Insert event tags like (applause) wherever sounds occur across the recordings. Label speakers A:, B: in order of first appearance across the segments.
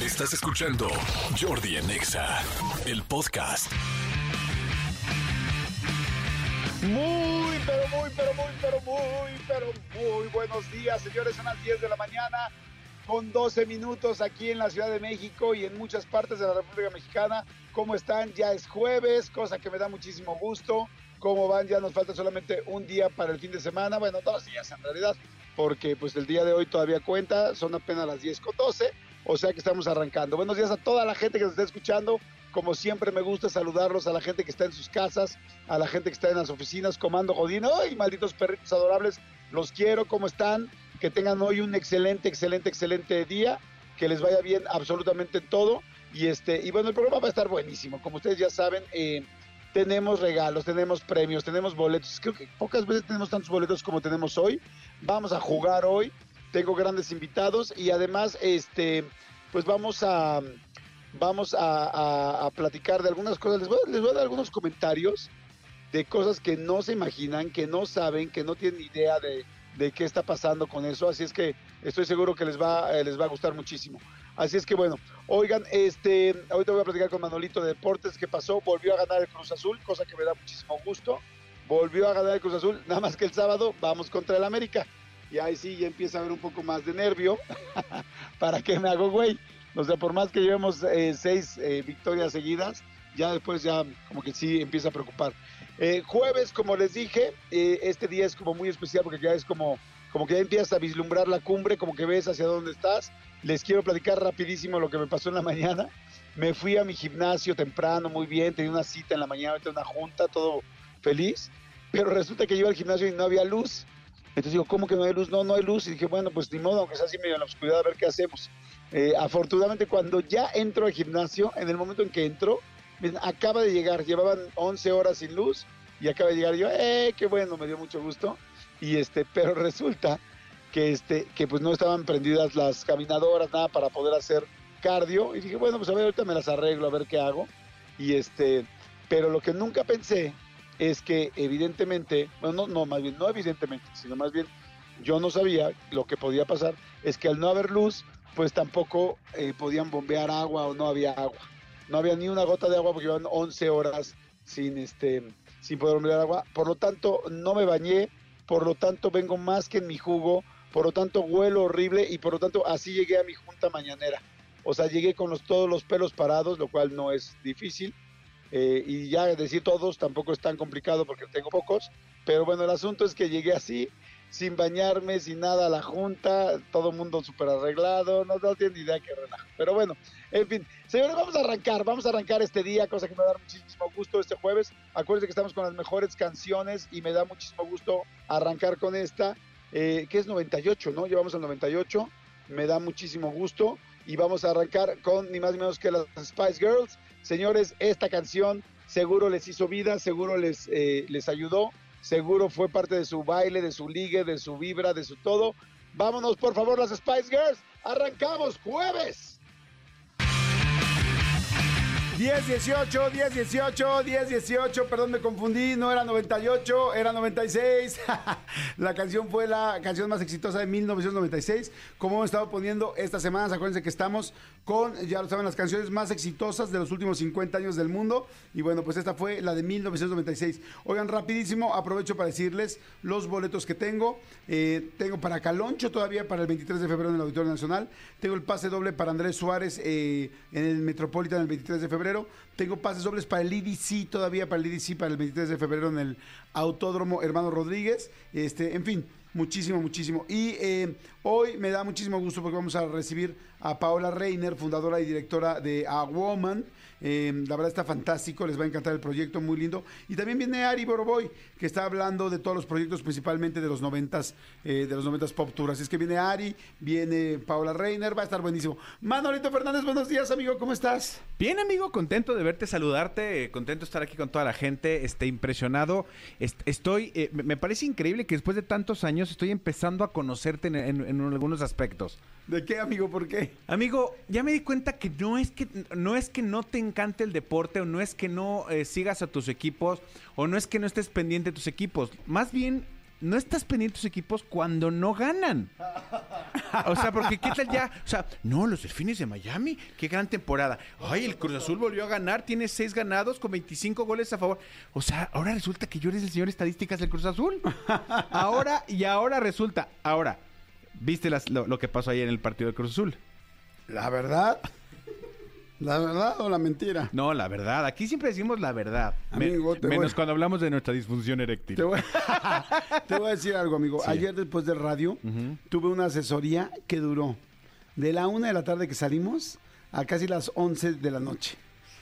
A: Estás escuchando Jordi en Exa, el podcast.
B: Muy, pero muy, pero muy, pero muy, pero muy buenos días, señores. Son las 10 de la mañana con 12 minutos aquí en la Ciudad de México y en muchas partes de la República Mexicana. ¿Cómo están? Ya es jueves, cosa que me da muchísimo gusto. ¿Cómo van? Ya nos falta solamente un día para el fin de semana. Bueno, dos días en realidad, porque pues el día de hoy todavía cuenta. Son apenas las 10 con 12, o sea que estamos arrancando. Buenos días a toda la gente que nos está escuchando. Como siempre me gusta saludarlos a la gente que está en sus casas, a la gente que está en las oficinas, comando jodino. ¡Ay, malditos perritos adorables! Los quiero, ¿cómo están? Que tengan hoy un excelente, excelente, excelente día. Que les vaya bien absolutamente en todo. Y, este, y bueno, el programa va a estar buenísimo. Como ustedes ya saben, eh, tenemos regalos, tenemos premios, tenemos boletos. Creo que pocas veces tenemos tantos boletos como tenemos hoy. Vamos a jugar hoy. Tengo grandes invitados y además, este, pues vamos a vamos a, a- a platicar de algunas cosas. Les voy, a- les voy a dar algunos comentarios de cosas que no se imaginan, que no saben, que no tienen idea de, de qué está pasando con eso. Así es que estoy seguro que les va, eh, les va a gustar muchísimo. Así es que bueno, oigan, este, ahorita voy a platicar con Manolito de Deportes, que pasó, volvió a ganar el Cruz Azul, cosa que me da muchísimo gusto. Volvió a ganar el Cruz Azul, nada más que el sábado vamos contra el América. Y ahí sí ya empieza a haber un poco más de nervio. (laughs) ¿Para qué me hago güey? O sea, por más que llevemos eh, seis eh, victorias seguidas, ya después ya como que sí empieza a preocupar. Eh, jueves, como les dije, eh, este día es como muy especial porque ya es como, como que ya empiezas a vislumbrar la cumbre, como que ves hacia dónde estás. Les quiero platicar rapidísimo lo que me pasó en la (laughs) mañana. Me fui a mi gimnasio temprano, muy bien, tenía una cita en la mañana, tenía una junta, todo feliz. Pero resulta que yo iba al gimnasio y no había luz. Entonces digo, ¿cómo que no hay luz? No, no hay luz. Y dije, bueno, pues ni modo, aunque sea así medio en la oscuridad, a ver qué hacemos. Eh, afortunadamente, cuando ya entro al gimnasio, en el momento en que entro, me dicen, acaba de llegar, llevaban 11 horas sin luz y acaba de llegar. Y yo, ¡eh, qué bueno! Me dio mucho gusto. Y este, pero (laughs) resulta que, este, que pues no estaban prendidas las caminadoras, nada para poder hacer cardio. Y dije, bueno, pues a ver, ahorita me las arreglo, a ver qué hago. Y este, pero lo que nunca pensé es que evidentemente, bueno, no, no, más bien, no evidentemente, sino más bien yo no sabía lo que podía pasar, es que al no haber luz, pues tampoco eh, podían bombear agua o no había agua. No había ni una gota de agua porque iban 11 horas sin, este, sin poder bombear agua. Por lo tanto, no me bañé, por lo tanto vengo más que en mi jugo, por lo tanto huelo horrible y por lo tanto así llegué a mi junta mañanera. O sea, llegué con los, todos los pelos parados, lo cual no es difícil. Eh, y ya decir todos tampoco es tan complicado porque tengo pocos. Pero bueno, el asunto es que llegué así, sin bañarme, sin nada a la junta, todo el mundo súper arreglado, no, no tiene ni idea qué relajo. Pero bueno, en fin, señores, vamos a arrancar, vamos a arrancar este día, cosa que me va a dar muchísimo gusto este jueves. Acuérdense que estamos con las mejores canciones y me da muchísimo gusto arrancar con esta, eh, que es 98, ¿no? Llevamos al 98, me da muchísimo gusto y vamos a arrancar con ni más ni menos que las Spice Girls. Señores, esta canción seguro les hizo vida, seguro les, eh, les ayudó, seguro fue parte de su baile, de su ligue, de su vibra, de su todo. Vámonos, por favor, las Spice Girls. Arrancamos jueves.
C: 10, 18, 10, 18, 10, 18, perdón, me confundí, no era 98, era 96. (laughs) la canción fue la canción más exitosa de 1996. Como hemos estado poniendo estas semanas, acuérdense que estamos con, ya lo saben, las canciones más exitosas de los últimos 50 años del mundo. Y bueno, pues esta fue la de 1996. Oigan, rapidísimo, aprovecho para decirles los boletos que tengo. Eh, tengo para Caloncho todavía para el 23 de febrero en el Auditorio Nacional. Tengo el pase doble para Andrés Suárez eh, en el Metropolitan el 23 de febrero. Tengo pases dobles para el IDC todavía, para el IDC para el 23 de febrero en el Autódromo Hermano Rodríguez. Este, en fin, muchísimo, muchísimo. Y eh, hoy me da muchísimo gusto porque vamos a recibir a Paola Reiner, fundadora y directora de A Woman. Eh, la verdad está fantástico, les va a encantar el proyecto, muy lindo. Y también viene Ari Boroboy, que está hablando de todos los proyectos, principalmente de los noventas, eh, de los noventas Pop Tour. Así es que viene Ari, viene Paola Reiner, va a estar buenísimo. Manolito Fernández, buenos días, amigo, ¿cómo estás?
D: Bien, amigo, contento de verte, saludarte, eh, contento de estar aquí con toda la gente, este, impresionado. Est- estoy, eh, me- me parece increíble que después de tantos años estoy empezando a conocerte en, en- en algunos aspectos.
C: ¿De qué, amigo? ¿Por qué?
D: Amigo, ya me di cuenta que no es que no es que no te encante el deporte o no es que no eh, sigas a tus equipos o no es que no estés pendiente de tus equipos. Más bien no estás pendiente de tus equipos cuando no ganan. O sea, porque qué tal ya, o sea, no, los delfines de Miami, qué gran temporada. Ay, el Cruz Azul volvió a ganar, tiene seis ganados con 25 goles a favor. O sea, ahora resulta que yo eres el señor estadísticas del Cruz Azul. Ahora y ahora resulta, ahora, ¿viste las- lo, lo que pasó ayer en el partido del Cruz Azul?
B: La verdad, la verdad o la mentira.
D: No, la verdad, aquí siempre decimos la verdad. Me-
B: Amigo, te
D: menos
B: voy-
D: cuando hablamos de nuestra disfunción eréctil.
B: Te voy, te voy a (laughs) decir algo, amigo.
D: Sí.
B: Ayer después del radio tuve una asesoría que duró de la una de la tarde que salimos a casi las 11 de la noche.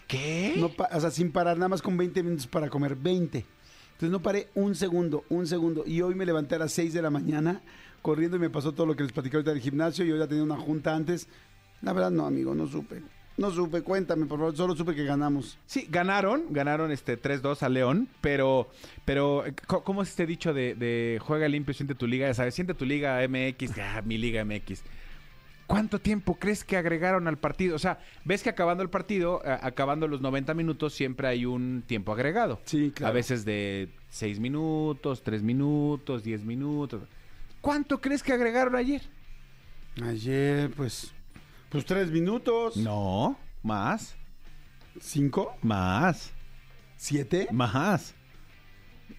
D: ¿Qué?
B: No pa- o sea, sin parar, nada más con 20 minutos para comer, 20. Entonces no paré un segundo, un segundo. Y hoy me levanté a las 6 de la mañana corriendo y me pasó todo lo que les platicé ahorita del gimnasio. Yo ya tenía una junta antes. La verdad, no, amigo, no supe. No supe, cuéntame, por favor. Solo supe que ganamos.
D: Sí, ganaron, ganaron este 3-2 a León, pero, pero eh, co- ¿cómo es este dicho de, de juega limpio, siente tu liga? Ya sabes, siente tu liga MX, ah, mi liga MX. ¿Cuánto tiempo crees que agregaron al partido? O sea, ves que acabando el partido, a- acabando los 90 minutos, siempre hay un tiempo agregado.
B: Sí, claro.
D: A veces de 6 minutos, 3 minutos, 10 minutos. ¿Cuánto crees que agregaron ayer?
B: Ayer, pues. Pues tres minutos.
D: No, más,
B: ¿Cinco?
D: más,
B: ¿Siete?
D: más,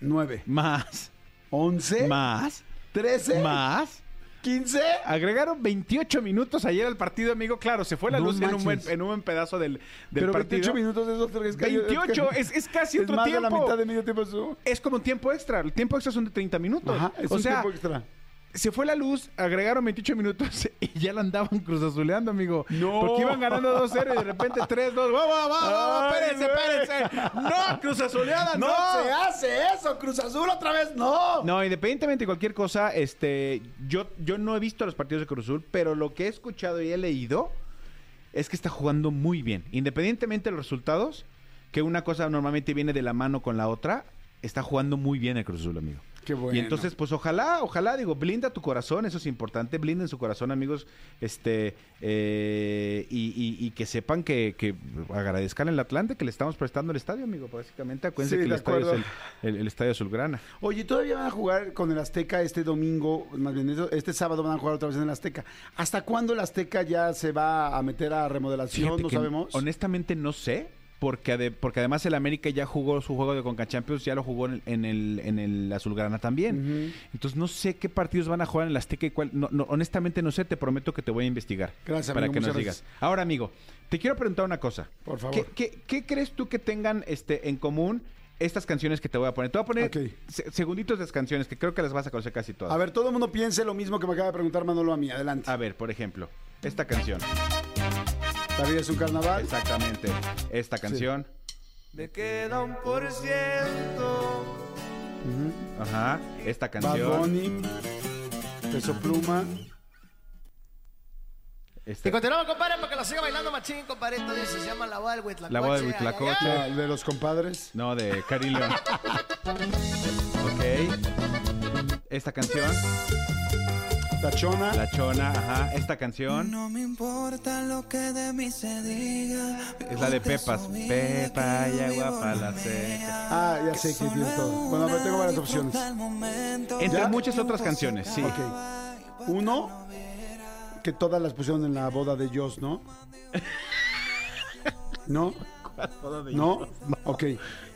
B: ¿Nueve?
D: más,
B: ¿Once?
D: más,
B: ¿Trece?
D: más.
B: ¿Quince?
D: Agregaron 28 minutos ayer al partido, amigo. Claro, se fue la
B: No
D: luz en un, buen,
B: manches.
D: en un buen pedazo del, del
B: Pero 28
D: partido.
B: minutos de esos tres
D: 28 es, es casi
B: es
D: otro
B: más
D: tiempo.
B: de la mitad de medio tiempo. eso.
D: Es como un tiempo extra. El tiempo extra son de 30 minutos.
B: Ajá, es
D: o
B: un
D: sea,
B: tiempo extra.
D: se fue la luz, agregaron 28 minutos (laughs) y ya la andaban cruzazuleando, amigo.
B: No.
D: Porque iban ganando 2-0 y de repente 3-2. ¡Vamos, vamos, vamos!
B: Ay,
D: ¡Espérense,
B: güey.
D: espérense! ¡No, cruzazuleada, no!
B: hace eso, Cruz Azul otra vez, no.
D: No, independientemente de cualquier cosa, este, yo, yo no he visto los partidos de Cruz Azul, pero lo que he escuchado y he leído es que está jugando muy bien. Independientemente de los resultados, que una cosa normalmente viene de la mano con la otra, está jugando muy bien el Cruz Azul, amigo.
B: Qué bueno.
D: Y entonces, pues ojalá, ojalá, digo, blinda tu corazón, eso es importante, blinden su corazón, amigos, este, eh, y, y- y que sepan que, que agradezcan el Atlante que le estamos prestando el estadio, amigo, básicamente, acuérdense
B: Sí,
D: que el
B: de
D: estadio es
B: acuerdo.
D: el- el- el estadio azulgrana.
B: Oye, todavía van a jugar con el Azteca este domingo, más bien eso- este sábado van a jugar otra vez en el Azteca. ¿Hasta cuándo el Azteca ya se va a meter a remodelación?
D: Fíjate
B: No
D: que
B: sabemos.
D: Honestamente no sé, porque, ade- porque además el América ya jugó su juego de Conca Champions, ya lo jugó en el, en el, en el Azulgrana también.
B: Ujú.
D: Entonces no sé qué partidos van a jugar en el Azteca y cuál. No, no, honestamente no sé, te prometo que te voy a investigar.
B: Gracias,
D: Para
B: amigo,
D: que nos
B: muchas
D: digas.
B: gracias.
D: Ahora, amigo, te quiero preguntar una cosa.
B: Por favor.
D: ¿Qué, qué- qué crees tú que tengan este, en común estas canciones que te voy a poner? Te voy a poner
B: Ok.
D: se- segunditos de las canciones que creo que las vas a conocer casi todas.
B: A ver, todo el mundo piense lo mismo que me acaba de preguntar Manolo a mí. Adelante.
D: A ver, por ejemplo, esta canción.
B: La vida es un carnaval.
D: Exactamente. Esta canción.
E: Me queda un por ciento.
D: Ajá. Esta canción.
B: Bad Bunny, Peso Pluma.
D: Esta-
E: Y continuamos, compadre, para que lo siga bailando machín, compadre. Esto dice, se llama La Boda del Huitlacoche.
D: La Boda del
E: Ay, ay,
D: Huitlacoche.
E: ay.
B: La de los compadres.
D: No, de Karim León. ok. Esta canción.
B: Tachona.
D: La Chona, ajá. Esta canción
F: No me importa lo que de mí se diga.
D: es la de Pepas. Pepa y agua para la seca.
B: Ah, ya sé que tiene todo. Bueno, a ver, tengo varias opciones.
D: Entre
B: ¿Ya?
D: muchas otras canciones, sí.
B: Ok. Uno, que todas las pusieron en la boda de Joss,
D: (laughs)
B: ¿no? ¿No? ¿No? (laughs) Ok.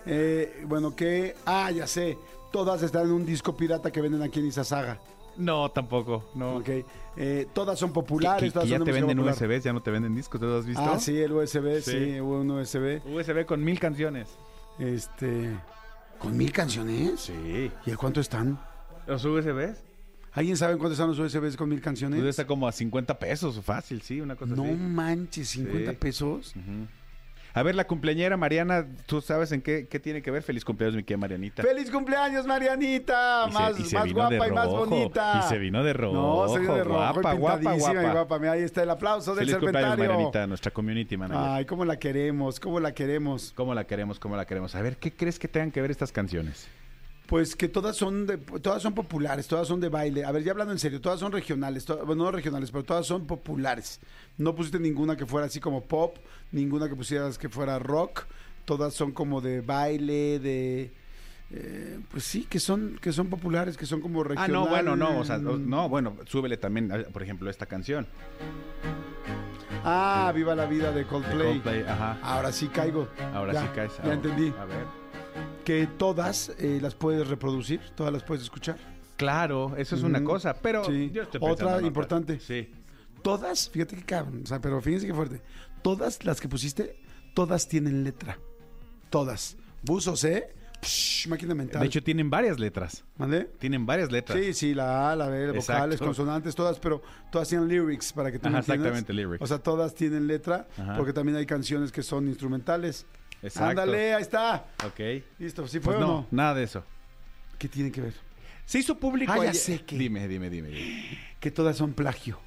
B: Eh, bueno, que. Ah, ya sé. Todas están en un disco pirata que venden aquí en Izazaga.
D: No, tampoco. No.
B: Ok. Eh, todas son
D: Que-
B: populares.
D: que-
B: todas
D: que ya
B: son de
D: te
B: música
D: venden
B: popular.
D: USBs, ya no te venden discos, ¿tú lo has visto?
B: Ah, sí, el USB, sí,
D: Sí.
B: hubo un USB.
D: USB con mil canciones.
B: Este. ¿Con mil canciones?
D: Sí.
B: ¿Y a cuánto están?
D: ¿Los USBs?
B: ¿Alguien sabe cuántos están los USBs con mil canciones?
D: Pues Debe estar como a 50 pesos, fácil, sí, una cosa
B: No
D: así.
B: manches, 50
D: Sí.
B: pesos.
D: A ver, la cumpleañera Mariana, ¿tú sabes en qué, qué tiene que ver? Feliz cumpleaños, mi querida Marianita.
B: ¡Feliz cumpleaños, Marianita!
D: Y se-
B: más
D: y se
B: más
D: vino
B: guapa
D: de
B: y más
D: rojo,
B: bonita.
D: y se vino de rojo,
B: No, se vino de rojo.
D: guapa,
B: Guapa,
D: guapa,
B: guapa, guapa.
D: guapa.
B: guapa. Mira, ahí está el aplauso del
D: Feliz cumpleaños,
B: serpentario.
D: Marianita, nuestra community manager.
B: Ay, cómo la queremos, cómo la queremos.
D: ¿Cómo la queremos? ¿Cómo la queremos? A ver, ¿qué crees que tengan que ver estas canciones?
B: Pues que todas son de, todas son populares, todas son de baile. A ver, ya hablando en serio, todas son regionales, to- bueno, no regionales, pero todas son populares. No pusiste ninguna que fuera así como pop, ninguna que pusieras que fuera rock. Todas son como de baile, de eh, pues sí, que son, que son populares, que son como
D: Ah,
B: regionales.
D: no, bueno, no, o sea, no, no, bueno, súbele también, ah, por ejemplo, esta canción.
B: Ah, Viva la Vida de Coldplay.
D: Coldplay, ajá.
B: Ahora sí caigo.
D: Ah, Ahora
B: Ya,
D: sí caes. ah.
B: Ya
D: ahora-
B: entendí.
D: A ver.
B: Que todas eh, las puedes reproducir, todas las puedes escuchar.
D: Claro, eso es una
B: Ujú.
D: cosa, pero
B: Sí.
D: yo estoy
B: Otra
D: pensando en
B: importante.
D: Sí.
B: Todas, fíjate que cabrón, o sea, pero fíjense qué fuerte. Todas las que pusiste, todas tienen letra. Todas. Buzos, ¿eh? Psh, máquina mental.
D: De hecho, tienen varias letras.
B: ¿mandé?
D: Tienen varias letras.
B: Sí, sí, la A, la B,
D: Exacto.
B: vocales, consonantes, todas, pero todas tienen lyrics para que tú me
D: Ajá,
B: entiendas.
D: exactamente, lyrics.
B: O sea, todas tienen letra,
D: Ajá.
B: porque también hay canciones que son instrumentales.
D: Exacto.
B: Ándale, ahí está.
D: Ok.
B: Listo, ¿sí fue
D: Pues
B: o
D: no,
B: no?
D: nada de eso.
B: ¿Qué tiene que ver?
D: Se hizo público.
B: Ah, ya
D: ayer-
B: sé que-
D: Dime, dime, dime, dime.
B: Que todas son plagio.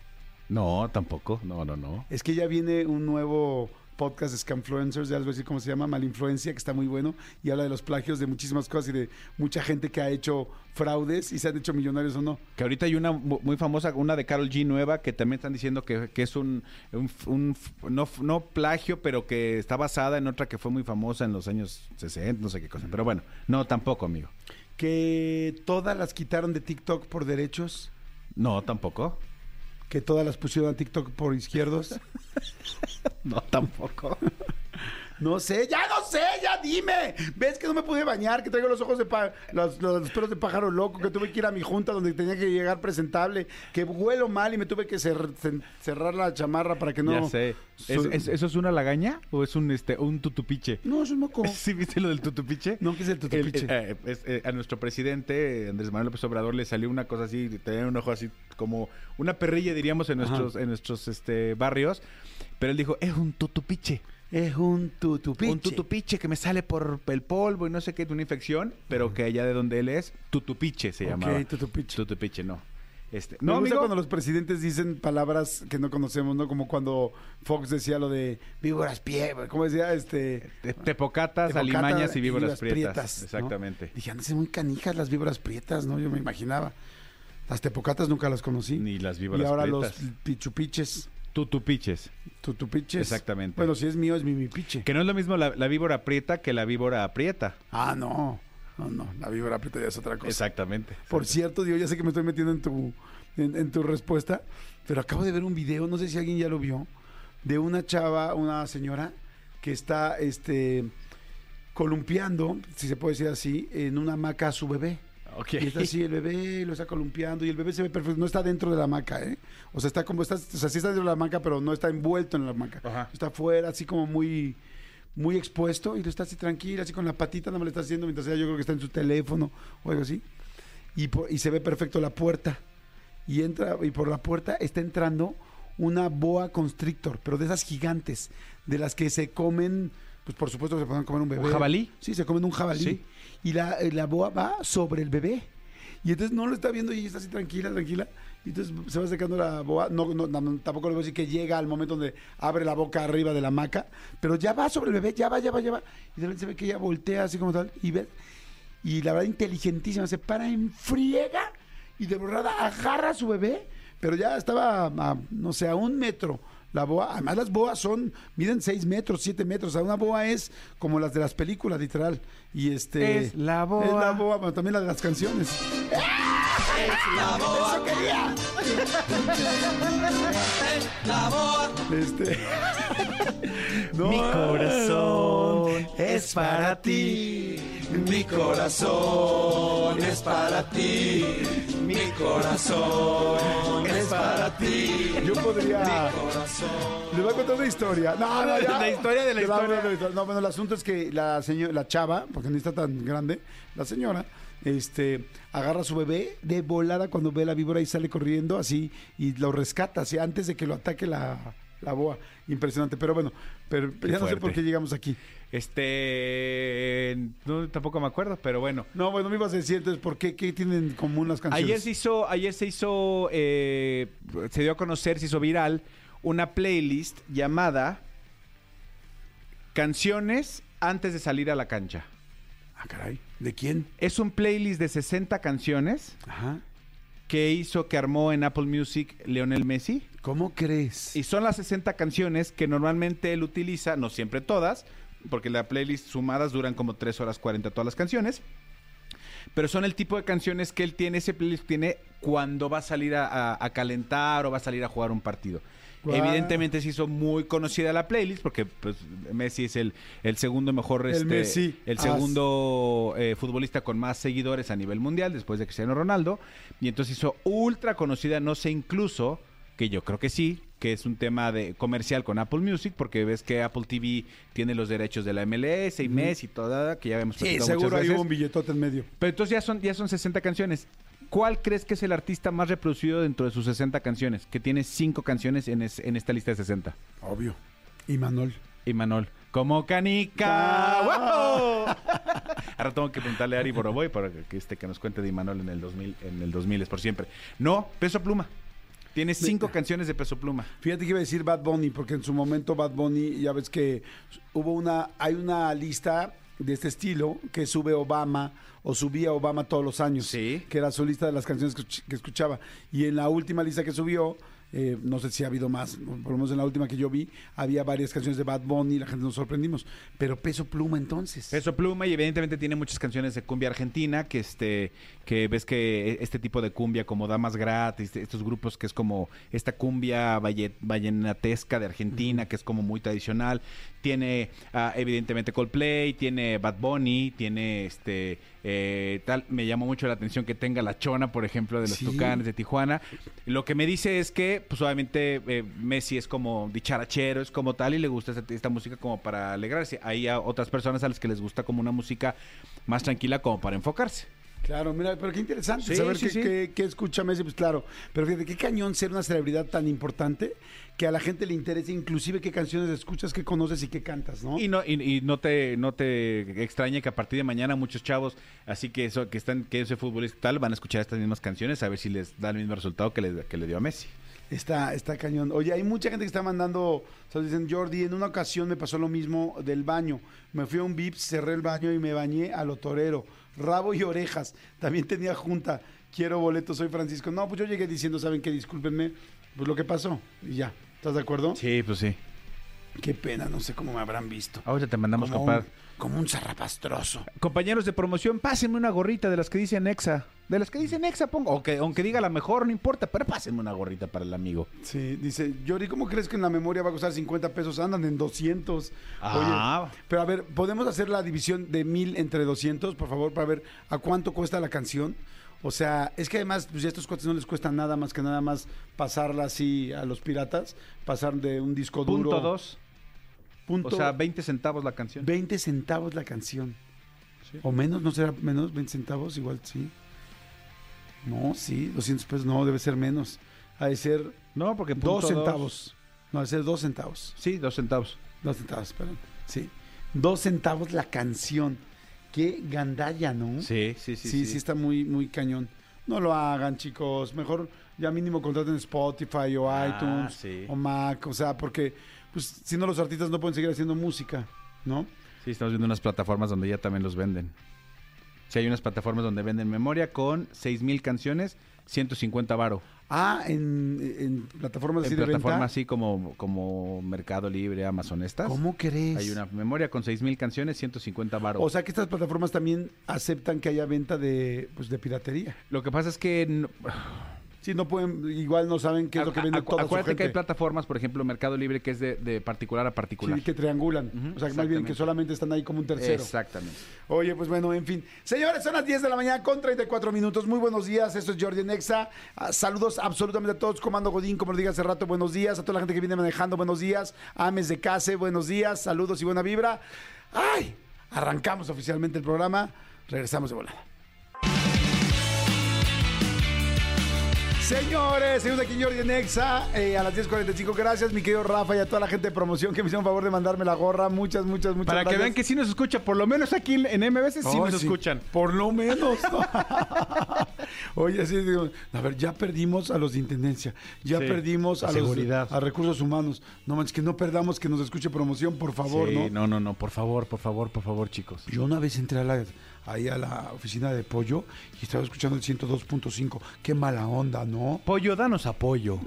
D: No, tampoco. No, no, no.
B: Es que ya viene un nuevo podcast de Scamfluencers, ya les voy a decir cómo se llama, Malinfluencia, que está muy bueno, y habla de los plagios de muchísimas cosas y de mucha gente que ha hecho fraudes y se han hecho millonarios o no.
D: Que ahorita hay una mu- muy famosa, una de Carol G nueva, que también están diciendo que, que es un, un f- un f- no, f- no plagio, pero que está basada en otra que fue muy famosa en los años 60, no sé qué cosa. Pero bueno, no, tampoco, amigo.
B: Que todas las quitaron de TikTok por derechos.
D: No, tampoco.
B: que todas las pusieron a TikTok por izquierdos.
D: (laughs) No, tampoco.
B: No sé, ya no sé, ya dime. ¿Ves que no me pude bañar, que traigo los ojos de pa- los, los pelos de pájaro loco, que tuve que ir a mi junta donde tenía que llegar presentable, que huelo mal y me tuve que cer- cen- cerrar la chamarra para que no
D: ya sé. ¿Es-
B: Soy-
D: es- ¿Eso es una lagaña o es un, este, un tutupiche?
B: No, es un moco.
D: (laughs) ¿Sí viste lo del tutupiche?
B: No, que es el tutupiche.
D: El- eh, es- eh, a nuestro presidente, Andrés Manuel López Obrador, le salió una cosa así, tenía un ojo así como una perrilla, diríamos, en nuestros, en nuestros este, barrios. Pero él dijo, es un tutupiche.
B: Es un tutupiche.
D: Un tutupiche que me sale por el polvo y no sé qué, de una infección, pero que allá de donde él es, tutupiche se
B: Ok,
D: llamaba.
B: tutupiche.
D: Tutupiche, no. Este,
B: No,
D: no,
B: me gusta
D: amigo.
B: cuando los presidentes dicen palabras que no conocemos, ¿no? Como cuando Fox decía lo de víboras pie, ¿cómo decía? Este...
D: Te- Tepocatas,
B: Tepocata
D: alimañas y víboras, prietas.
B: ¿no?
D: Exactamente.
B: Dije, han de ser muy canijas las víboras prietas, ¿no? Yo me imaginaba. Las tepocatas nunca las conocí.
D: Ni las
B: y
D: víboras
B: ahora
D: prietas.
B: los pichupiches,
D: Tutupiches.
B: tutupiches.
D: Exactamente.
B: Bueno, si es mío, es mi, mi piche.
D: Que no es lo mismo la, la víbora prieta que la víbora aprieta.
B: Ah, no. No, no. La víbora prieta ya es otra cosa.
D: Pues, Exactamente.
B: Por cierto, Dios, ya sé que me estoy metiendo en tu, en, en tu respuesta, pero acabo de ver un video, no sé si alguien ya lo vio, de una chava, una señora, que está este, columpiando, si se puede decir así, en una hamaca a su bebé.
D: Ok.
B: Y está así, el bebé lo está columpiando y el bebé se ve perfecto. No está dentro de la hamaca, ¿eh? O sea, está como, está, o sea, sí está dentro de la hamaca, pero no está envuelto en la hamaca.
D: Ajá.
B: Está afuera, así como muy, muy expuesto y lo está así tranquila, así con la patita, no me lo está haciendo mientras ella yo creo que está en su teléfono o algo así. Y, por- y se ve perfecto la puerta. Y entra, y por la puerta está entrando una boa constrictor, pero de esas gigantes, de las que se comen, pues por supuesto que se pueden comer un bebé.
D: ¿Un jabalí?
B: Sí, se comen un jabalí.
D: Sí.
B: Y la, eh, la boa va sobre el bebé. Y entonces no lo está viendo y ella está así tranquila, tranquila. Y entonces se va acercando la boa. No, no, no, tampoco le voy a decir que llega al momento donde abre la boca arriba de la hamaca. Pero ya va sobre el bebé, ya va, ya va, ya va. Y de repente se ve que ella voltea así como tal. Y ve. Y la verdad, inteligentísima. Se para en friega y de borrada agarra a su bebé. Pero ya estaba, a, no sé, a un metro. La boa, además las boas son, miden 6 metros, 7 metros. O sea, una boa es como las de las películas, literal. Y este.
D: Es la boa.
B: Es la boa, pero también la de las canciones. ¡Eso quería! Este. (laughs) Mi corazón (laughs) es para ti. Mi corazón es para ti. Mi corazón es para ti. Yo podría. Le voy a contar una historia. (laughs) No, no, ya.
D: La historia de la
B: Te voy a contar
D: historia.
B: una No, bueno, el asunto es que la señora, la chava, porque no está tan grande, la señora, este, agarra a su bebé de volada cuando ve la víbora y sale corriendo así y lo rescata, así antes de que lo ataque la, la boa. Impresionante. Pero bueno, pero ya no sé
D: fuerte.
B: por qué llegamos aquí.
D: Este. No, tampoco me acuerdo, pero bueno.
B: No, bueno, me ibas a decir entonces por qué, qué tienen en común las canciones.
D: Ayer se hizo, ayer se hizo, eh, se dio a conocer, se hizo viral una playlist llamada Canciones antes de salir a la cancha.
B: Ah, caray. ¿De quién?
D: Es un playlist de 60 canciones
B: Ajá.
D: que hizo, que armó en Apple Music Leonel Messi.
B: ¿Cómo crees?
D: Y son las 60 canciones que normalmente él utiliza, no siempre todas, porque la playlist sumadas duran como 3 horas 40 todas las canciones. pero son el tipo de canciones que él tiene, ese playlist tiene cuando va a salir a, a- a calentar o va a salir a jugar un partido.
B: Guau.
D: Evidentemente se hizo muy conocida la playlist porque pues, Messi es el, el segundo mejor,
B: El
D: este,
B: Messi.
D: el
B: Ah,
D: segundo eh, futbolista con más seguidores a nivel mundial después de Cristiano Ronaldo y entonces hizo ultra conocida, no sé incluso que yo creo que sí, que es un tema de comercial con Apple Music porque ves que Apple TV tiene los derechos de la MLS y Messi y toda que ya vemos
B: Sí, seguro hay un billetote en medio.
D: pero entonces ya son, ya son 60 canciones. ¿Cuál crees que es el artista más reproducido dentro de sus 60 canciones? Que tiene 5 canciones en, es- en esta lista de 60.
B: Obvio. Y Manuel.
D: Y Manol. Como canica. ¡Wow! (laughs) Ahora tengo que preguntarle a Ari Boroboy para que, que este, que nos cuente de Imanol en el 2000, en el 2000 es por siempre. No, Peso Pluma. Tiene cinco canciones de Peso Pluma.
B: Fíjate que iba a decir Bad Bunny, porque en su momento Bad Bunny, ya ves que hubo una, hay una lista de este estilo que sube Obama o subía Obama todos los años,
D: Sí.
B: que era su lista de las canciones que, escuch- que escuchaba. Y en la última lista que subió, eh, no sé si ha habido más, por lo menos en la última que yo vi, había varias canciones de Bad Bunny, la gente nos sorprendimos. Pero peso pluma entonces.
D: Peso Pluma y evidentemente tiene muchas canciones de cumbia argentina que este que ves que este tipo de cumbia como Damas Gratis, estos grupos que es como esta cumbia valle- vallenatesca de Argentina que es como muy tradicional, tiene ah, evidentemente Coldplay, tiene Bad Bunny, tiene este eh, tal me llamó mucho la atención que tenga La Chona, por ejemplo, de los
B: Sí.
D: Tucanes de Tijuana. Lo que me dice es que pues obviamente eh, Messi es como dicharachero, es como tal y le gusta esta, esta música como para alegrarse. Hay a otras personas a las que les gusta como una música más tranquila como para enfocarse.
B: Claro, mira, pero qué interesante
D: Sí,
B: saber
D: sí,
B: qué,
D: sí.
B: qué- qué escucha Messi, pues claro. Pero fíjate, qué cañón ser una celebridad tan importante que a la gente le interese inclusive qué canciones escuchas, qué conoces y qué cantas, ¿no?
D: Y no, y, y no te, no te extrañe que a partir de mañana muchos chavos, así que eso, que están, que yo soy futbolista y tal, van a escuchar estas mismas canciones a ver si les da el mismo resultado que le, que le dio a Messi.
B: Está, está cañón. Oye, hay mucha gente que está mandando, o sea, dicen, Jordi, en una ocasión me pasó lo mismo del baño. Me fui a un VIP, cerré el baño y me bañé a lo torero. Rabo y orejas. También tenía junta. Quiero boleto, soy Francisco. No, pues yo llegué diciendo, ¿saben qué? Discúlpenme, pues lo que pasó. Y ya. ¿Estás de acuerdo?
D: Sí, pues sí.
B: Qué pena, no sé cómo me habrán visto.
D: Ahorita te mandamos,
B: como,
D: compadre.
B: un, como un zarrapastroso.
D: Compañeros de promoción, pásenme una gorrita de las que dicen Nexa. De las que dicen Nexa, pongo. Aunque, aunque diga la mejor, no importa, pero pásenme una gorrita para el amigo.
B: Sí, dice, Yori, ¿cómo crees que en la memoria va a costar 50 pesos? Andan en 200.
D: Ah.
B: Oye, pero a ver, ¿podemos hacer la división de 1000 entre 200, por favor, para ver a cuánto cuesta la canción? O sea, es que además, pues ya estos cuates no les cuesta nada más que nada más pasarla así a los piratas, pasar de un disco duro.
D: Punto dos.
B: Punto
D: O sea, 20 centavos la canción.
B: 20 centavos la canción. O menos, ¿no será menos? 20 centavos, igual sí. No, sí, 200 pesos, no, debe ser menos. Ha de ser
D: No, porque punto
B: dos centavos. No, ha de ser dos centavos.
D: Sí, dos centavos.
B: Dos centavos, perdón. Sí. Dos centavos la canción. Qué gandalla, ¿no?
D: Sí, ¿Mm? sí,
B: Sí, sí, está muy, muy cañón. No lo hagan, chicos. Mejor ya mínimo contraten Spotify o
D: Ah,
B: iTunes
D: sí.
B: o Mac. O sea, porque pues, si no los artistas no pueden seguir haciendo música, ¿no?
D: Sí, estamos viendo unas plataformas donde ya también los venden. Sí, hay unas plataformas donde venden memoria con 6.000 canciones, 150 varo.
B: Ah, en, en plataformas así
D: En
B: de
D: plataformas
B: venta.
D: así como, como Mercado Libre, Amazon, estas.
B: ¿Cómo crees?
D: Hay una memoria con 6.000 canciones, 150 varo.
B: O sea, que estas plataformas también aceptan que haya venta de, pues, de piratería.
D: Lo que pasa es que no-
B: Sí, no pueden, igual no saben qué es lo que
D: Acu-
B: vende
D: acu-
B: toda su
D: Acuérdate que hay
B: gente.
D: plataformas, por ejemplo, Mercado Libre, que es de, de particular a particular.
B: Sí, que triangulan.
D: Ujú,
B: o sea, que más bien que
D: exactamente.
B: solamente están ahí como un tercero.
D: Exactamente.
B: Oye, pues bueno, en fin. Señores, son las 10 de la mañana con 34 minutos. Muy buenos días. Esto es Jordi Nexa. Saludos absolutamente a todos. Comando Godín, como lo dije hace rato, buenos días. A toda la gente que viene manejando, buenos días. Ames de Case, buenos días. Saludos y buena vibra. ¡Ay! Arrancamos oficialmente el programa. Regresamos de volada. Señores, seguimos aquí en Jordi Nexa eh, a las 10.45. Gracias, mi querido Rafa, y a toda la gente de promoción que me hicieron favor de mandarme la gorra. Muchas, muchas, muchas
D: Para
B: gracias.
D: que vean que sí nos escucha, por lo menos aquí en- en MBS Oh, sí
B: Ay,
D: nos escuchan.
B: Por lo menos. ¿no? Oye, sí, digo, a ver, ya perdimos a los de intendencia, ya
D: Sí,
B: perdimos
D: a
B: a los
D: seguridad.
B: a recursos humanos. No manches, que no perdamos que nos escuche promoción, por favor,
D: Sí,
B: ¿no?
D: no, no, no, por favor, por favor, por favor, chicos.
B: Yo una vez entré a la, ahí a la oficina de pollo y estaba escuchando el 102.5. Qué mala onda, ¿no?
D: Pollo, danos apoyo.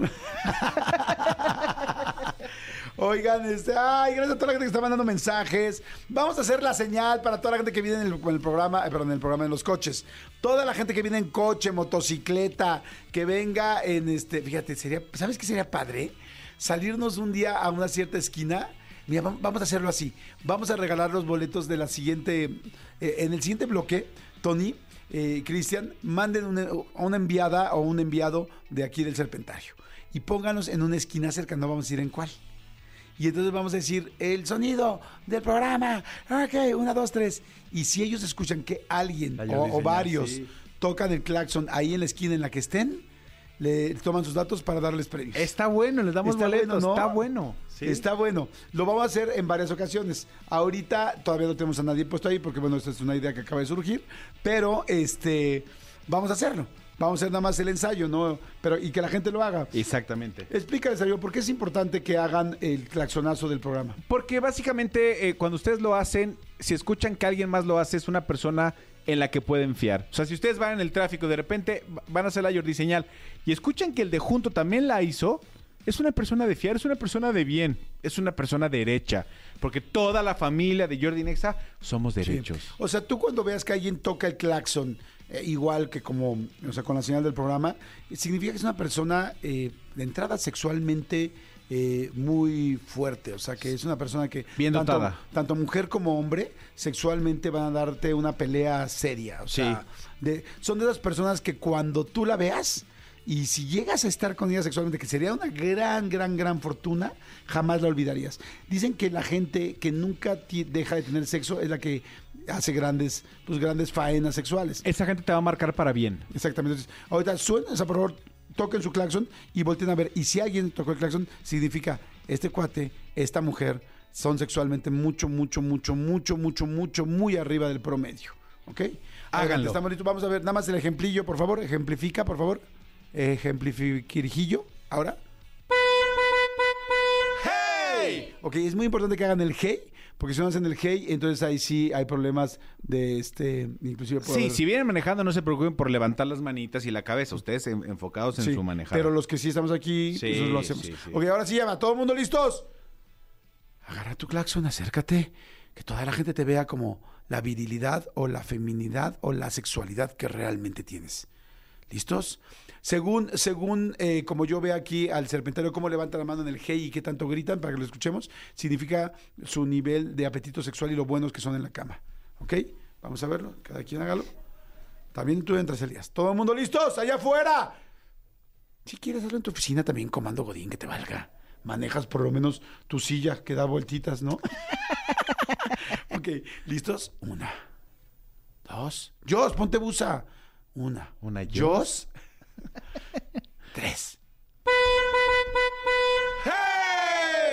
B: Oigan, este, ay, gracias a toda la gente que está mandando mensajes. Vamos a hacer la señal para toda la gente que viene en el, en el programa, eh, perdón, en el programa en los coches. Toda la gente que viene en coche, motocicleta, que venga en este, fíjate, sería, ¿sabes qué sería padre? Salirnos un día a una cierta esquina. Mira, vam- vamos a hacerlo así. Vamos a regalar los boletos de la siguiente, eh, en el siguiente bloque, Tony. eh, Cristian, manden una, una enviada o un enviado de aquí del Serpentario y pónganos en una esquina cerca, no vamos a ir en cuál. Y entonces vamos a decir el sonido del programa. Ok, una, dos, tres. Y si ellos escuchan que alguien
D: Ay, yo
B: o, o
D: diseñar,
B: varios
D: sí.
B: tocan el claxon ahí en la esquina en la que estén, le toman sus datos para darles premios.
D: Está bueno, les damos
B: Está
D: boletos,
B: bueno, ¿no?
D: está bueno.
B: Está bueno. Lo vamos a hacer en varias ocasiones. Ahorita todavía no tenemos a nadie puesto ahí porque, bueno, esta es una idea que acaba de surgir. Pero, este, vamos a hacerlo. Vamos a hacer nada más el ensayo, ¿no? Pero, y que la gente lo haga.
D: Exactamente.
B: Explícales, Darío, ¿por qué es importante que hagan el claxonazo del programa?
D: Porque básicamente eh, cuando ustedes lo hacen, si escuchan que alguien más lo hace, es una persona en la que pueden fiar. O sea, si ustedes van en el tráfico, de repente va- van a hacer la Jordi señal y escuchan que el de junto también la hizo, es una persona de fiar, es una persona de bien, es una persona derecha. Porque toda la familia de Jordi Nexa somos derechos.
B: Sí. O sea, tú cuando veas que alguien toca el claxon, eh, igual que como, o sea, con la señal del programa, significa que es una persona eh, de entrada sexualmente eh, muy fuerte. O sea, que es una persona que.
D: Bien
B: tanto,
D: dotada.
B: Tanto mujer como hombre, sexualmente van a darte una pelea seria. O sea, de- son de esas personas que cuando tú la veas. Y si llegas a estar con ella sexualmente, que sería una gran, gran, gran fortuna, jamás la olvidarías. Dicen que la gente que nunca ti- deja de tener sexo es la que hace grandes, pues grandes faenas sexuales.
D: Esa gente te va a marcar para bien.
B: Exactamente. Entonces, ahorita suena, o sea, por favor, toquen su claxon y volteen a ver. Y si alguien tocó el claxon, significa este cuate, esta mujer, son sexualmente mucho, mucho, mucho, mucho, mucho, mucho, muy arriba del promedio. ¿Ok?
D: Háganlo.
B: Estamos listos. Vamos a ver, nada más el ejemplillo, por favor. Ejemplifica, por favor. Ejemplifiquirjillo. Ahora. ¡Hey! Ok, es muy importante que hagan el hey, porque si no hacen el hey, entonces ahí sí hay problemas de este, inclusive puede
D: Sí,
B: haber-
D: si vienen manejando, no se preocupen por levantar las manitas y la cabeza. Ustedes en- enfocados en
B: Sí,
D: su manejada.
B: Pero los que sí estamos aquí,
D: Sí,
B: nosotros lo hacemos.
D: sí, sí.
B: Ok, ahora sí llama. ¿Todo el mundo listos? Agarra tu claxon, acércate. Que toda la gente te vea como la virilidad o la feminidad o la sexualidad que realmente tienes. ¿Listos? Según, según eh, como yo veo aquí al serpentario, cómo levanta la mano en el hey y qué tanto gritan para que lo escuchemos, significa su nivel de apetito sexual y lo buenos que son en la cama. ¿Ok? Vamos a verlo. Cada quien hágalo. También tú entras, Elías. ¿Todo el mundo listos? ¡Allá afuera! Si quieres hacerlo en tu oficina, también comando Godín, que te valga. Manejas por lo menos tu silla que da vueltitas, ¿no? (laughs) ok, ¿listos? Una, dos. Jos, ponte busa. Una.
D: Una
B: Jos. (laughs) Tres.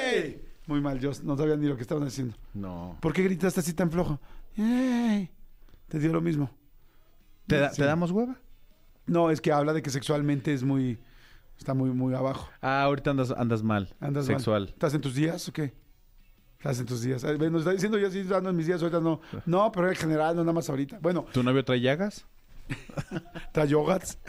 B: ¡Hey! Muy mal, Jos. No sabía ni lo que estaban haciendo.
D: No.
B: ¿Por qué gritaste así tan flojo? ¡Ey! Te dio lo mismo.
D: ¿Te, da-
B: Sí.
D: ¿Te damos hueva?
B: No, es que habla de que sexualmente es muy... Está muy, muy abajo.
D: Ah, ahorita andas, andas mal.
B: Andas mal.
D: sexual.
B: ¿Estás en tus días o qué? Estás en tus días. Ay, Nos está diciendo yo sí ando en mis días, ahorita no. No, pero en general, no nada más ahorita. Bueno,
D: ¿Tu novio trae llagas?
B: trae yogats. (laughs)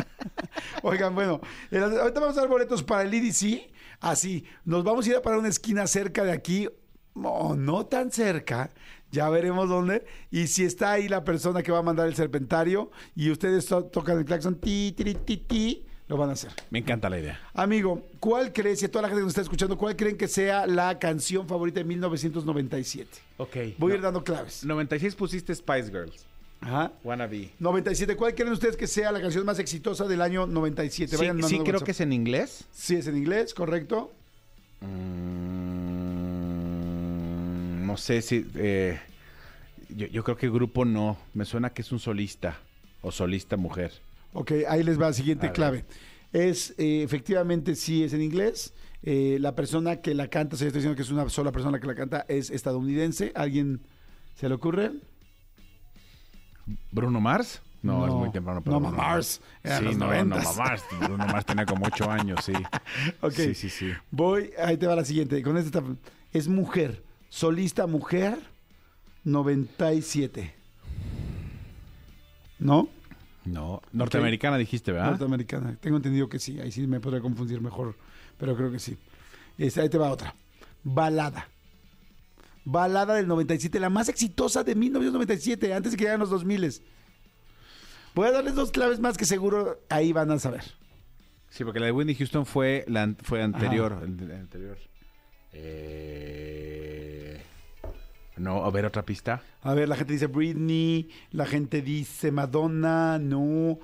B: Oigan, bueno, eh, ahorita vamos a dar boletos para el IDC. Así, nos vamos a ir a parar una esquina cerca de aquí, o no tan cerca, ya veremos dónde. Y si está ahí la persona que va a mandar el serpentario y ustedes to- tocan el claxon, ti, ti, ti, ti, lo van a hacer.
D: Me encanta la idea.
B: Amigo, ¿cuál crees, si a toda la gente que nos está escuchando, cuál creen que sea la canción favorita de 1997?
D: Ok.
B: Voy a ir dando claves.
D: 96 pusiste Spice Girls.
B: Ajá.
D: Wannabe.
B: 97, ¿cuál creen ustedes que sea la canción más exitosa del año 97?
D: Sí,
B: Vayan
D: sí
B: mandando
D: creo
B: WhatsApp.
D: que es en inglés.
B: Sí, es en inglés, correcto.
D: Mm, no sé si... eh, yo, yo creo que grupo no. Me suena que es un solista. O solista mujer.
B: Ok, ahí les va la siguiente
D: A ver.
B: clave. Es, eh, efectivamente, sí es en inglés. Eh, la persona que la canta, se está diciendo que es una sola persona la que la canta, es estadounidense. ¿Alguien se le ocurre?
D: ¿Bruno Mars?
B: No.
D: No, es muy temprano para
B: No,
D: Bruno
B: Mars. Era en
D: Sí,
B: los
D: no, no,
B: noventas.
D: Mars. Bruno Mars tenía como 8 años, (laughs) sí.
B: Ok.
D: Sí, sí, sí.
B: Voy, ahí te va la siguiente. Con esta está- es mujer, solista mujer 97. ¿No?
D: No, norteamericana dijiste, ¿verdad?
B: Norteamericana. Tengo entendido que sí. Ahí sí me podría confundir mejor, pero creo que sí. Este, ahí te va otra. Balada. Balada del 97, la más exitosa de 1997, antes de que llegaran los 2000. Voy a darles dos claves más que seguro ahí van a saber.
D: Sí, porque la de Whitney Houston fue, la, an- fue anterior.
B: Ajá.
D: el- el anterior. Eh, No, a ver, otra pista.
B: A ver, la gente dice Britney, la gente dice Madonna, no.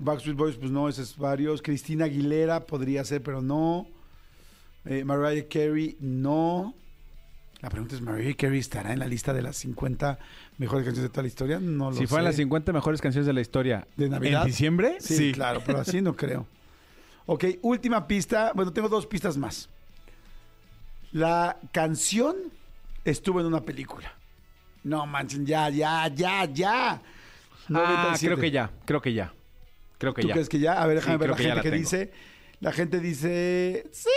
B: Backstreet Boys, pues no, esos varios. Cristina Aguilera podría ser, pero no. Eh, Mariah Carey, no. La pregunta es, ¿Mariah Carey estará en la lista de las 50 mejores canciones de toda la historia? No lo sé.
D: si fueran las 50 mejores canciones de la historia.
B: ¿De Navidad?
D: ¿En diciembre?
B: Sí, claro, pero así no creo. Ok, última pista. Bueno, tengo dos pistas más. La canción estuvo en una película. No manchen, ya, ya, ya, ya.
D: Ah,
B: 97.
D: creo que ya, creo que ya. Creo que
B: ¿Tú
D: ya. (laughs)
B: crees que ya? A ver, déjame
D: Sí,
B: ver
D: creo
B: la gente
D: que ya
B: que
D: la tengo.
B: dice. La gente dice. ¡Sí!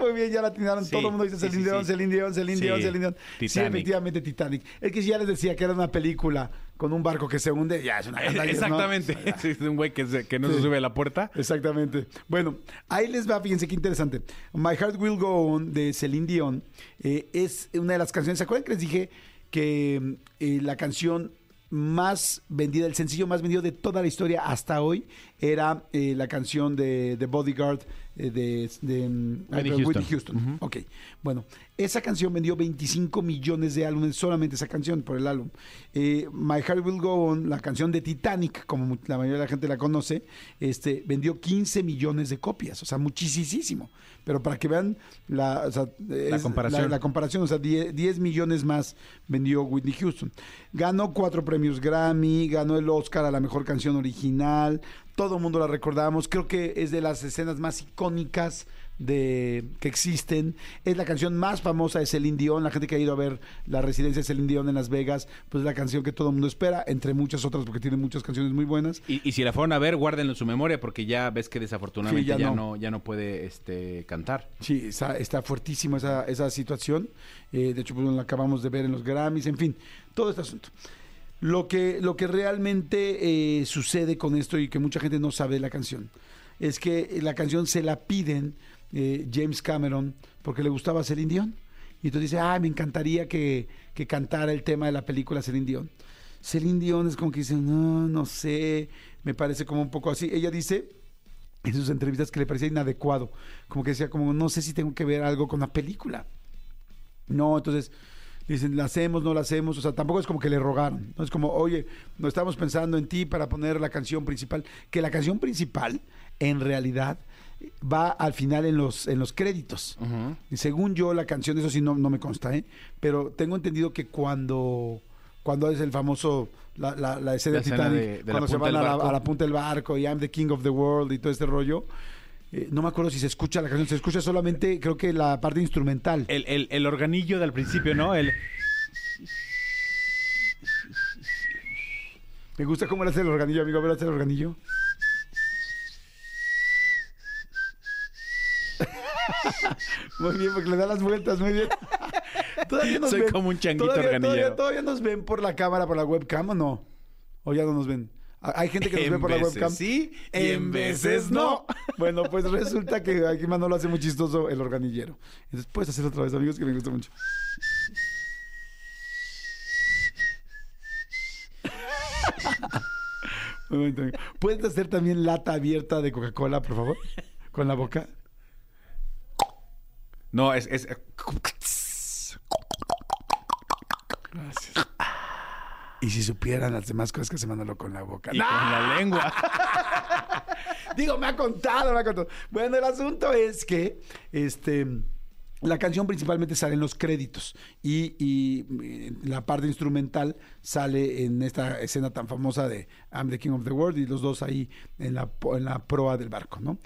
B: Muy bien, ya la atinaron.
D: Sí,
B: Todo el mundo dice
D: sí,
B: Celine
D: sí,
B: Dion,
D: sí.
B: Celine Dion, Celine Dion,
D: Sí,
B: Celine Dion. Sí,
D: Titanic.
B: efectivamente, Titanic. Es que si ya les decía que era una película con un barco que se hunde, ya es una
D: Eh,
B: canalla, ¿no?
D: (laughs) Exactamente. Sí, es un güey que, se- que no
B: Sí.
D: se sube a la puerta.
B: Exactamente. Bueno, ahí les va, fíjense qué interesante. My Heart Will Go On de Celine Dion eh, es una de las canciones. ¿Se acuerdan que les dije que eh, la canción más vendida, el sencillo más vendido de toda la historia hasta hoy era eh, la canción de The Bodyguard eh, de, de, mm,
D: Whitney
B: Whitney
D: Houston.
B: Houston. Ok. Bueno, esa canción vendió 25 millones de álbumes, solamente esa canción por el álbum. Eh, My Heart Will Go On, la canción de Titanic, como mu- la mayoría de la gente la conoce, este, vendió 15 millones de copias, o sea, muchísimo. Pero para que vean la, o sea, es-
D: comparación.
B: la- la comparación, o sea, 10, 10 millones más vendió Whitney Houston. Ganó cuatro premios Grammy, ganó el Oscar a la mejor canción original, todo el mundo la recordamos, creo que es de las escenas más icónicas de que existen, es la canción más famosa de Celine Dion, la gente que ha ido a ver la residencia de Celine Dion en Las Vegas, pues es la canción que todo el mundo espera, entre muchas otras porque tiene muchas canciones muy buenas.
G: Y, y si la fueron a ver, guárdenlo en su memoria porque ya ves que desafortunadamente
B: Sí, ya
G: ya,
B: no.
G: no. ya no puede este, cantar.
B: Sí, está, está fuertísima esa, esa situación. Eh, de hecho, pues, la acabamos de ver en los Grammys, en fin, todo este asunto. Lo que, lo que realmente eh, sucede con esto y que mucha gente no sabe de la canción es que la canción se la piden eh, James Cameron porque le gustaba Celine Dion. Y entonces dice, ay, me encantaría que, que cantara el tema de la película Celine Dion. Celine Dion es como que dice, no, no sé, me parece como un poco así. Ella dice en sus entrevistas que le parecía inadecuado. Como que decía, como no sé si tengo que ver algo con la película. No, entonces le dicen, la hacemos, no la hacemos. O sea, tampoco es como que le rogaron. No es como, oye, no estamos pensando en ti para poner la canción principal. Que la canción principal, en realidad, va al final en los, en los créditos. Y Según yo, la canción, eso sí no, no me consta, ¿eh? Pero tengo entendido que cuando. Cuando es el famoso, la, la- la escena
G: La escena
B: de Titanic,
G: de- de la
B: cuando se
G: punta
B: van
G: del
B: a la,
G: barco.
B: a la punta del barco y I'm the king of the world y todo este rollo, eh, no me acuerdo si se escucha la canción, se escucha solamente, creo que la parte instrumental.
D: El, el- el organillo del principio, ¿no? El,
B: Me gusta cómo le hace el organillo, amigo. A ver, hace el organillo. (laughs) Muy bien, porque le da las vueltas, muy bien. (laughs) Todavía
D: Soy como un changuito
B: todavía-
D: organillero.
B: Todavía, todavía nos ven por la cámara, por la webcam o no? ¿O ya no nos ven? ¿Ha- Hay gente que nos
D: En
B: ve por la
D: veces
B: webcam.
D: sí, y en veces no.
B: (laughs) Bueno, pues resulta que aquí Manolo hace muy chistoso el organillero. Entonces puedes hacerlo otra vez, amigos, que me gusta mucho. (laughs) Muy bonito, amigo. ¿Puedes hacer también lata abierta de Coca-Cola, por favor? Con la boca.
D: no, es, es-
B: Y si supieran las demás cosas que hace Manolo con la boca.
D: y
B: ¡No!
D: con la lengua.
B: Digo, me ha contado, me ha contado. Bueno, el asunto es que este. La canción principalmente sale en los créditos y, y, eh, la parte instrumental sale en esta escena tan famosa de I'm the King of the World y los dos ahí en la, po- en la proa del barco, ¿no?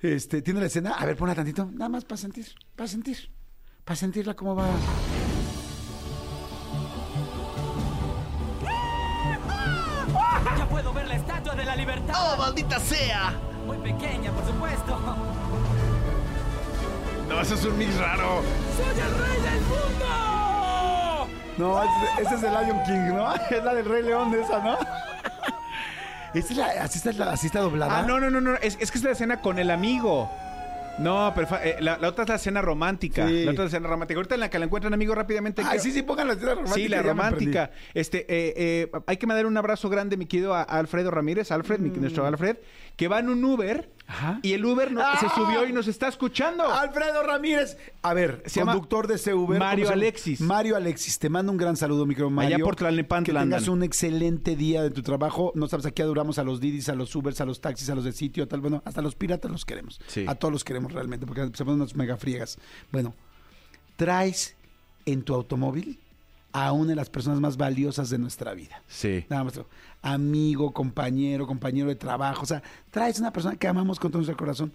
B: Este, ¿Tiene la escena? A ver, ponla tantito. Nada más para sentir, para sentir, para sentirla cómo va.
H: Ya puedo ver la estatua de la libertad.
E: ¡Oh, maldita sea!
H: Muy pequeña, por supuesto.
D: No, eso es un mix raro.
H: (laughs) ¡Soy el rey del mundo!
B: No, este, este es el Lion King, ¿no? (laughs) Es la del Rey León de esa, ¿no? (laughs) Esta es la- así, está, la- así está doblada.
D: Ah, no, no, no, no. Es, es que es la escena con el amigo. No, pero fa- eh, la, la otra es la escena romántica.
B: Sí.
D: La otra es la escena romántica. Ahorita en la que la encuentran, amigo, rápidamente.
B: Ay,
D: creo-
B: sí, sí, pongan la escena romántica.
D: Sí,
B: ya
D: la
B: me
D: romántica. Este, eh, eh, hay que mandar un abrazo grande, mi querido, a a Alfredo Ramírez, Alfred, mi- nuestro Alfred, que va en un
B: Mm.
D: Uber
B: Ajá.
D: y el Uber no-
B: ¡Ah!
D: se subió y nos está escuchando.
B: perdí. Alfredo Ramírez. A ver,
D: Se llama
B: conductor de ese Uber.
D: Mario
B: ¿cómo se llama?
D: Alexis.
B: Mario Alexis, te mando un gran saludo, micro Mario.
D: por Tlalnepantla
B: Que tengas
D: andan.
B: un excelente día de tu trabajo. No sabes, aquí adoramos a los Didis, a los Ubers, a los taxis, a los de sitio, tal. Bueno, hasta los piratas los queremos.
D: Sí.
B: A todos los queremos realmente, porque se ponen unas mega friegas. Bueno, traes en tu automóvil a una de las personas más valiosas de nuestra vida.
D: Sí.
B: Nada más. Amigo, compañero, compañero de trabajo. O sea, traes una persona que amamos con todo nuestro corazón.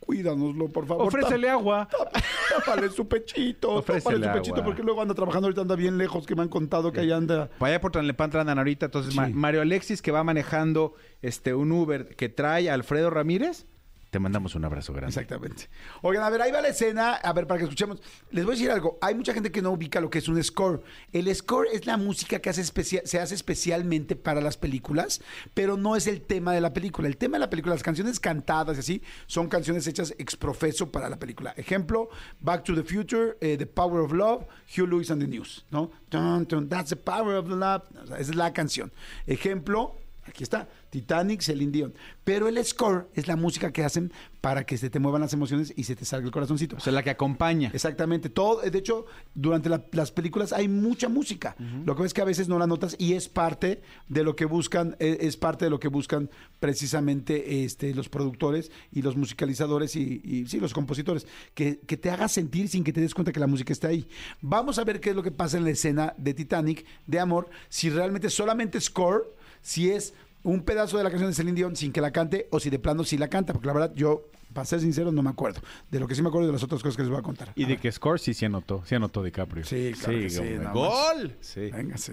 B: Cuídanoslo, por favor.
D: Ofrécele agua.
B: (laughs) Tápale su pechito.
D: Ofrécele
B: tápale su pechito
D: agua.
B: porque luego anda trabajando ahorita, anda bien lejos, que me han contado que allá anda.
D: Vaya por Tlalnepantla andan ahorita. Entonces, Ma- Mario Alexis, que va manejando este, un Uber que trae a Alfredo Ramírez, te mandamos un abrazo grande.
B: Exactamente. Oigan, a ver, ahí va la escena. A ver, para que escuchemos. Les voy a decir algo. Hay mucha gente que no ubica lo que es un score. El score es la música que hace especia- se hace especialmente para las películas, pero no es el tema de la película. El tema de la película, las canciones cantadas y así, son canciones hechas exprofeso para la película. Ejemplo, Back to the Future, eh, The Power of Love, Hugh Lewis and the News, ¿no? Dun, dun, that's the power of love. O sea, esa es la canción. Ejemplo, Aquí está, Titanic, Celine Dion. Pero el score es la música que hacen para que se te muevan las emociones y se te salga el corazoncito.
D: O sea, la que acompaña.
B: Exactamente. Todo, de hecho, durante la- las películas hay mucha música. Lo que ves que a veces no la notas y es parte de lo que buscan, e- es, parte de lo que buscan precisamente este, los productores y los musicalizadores y, y, sí, los compositores. Que, que te hagas sentir sin que te des cuenta que la música está ahí. Vamos a ver qué es lo que pasa en la escena de Titanic, de amor, si realmente solamente score, si es un pedazo de la canción de Celine Dion sin que la cante o si de plano sí la canta, porque la verdad yo, para ser sincero, no me acuerdo. De lo que sí me acuerdo y de las otras cosas que les voy a contar.
G: Y
B: A
G: de
B: ver.
G: que Score sí se anotó, sí anotó DiCaprio.
B: Sí, claro que sí,
G: hombre.
B: nada más. Eh.
G: ¡Gol! Sí.
B: Venga, sí.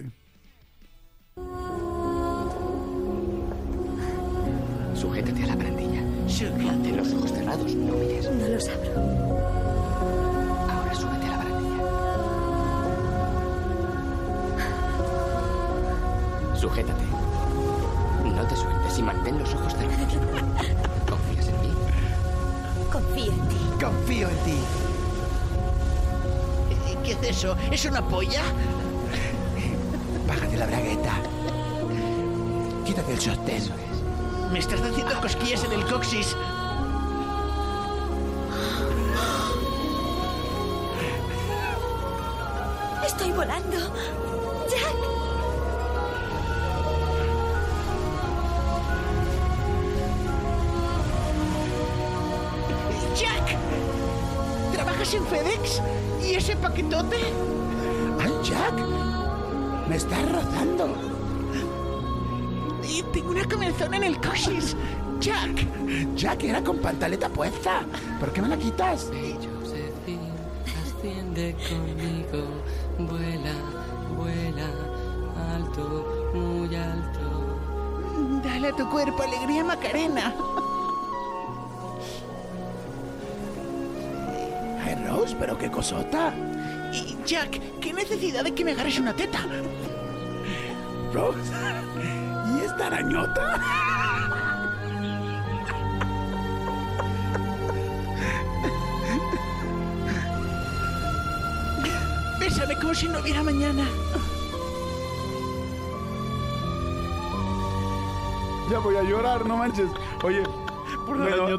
I: Sujétate a la barandilla. Mantén los ojos cerrados, no mires. No los abro. Ahora súbete a la barandilla. Sujétate. No te sueltes y mantén los ojos cerrados. ¿Confías en mí?
J: Confía en ti.
I: Confío en ti.
E: ¿Qué es eso? ¿Es una polla?
I: Bájate la bragueta. Quítate el sostén. Eso es.
E: Me estás haciendo cosquillas en el coxis.
J: Estoy volando. Jack.
E: ¡Jack! ¿Trabajas en FedEx? ¿Y ese paquetote?
I: ¡Ay, Jack! ¡Me estás rozando!
E: Y tengo una comezón en el coxis. ¡Jack!
I: Jack era con pantaleta puesta. ¿Por qué me la quitas?
F: Josephine, asciende conmigo, vuela, vuela, alto, muy alto.
E: Dale a tu cuerpo alegría Macarena.
I: Ay, Rose, pero qué cosota.
E: Y Jack, ¿qué necesidad de que me agarres una teta?
I: Rose. ¿Y esta arañota?
E: Bésame como si no hubiera mañana.
B: Ya voy a llorar, no manches. Oye. bueno,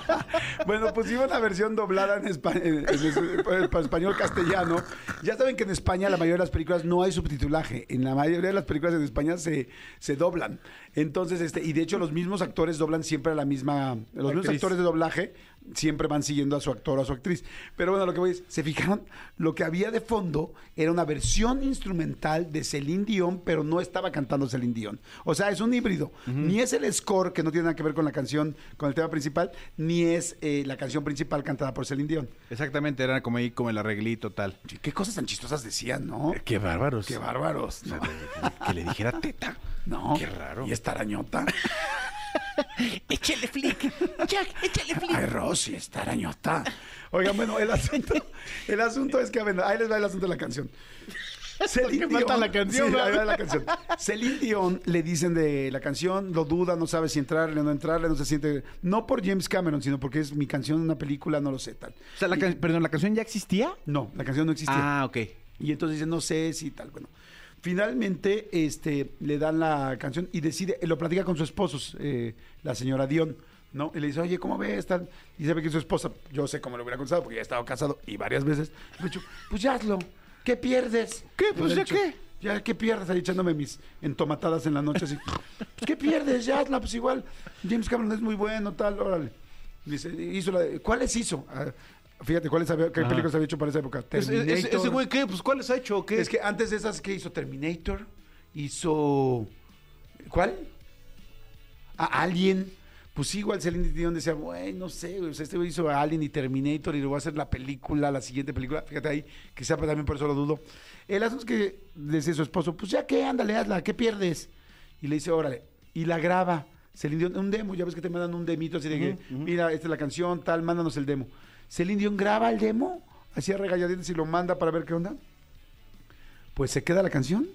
B: (laughs) bueno, pusimos la versión doblada en, espa- en- en- en- en español castellano. Ya saben que en España la mayoría de las películas no hay subtitulaje. En la mayoría de las películas en España se, se doblan. Entonces, este, y de hecho los mismos actores doblan siempre a la misma. Los mismos
D: Actriz.
B: actores de doblaje siempre van siguiendo a su actor o a su actriz. Pero bueno, lo que voy es, se fijaron, lo que había de fondo era una versión instrumental de Celine Dion, pero no estaba cantando Celine Dion. O sea, es un híbrido. Ni es el score, que no tiene nada que ver con la canción, con el tema principal, ni es eh, la canción principal cantada por Celine Dion.
D: Exactamente, era como ahí, como el arreglito tal.
B: Sí, Qué cosas tan chistosas decían, ¿no?
D: Qué bárbaros.
B: Qué bárbaros. ¿no?
D: que le dijera
G: (laughs)
D: teta.
B: No.
D: Qué raro.
B: Y esta arañota.
E: Échale flick. Jack, échale flick.
B: Ay, Rosy, esta arañota. Oigan, bueno, el asunto, el asunto es que, a ver, ahí les va el asunto de la canción. Celine
G: falta
B: Dion-
G: la canción,
B: Sí,
G: ¿verdad?
B: ahí va la canción. Celine Dion le dicen de la canción, lo duda, no sabe si entrarle o no entrarle, no se siente. No por James Cameron, sino porque es mi canción en una película, no lo sé tal.
D: O sea, la can- perdón, ¿la canción ya existía?
B: No, la canción no existía.
D: Ah, ok.
B: Y entonces dice, no sé si tal, bueno. Finalmente, este, le dan la canción y decide, lo platica con su esposo, eh, la señora Dion, ¿no? Y le dice, oye, ¿cómo ves? Tal? Y sabe que es su esposa, yo sé cómo le hubiera contestado, porque ya he estado casado y varias veces. Le he dicho, pues ya hazlo, ¿qué pierdes?
D: ¿Qué?
B: Le
D: Pues,
B: he
D: ¿ya
B: dicho,
D: qué?
B: Ya, ¿qué pierdes? Ahí echándome mis entomatadas en la noche así. "Pues, ¿Qué pierdes? Ya hazla, pues igual. James Cameron es muy bueno, tal, órale. Dice, hizo la de- ¿cuáles hizo? Ah, fíjate, ¿cuáles había, qué películas había hecho para esa época? Terminator.
G: ¿Ese güey qué? Pues ¿cuáles ha hecho o qué?
B: Es que antes de esas, ¿qué hizo? Terminator, hizo. ¿Cuál? A Alien. Pues sí, igual Celine Dion decía, bueno, no sé, güey, o sea, este güey hizo Alien y Terminator y luego va a hacer la película, la siguiente película. Fíjate ahí, quizá también por eso lo dudo. El asunto es que decía su esposo, pues ya qué, ándale, hazla, ¿qué pierdes? Y le dice, órale. Y la graba. Celine Dion, un demo, ya ves que te mandan un demito así de que, mira, esta es la canción, tal, mándanos el demo. Celine Dion graba el demo, así a regañadientes y lo manda para ver qué onda pues se queda la canción,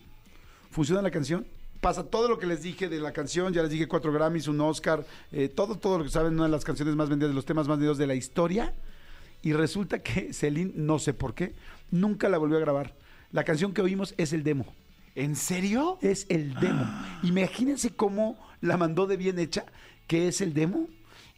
B: funciona la canción, pasa todo lo que les dije de la canción, ya les dije cuatro Grammys, un Oscar, eh, todo, todo lo que saben, una de las canciones más vendidas, de los temas más vendidos de la historia, y resulta que (laughs) Celine, no sé por qué, nunca la volvió a grabar. La canción que oímos es el demo.
D: ¿En serio? Ah.
B: Es el demo. Imagínense cómo la mandó de bien hecha, que es el demo.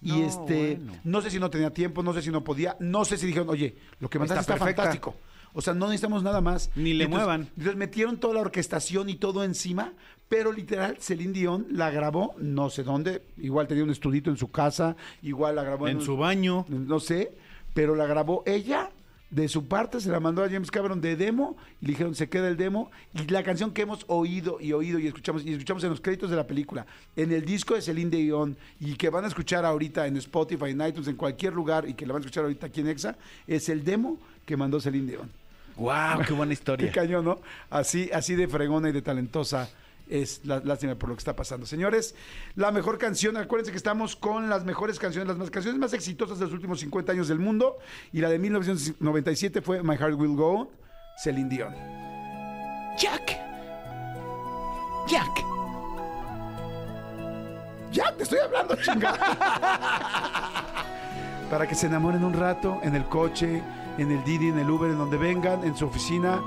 B: Y
D: No,
B: este,
D: bueno.
B: no sé si no tenía tiempo, no sé si no podía, no sé si dijeron, oye, lo que mandaste
D: Está
B: está,
D: perfecta.
B: fantástico. O sea, no necesitamos nada más.
D: Ni le
B: Entonces-
D: muevan.
B: Entonces metieron toda la orquestación y todo encima, pero literal, Celine Dion la grabó no sé dónde, igual tenía un estudito en su casa, igual la grabó
G: En
B: un-
G: su baño.
B: no sé, pero la grabó ella. De su parte se la mandó a James Cameron de demo y le dijeron se queda el demo y la canción que hemos oído y oído y escuchamos y escuchamos en los créditos de la película, en el disco de Celine Dion y que van a escuchar ahorita en Spotify, en iTunes, en cualquier lugar y que la van a escuchar ahorita aquí en Exa, es el demo que mandó Celine Dion.
D: ¡Wow! ¡Qué
B: (laughs)
D: buena
B: Qué
D: historia!
B: cañón, ¿no? Así, así de fregona y de talentosa es la lástima por lo que está pasando. Señores, la mejor canción, acuérdense que estamos con las mejores canciones, las más canciones más exitosas de los últimos 50 años del mundo. Y la de 1997 fue My Heart Will Go On, Celine Dion.
E: Jack. Jack.
B: ¡Ya te estoy hablando, chingada! Para que se enamoren un rato en el coche, en el Didi, en el Uber, en donde vengan, en su oficina.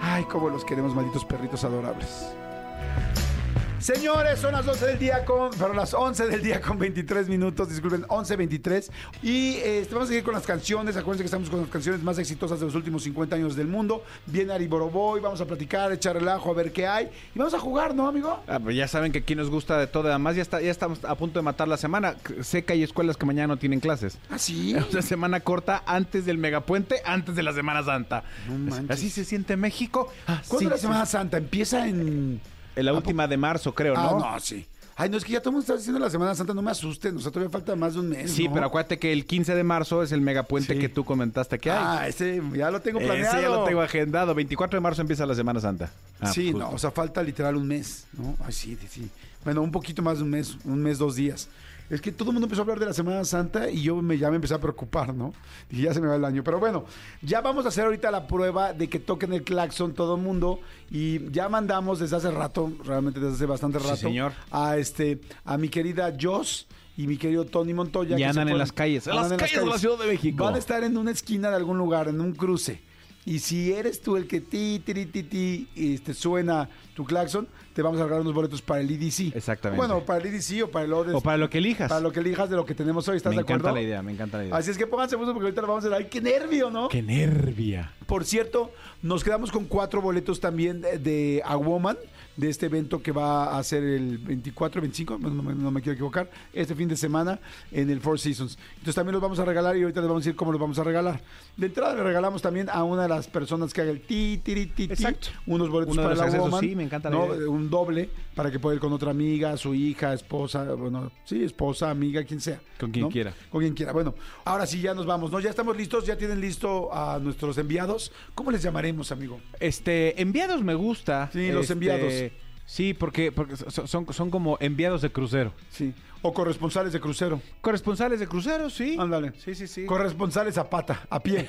B: ¡Ay, cómo los queremos, malditos perritos adorables! Señores, son las 12 del día con, perdón, las 11 del día con 23 minutos, disculpen, 11.23. Y este, vamos a seguir con las canciones, acuérdense que estamos con las canciones más exitosas de los últimos 50 años del mundo. Viene Ari Boroboy, vamos a platicar, echar relajo, a ver qué hay. Y vamos a jugar, ¿no, amigo?
D: Ah, pues ya saben que aquí nos gusta de todo. Además, ya, está, ya estamos a punto de matar la semana. Sé que hay escuelas que mañana no tienen clases.
B: ¿Ah, sí? (laughs)
D: Una semana corta antes del megapuente, antes de la Semana Santa.
B: No manches.
D: Así se siente México.
B: ¿Cuándo es la Semana Santa? Empieza en.
D: En Ah, la última de marzo, creo,
B: Ah,
D: ¿no?
B: no, sí. Ay, no, es que ya todo el mundo está diciendo la Semana Santa, no me asusten, o sea, todavía falta más de un mes.
D: Sí,
B: ¿no?
D: pero acuérdate que el 15 de marzo es el megapuente
B: Sí.
D: que tú comentaste que hay.
B: Ah, ese ya lo tengo planeado.
D: Ese ya lo tengo agendado. 24 de marzo empieza la Semana Santa. Ah,
B: sí,
D: justo.
B: no, o sea, falta literal un mes, ¿no? Ay, sí, sí, sí. Bueno, un poquito más de un mes, un mes, dos días. Es que todo el mundo empezó a hablar de la Semana Santa y yo me, ya me empecé a preocupar, ¿no? Dije, ya se me va el año. Pero bueno, ya vamos a hacer ahorita la prueba de que toquen el claxon todo el mundo y ya mandamos desde hace rato, realmente desde hace bastante
D: Sí,
B: rato,
D: señor.
B: a este a mi querida Joss y mi querido Tony Montoya.
D: Ya
B: que se
D: andan en
B: fueron-
D: las calles, en
B: andan
D: las calles de la Ciudad de México.
B: Van a estar en una esquina de algún lugar, en un cruce. Y si eres tú el que ti, ti, ti, ti, este, suena tu claxon, te vamos a regalar unos boletos para el IDC.
D: Exactamente.
B: Bueno, para el IDC o para el Odes.
D: O para lo que elijas.
B: Para lo que elijas de lo que tenemos hoy, ¿estás
D: me
B: de
D: encanta
B: acuerdo?
D: la idea, me encanta la idea.
B: Así es que pónganse mucho porque ahorita lo vamos a dar. ¡Ay, qué nervio, ¿no?
D: ¡Qué nervia!
B: Por cierto, nos quedamos con cuatro boletos también de, de A Woman, de este evento que va a ser el 24, 25, no, no me- no me quiero equivocar, este fin de semana en el Four Seasons. Entonces también los vamos a regalar y ahorita les vamos a decir cómo los vamos a regalar. De entrada le regalamos también a una de las personas que haga el ti, ti, ti, ti,
D: Exacto.
B: unos boletos
D: Uno de
B: para
D: los
B: la
D: accesos,
B: Woman.
D: sí, me encanta la
B: ¿no?
D: idea.
B: Un doble para que pueda ir con otra amiga, su hija, esposa, bueno, sí, esposa, amiga, quien sea.
D: Con quien
B: ¿no?
D: quiera.
B: Con quien quiera. Bueno, ahora sí ya nos vamos, ¿no? Ya estamos listos, ya tienen listo a nuestros enviados. ¿Cómo les llamaremos, amigo?
D: Este, enviados me gusta.
B: Sí, los
D: Este,
B: enviados.
D: Sí, porque, porque so- son, son como enviados de crucero.
B: Sí. O corresponsales de crucero.
D: Corresponsales de crucero, sí.
B: Ándale.
D: Sí, sí, sí.
B: Corresponsales a pata, a pie.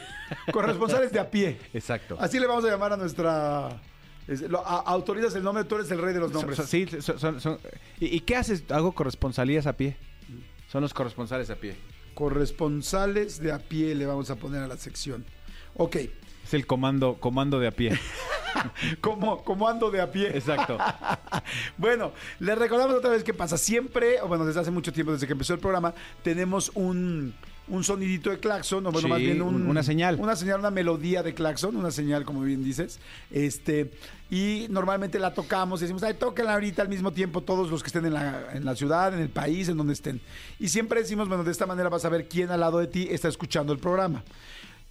B: corresponsales de a pie.
D: Exacto.
B: Así le vamos a llamar a nuestra Es- lo- a- autorizas el nombre, tú eres el rey de los
D: Son-
B: nombres.
D: son- sí, son- son- son- ¿Y, y qué haces? Hago corresponsalías a pie. Son los corresponsales a pie.
B: Corresponsales de a pie le vamos a poner a la sección. Ok.
D: Es el comando, comando de
B: (laughs)
D: a pie.
B: ¿Cómo, cómo ando de a pie?
D: Exacto.
B: Bueno, les recordamos otra vez que pasa siempre, o bueno, desde hace mucho tiempo, desde que empezó el programa, tenemos un, un sonidito de claxon, o bueno,
D: Sí,
B: más bien un-
D: un- una señal.
B: Una señal, una melodía de claxon, una señal, como bien dices. Este, y normalmente la tocamos y decimos, ay, tóquenla ahorita al mismo tiempo todos los que estén en la, en la ciudad, en el país, en donde estén. Y siempre decimos, bueno, de esta manera vas a ver quién al lado de ti está escuchando el programa.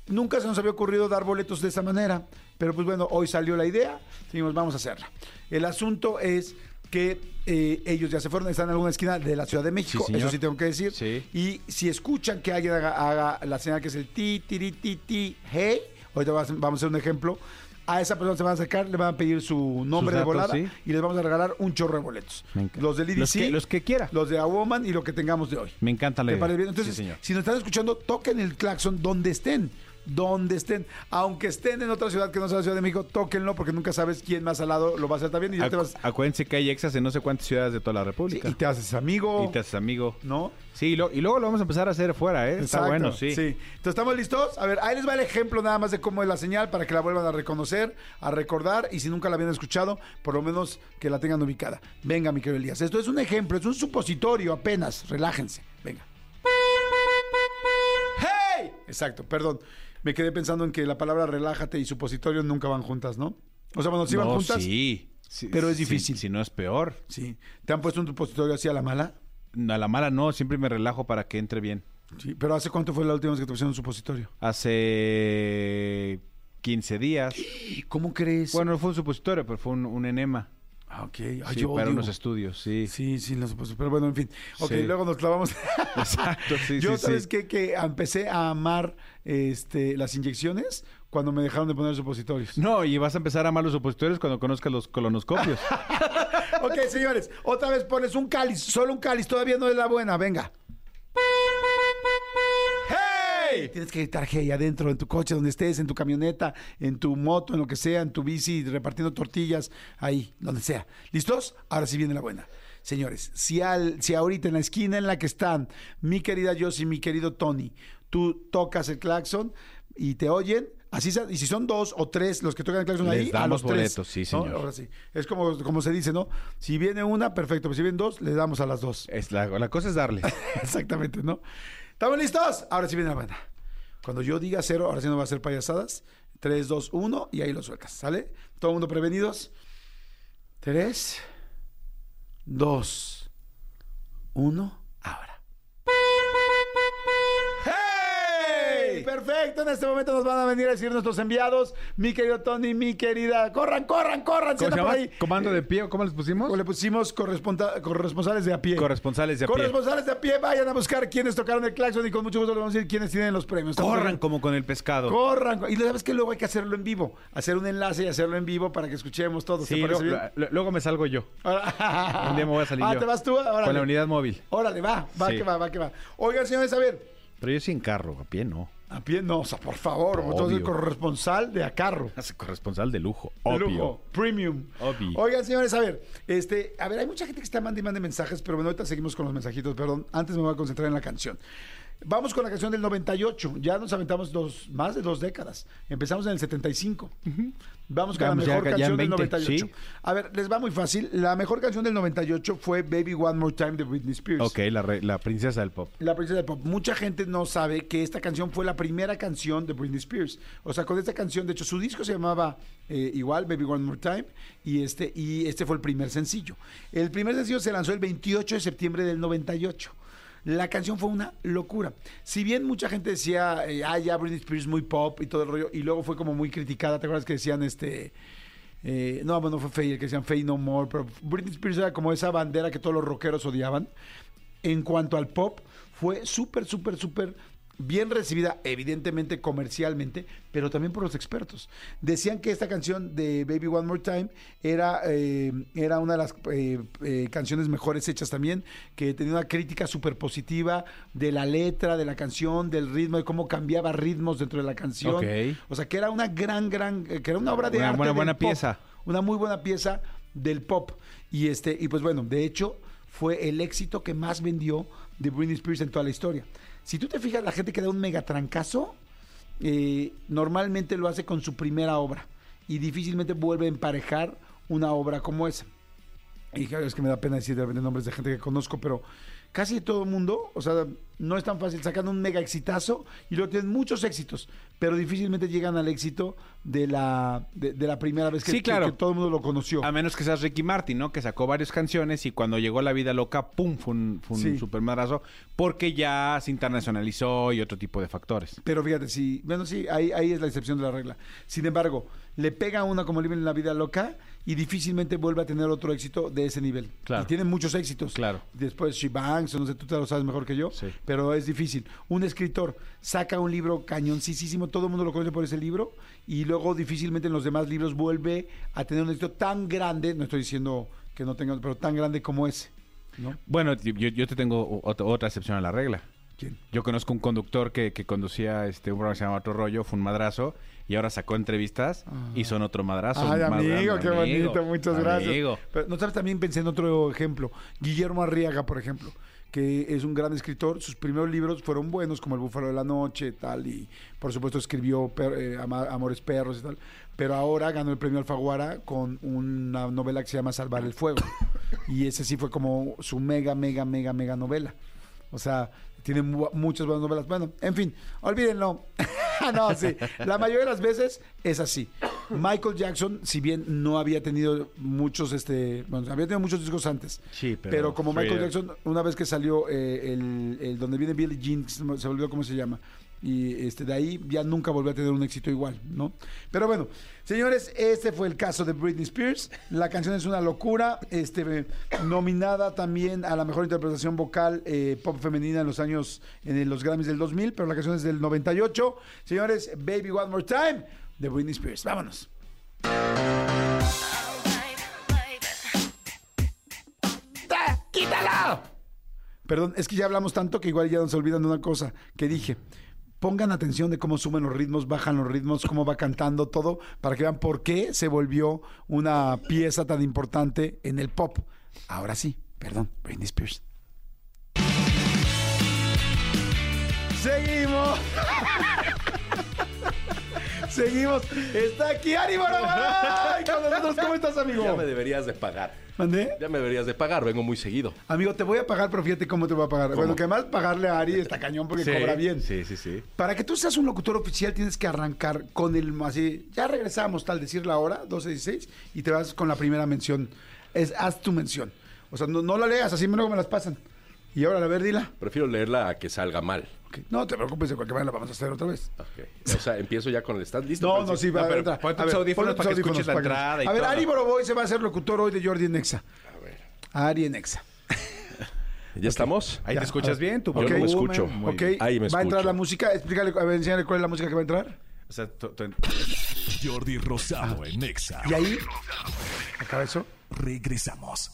B: Nunca se nos había ocurrido dar boletos de esa manera, pero pues bueno, hoy salió la idea, dijimos vamos a hacerla. El asunto es que eh, ellos ya se fueron, están en alguna esquina de la Ciudad de México,
D: señor.
B: eso sí tengo que decir.
D: Sí.
B: Y si escuchan que alguien haga, haga la señal que es el ti, ti, ti, ti, ti, hey, ahorita vas- vamos a hacer un ejemplo, a esa persona se van a acercar, le van a pedir su nombre
D: datos,
B: de volada
D: sí.
B: y les vamos a regalar un chorro de boletos.
D: Me encanta.
B: Los del IDC,
D: Los que- los que quiera.
B: Los de A Woman y lo que tengamos de hoy.
D: Me encanta
B: ¿Te
D: la idea.
B: parece bien? Entonces,
D: Sí, señor.
B: si nos están escuchando, toquen el claxon donde estén. Donde estén. Aunque estén en otra ciudad que no sea la Ciudad de México, tóquenlo porque nunca sabes quién más al lado lo va a hacer también. Y ya te
D: Acu-
B: vas.
D: acuérdense que hay exas en no sé cuántas ciudades de toda la
B: Sí,
D: República.
B: y te haces amigo.
D: Y te haces amigo.
B: ¿No?
D: Sí, y, lo- y luego lo vamos a empezar a hacer fuera, ¿eh? Está
B: Exacto,
D: bueno, sí.
B: Entonces, ¿estamos listos? A ver, ahí les va el ejemplo nada más de cómo es la señal para que la vuelvan a reconocer, a recordar y si nunca la habían escuchado, por lo menos que la tengan ubicada. Venga, mi querido Elías. Esto es un ejemplo, es un supositorio apenas. Relájense. Venga. ¡Hey! Exacto, perdón. Me quedé pensando en que la palabra relájate y supositorio nunca van juntas, ¿no? O sea, bueno, sí van
D: No,
B: juntas.
D: sí. Sí,
B: pero es
D: sí,
B: difícil.
D: Si no es peor.
B: Sí. ¿Te han puesto un supositorio así a la mala?
D: A la mala no, siempre me relajo para que entre bien.
B: Sí. ¿Pero hace cuánto fue la última vez que te pusieron un supositorio?
D: Hace 15 días.
B: ¿Y cómo crees?
D: Bueno, no fue un supositorio, pero fue un, un enema.
B: Ah, ok. Ay,
D: Sí,
B: yo
D: para
B: odio.
D: unos estudios, sí.
B: Sí, sí, los supuesto. Pero bueno, en fin. Ok,
D: Sí.
B: luego nos clavamos.
D: Exacto, sí,
B: Yo,
D: sí,
B: ¿sabes
D: sí.
B: qué? Que empecé a amar este, las inyecciones cuando me dejaron de poner supositorios.
D: No, y vas a empezar a amar los opositores cuando conozcas los colonoscopios.
B: ok, señores, otra vez pones un cáliz, solo un cáliz, todavía no es la buena, venga. ¡Hey! Tienes que gritar hey adentro, en tu coche, donde estés, en tu camioneta, en tu moto, en lo que sea, en tu bici, repartiendo tortillas, ahí, donde sea. ¿Listos? Ahora sí viene la buena. Señores, si, al, si ahorita en la esquina en la que están mi querida Josie y mi querido Tony, tú tocas el claxon y te oyen, así sea- y si son dos o tres los que tocan el claxon
D: Les
B: ahí, a
D: damos
B: los tres,
D: boletos, sí,
B: ¿no?
D: señor.
B: Ahora sí. Es como, como se dice, ¿no? Si viene una, perfecto. Pero si vienen dos, le damos a las dos. (laughs)
D: Es la, la cosa es (laughs) darle.
B: Exactamente, ¿no? ¿Estamos listos? Ahora sí viene la banda. Cuando yo diga cero, ahora sí no va a ser payasadas. Tres, dos, uno, y ahí lo sueltas, ¿sale? Todo el mundo prevenidos. Tres, dos, uno, ahora. ¡Hey! Perfecto, en este momento nos van a venir a decir nuestros enviados, mi querido Tony, mi querida. ¡Corran, corran, corran!
D: ¿Cómo
B: sientan
D: se
B: por
D: llama?
B: ahí. Eh,
D: ¿Comando de pie o cómo les pusimos?
B: O le pusimos corresponda- corresponsales de a pie.
D: Corresponsales de a pie.
B: Corresponsales de a pie, vayan a buscar quienes tocaron el claxon y con mucho gusto les vamos a decir quiénes tienen los premios. ¿Estamos
D: Corran
B: bien?
D: como con el pescado.
B: Corran. Y sabes que luego hay que hacerlo en vivo. Hacer un enlace y hacerlo en vivo para que escuchemos todos. ¿Te
D: sí,
B: parece
D: lo-
B: bien?
D: lo- luego me salgo yo.
B: Ahora-
D: (laughs) Un día me voy a salir
B: ah,
D: yo.
B: ¿te vas tú? Órale.
D: Con la unidad móvil.
B: Órale, va. Va
D: Sí.
B: que va, va que va. Oigan, señores, a ver.
D: Pero yo sin carro, a pie no.
B: A pie, no, o sea, por favor. Entonces,
D: Obvio.
B: corresponsal de a carro.
D: Es Ah, corresponsal de lujo,
B: De
D: obvio.
B: lujo, premium.
D: Obvio.
B: Oigan, señores, a ver, este, a ver, hay mucha gente que está mandando y mande mensajes, pero bueno, ahorita seguimos con los mensajitos, perdón. Antes me voy a concentrar en la canción. Vamos con la canción del 98. Ya nos aventamos dos, más de dos décadas. Empezamos en el 75. Vamos con
D: Vamos,
B: la mejor
D: ya- ya en
B: canción
D: 20,
B: del 98.
D: ¿sí?
B: A ver, les va muy fácil. La mejor canción del 98 fue Baby One More Time de Britney Spears.
D: Ok, la, re- la princesa del pop.
B: La princesa del pop. Mucha gente no sabe que esta canción fue la primera canción de Britney Spears. O sea, con esta canción, de hecho, su disco se llamaba eh, igual, Baby One More Time, y este, y este fue el primer sencillo. El primer sencillo se lanzó el 28 de septiembre del 98. La canción fue una locura. Si bien mucha gente decía, eh, ah, ya Britney Spears muy pop y todo el rollo, y luego fue como muy criticada, ¿te acuerdas que decían este... Eh, no, bueno, fue Faye, el que decían Faye No More, pero Britney Spears era como esa bandera que todos los rockeros odiaban. En cuanto al pop, fue súper, súper, súper bien recibida, evidentemente comercialmente, pero también por los expertos. Decían que esta canción de Baby One More Time era, eh, era una de las eh, eh, canciones mejores hechas también, que tenía una crítica súper positiva de la letra, de la canción, del ritmo, de cómo cambiaba ritmos dentro de la canción.
D: Ok.
B: O sea, que era una gran, gran, eh, que era una obra de
D: Una
B: arte
D: buena-
B: del
D: buena
B: pop.
D: pieza.
B: una muy buena pieza del pop. Y este, y pues bueno, de hecho, fue el éxito que más vendió de Britney Spears en toda la historia. Si tú te fijas, la gente que da un megatrancazo, eh, normalmente lo hace con su primera obra. Y difícilmente vuelve a emparejar una obra como esa. Y claro, es que me da pena decir de repente nombres de gente que conozco, pero casi todo el mundo, o sea, no es tan fácil. Sacan un mega exitazo y luego tienen muchos éxitos, pero difícilmente llegan al éxito de la, de, de la primera vez que,
D: Sí,
B: que-
D: claro.
B: que todo el mundo lo conoció.
D: A menos que seas Ricky Martin, ¿no? Que sacó varias canciones y cuando llegó La Vida Loca, ¡pum! Fue un, fue un
B: Sí.
D: supermadrazo porque ya se internacionalizó y otro tipo de factores.
B: Pero fíjate, sí, bueno, sí, ahí, ahí es la excepción de la regla. Sin embargo, le pega a una como Living en la Vida Loca y difícilmente vuelve a tener otro éxito de ese nivel.
D: Claro.
B: Y tiene muchos éxitos.
D: Claro.
B: Después She Banks, o no sé, tú te lo sabes mejor que yo,
D: Sí.
B: pero es difícil. Un escritor saca un libro cañoncísimo, todo el mundo lo conoce por ese libro, y luego difícilmente en los demás libros vuelve a tener un éxito tan grande, no estoy diciendo que no tenga, pero tan grande como ese. ¿no?
D: Bueno, yo, yo te tengo o- ot- otra excepción a la regla.
B: ¿Quién?
D: Yo conozco un conductor que, que conducía este, un programa que se llamaba Otro Rollo, fue un madrazo, y ahora sacó entrevistas y son otro madrazo.
B: Ah. Ay,
D: un madra-
B: amigo, qué
D: amigo,
B: bonito, muchas
D: amigo.
B: gracias. Pero, no sabes, también pensé en otro ejemplo. Guillermo Arriaga, por ejemplo, que es un gran escritor. Sus primeros libros fueron buenos, como El Búfalo de la Noche, tal, y por supuesto escribió Per- eh, Ama- Amores Perros y tal. Pero ahora ganó el premio Alfaguara con una novela que se llama Salvar el Fuego. Y ese sí fue como su mega, mega, mega, mega novela. O sea, tiene mu- muchas buenas novelas. Bueno, en fin, olvídenlo. (laughs) no, sí. La mayoría de las veces es así. Michael Jackson, si bien no había tenido muchos, este, bueno, había tenido muchos discos antes.
D: Sí, pero-
B: como Michael
D: Thriller.
B: Jackson, una vez que salió eh, el, el donde viene Billie Jean, se me se me olvidó cómo se llama. Y este, de ahí ya nunca volvió a tener un éxito igual, ¿no? Pero bueno, señores, este fue el caso de Britney Spears. La canción es una locura. Este, eh, nominada también a la mejor interpretación vocal eh, pop femenina en los años, en el- los Grammys del 2000, pero la canción es del 98. Señores, Baby One More Time de Britney Spears. Vámonos. Perdón, es que ya hablamos tanto que igual ya nos olvidan de una cosa que dije. Pongan atención de cómo suben los ritmos, bajan los ritmos, cómo va cantando todo, para que vean por qué se volvió una pieza tan importante en el pop. Ahora sí, perdón, Britney Spears. Seguimos. (laughs) Seguimos. Está aquí Ari Boroboy con nosotros. ¿Cómo estás, amigo?
K: Ya me deberías de pagar.
B: ¿Mandé?
K: Ya me deberías de pagar, vengo muy seguido.
B: Amigo, te voy a pagar, pero fíjate cómo te voy a pagar. Bueno, que además pagarle a Ari está cañón porque cobra bien.
K: Sí, sí, sí.
B: Para que tú seas un locutor oficial tienes que arrancar con el así, ya regresamos tal decir la hora, 12.16, y te vas con la primera mención. Es haz tu mención. O sea, no, no la leas, así luego me las pasan. Y ahora, a ver, dila.
K: Prefiero leerla a que salga mal.
B: Ok. No te preocupes, de cualquier manera la vamos a hacer otra vez.
K: Ok. O sea, empiezo ya con el stand. ¿Listo?
B: No,
K: Francis?
B: no, sí, va
K: Ah,
B: a
K: pero-
B: entrar.
D: pon tus
B: A ver,
D: audífonos
B: pon tus
D: para que escuches la
B: para que-
D: entrada y
B: A ver,
D: todo.
B: Ari Boroboy se va a hacer locutor hoy de Jordi Nexa. Ari Nexa.
K: ¿Ya estamos?
D: Ahí te escuchas bien, tu
K: Yo no
D: volumen,
K: me escucho.
D: muy
B: ok,
D: bien.
K: Ahí me
B: va a entrar
K: escucho.
B: la música. Explícale, a ver, enséñale cuál es la música que va a entrar.
D: O sea, tu- tu-
A: Jordi Rosado en Nexa.
B: Y ahí. Acaba eso.
A: Regresamos.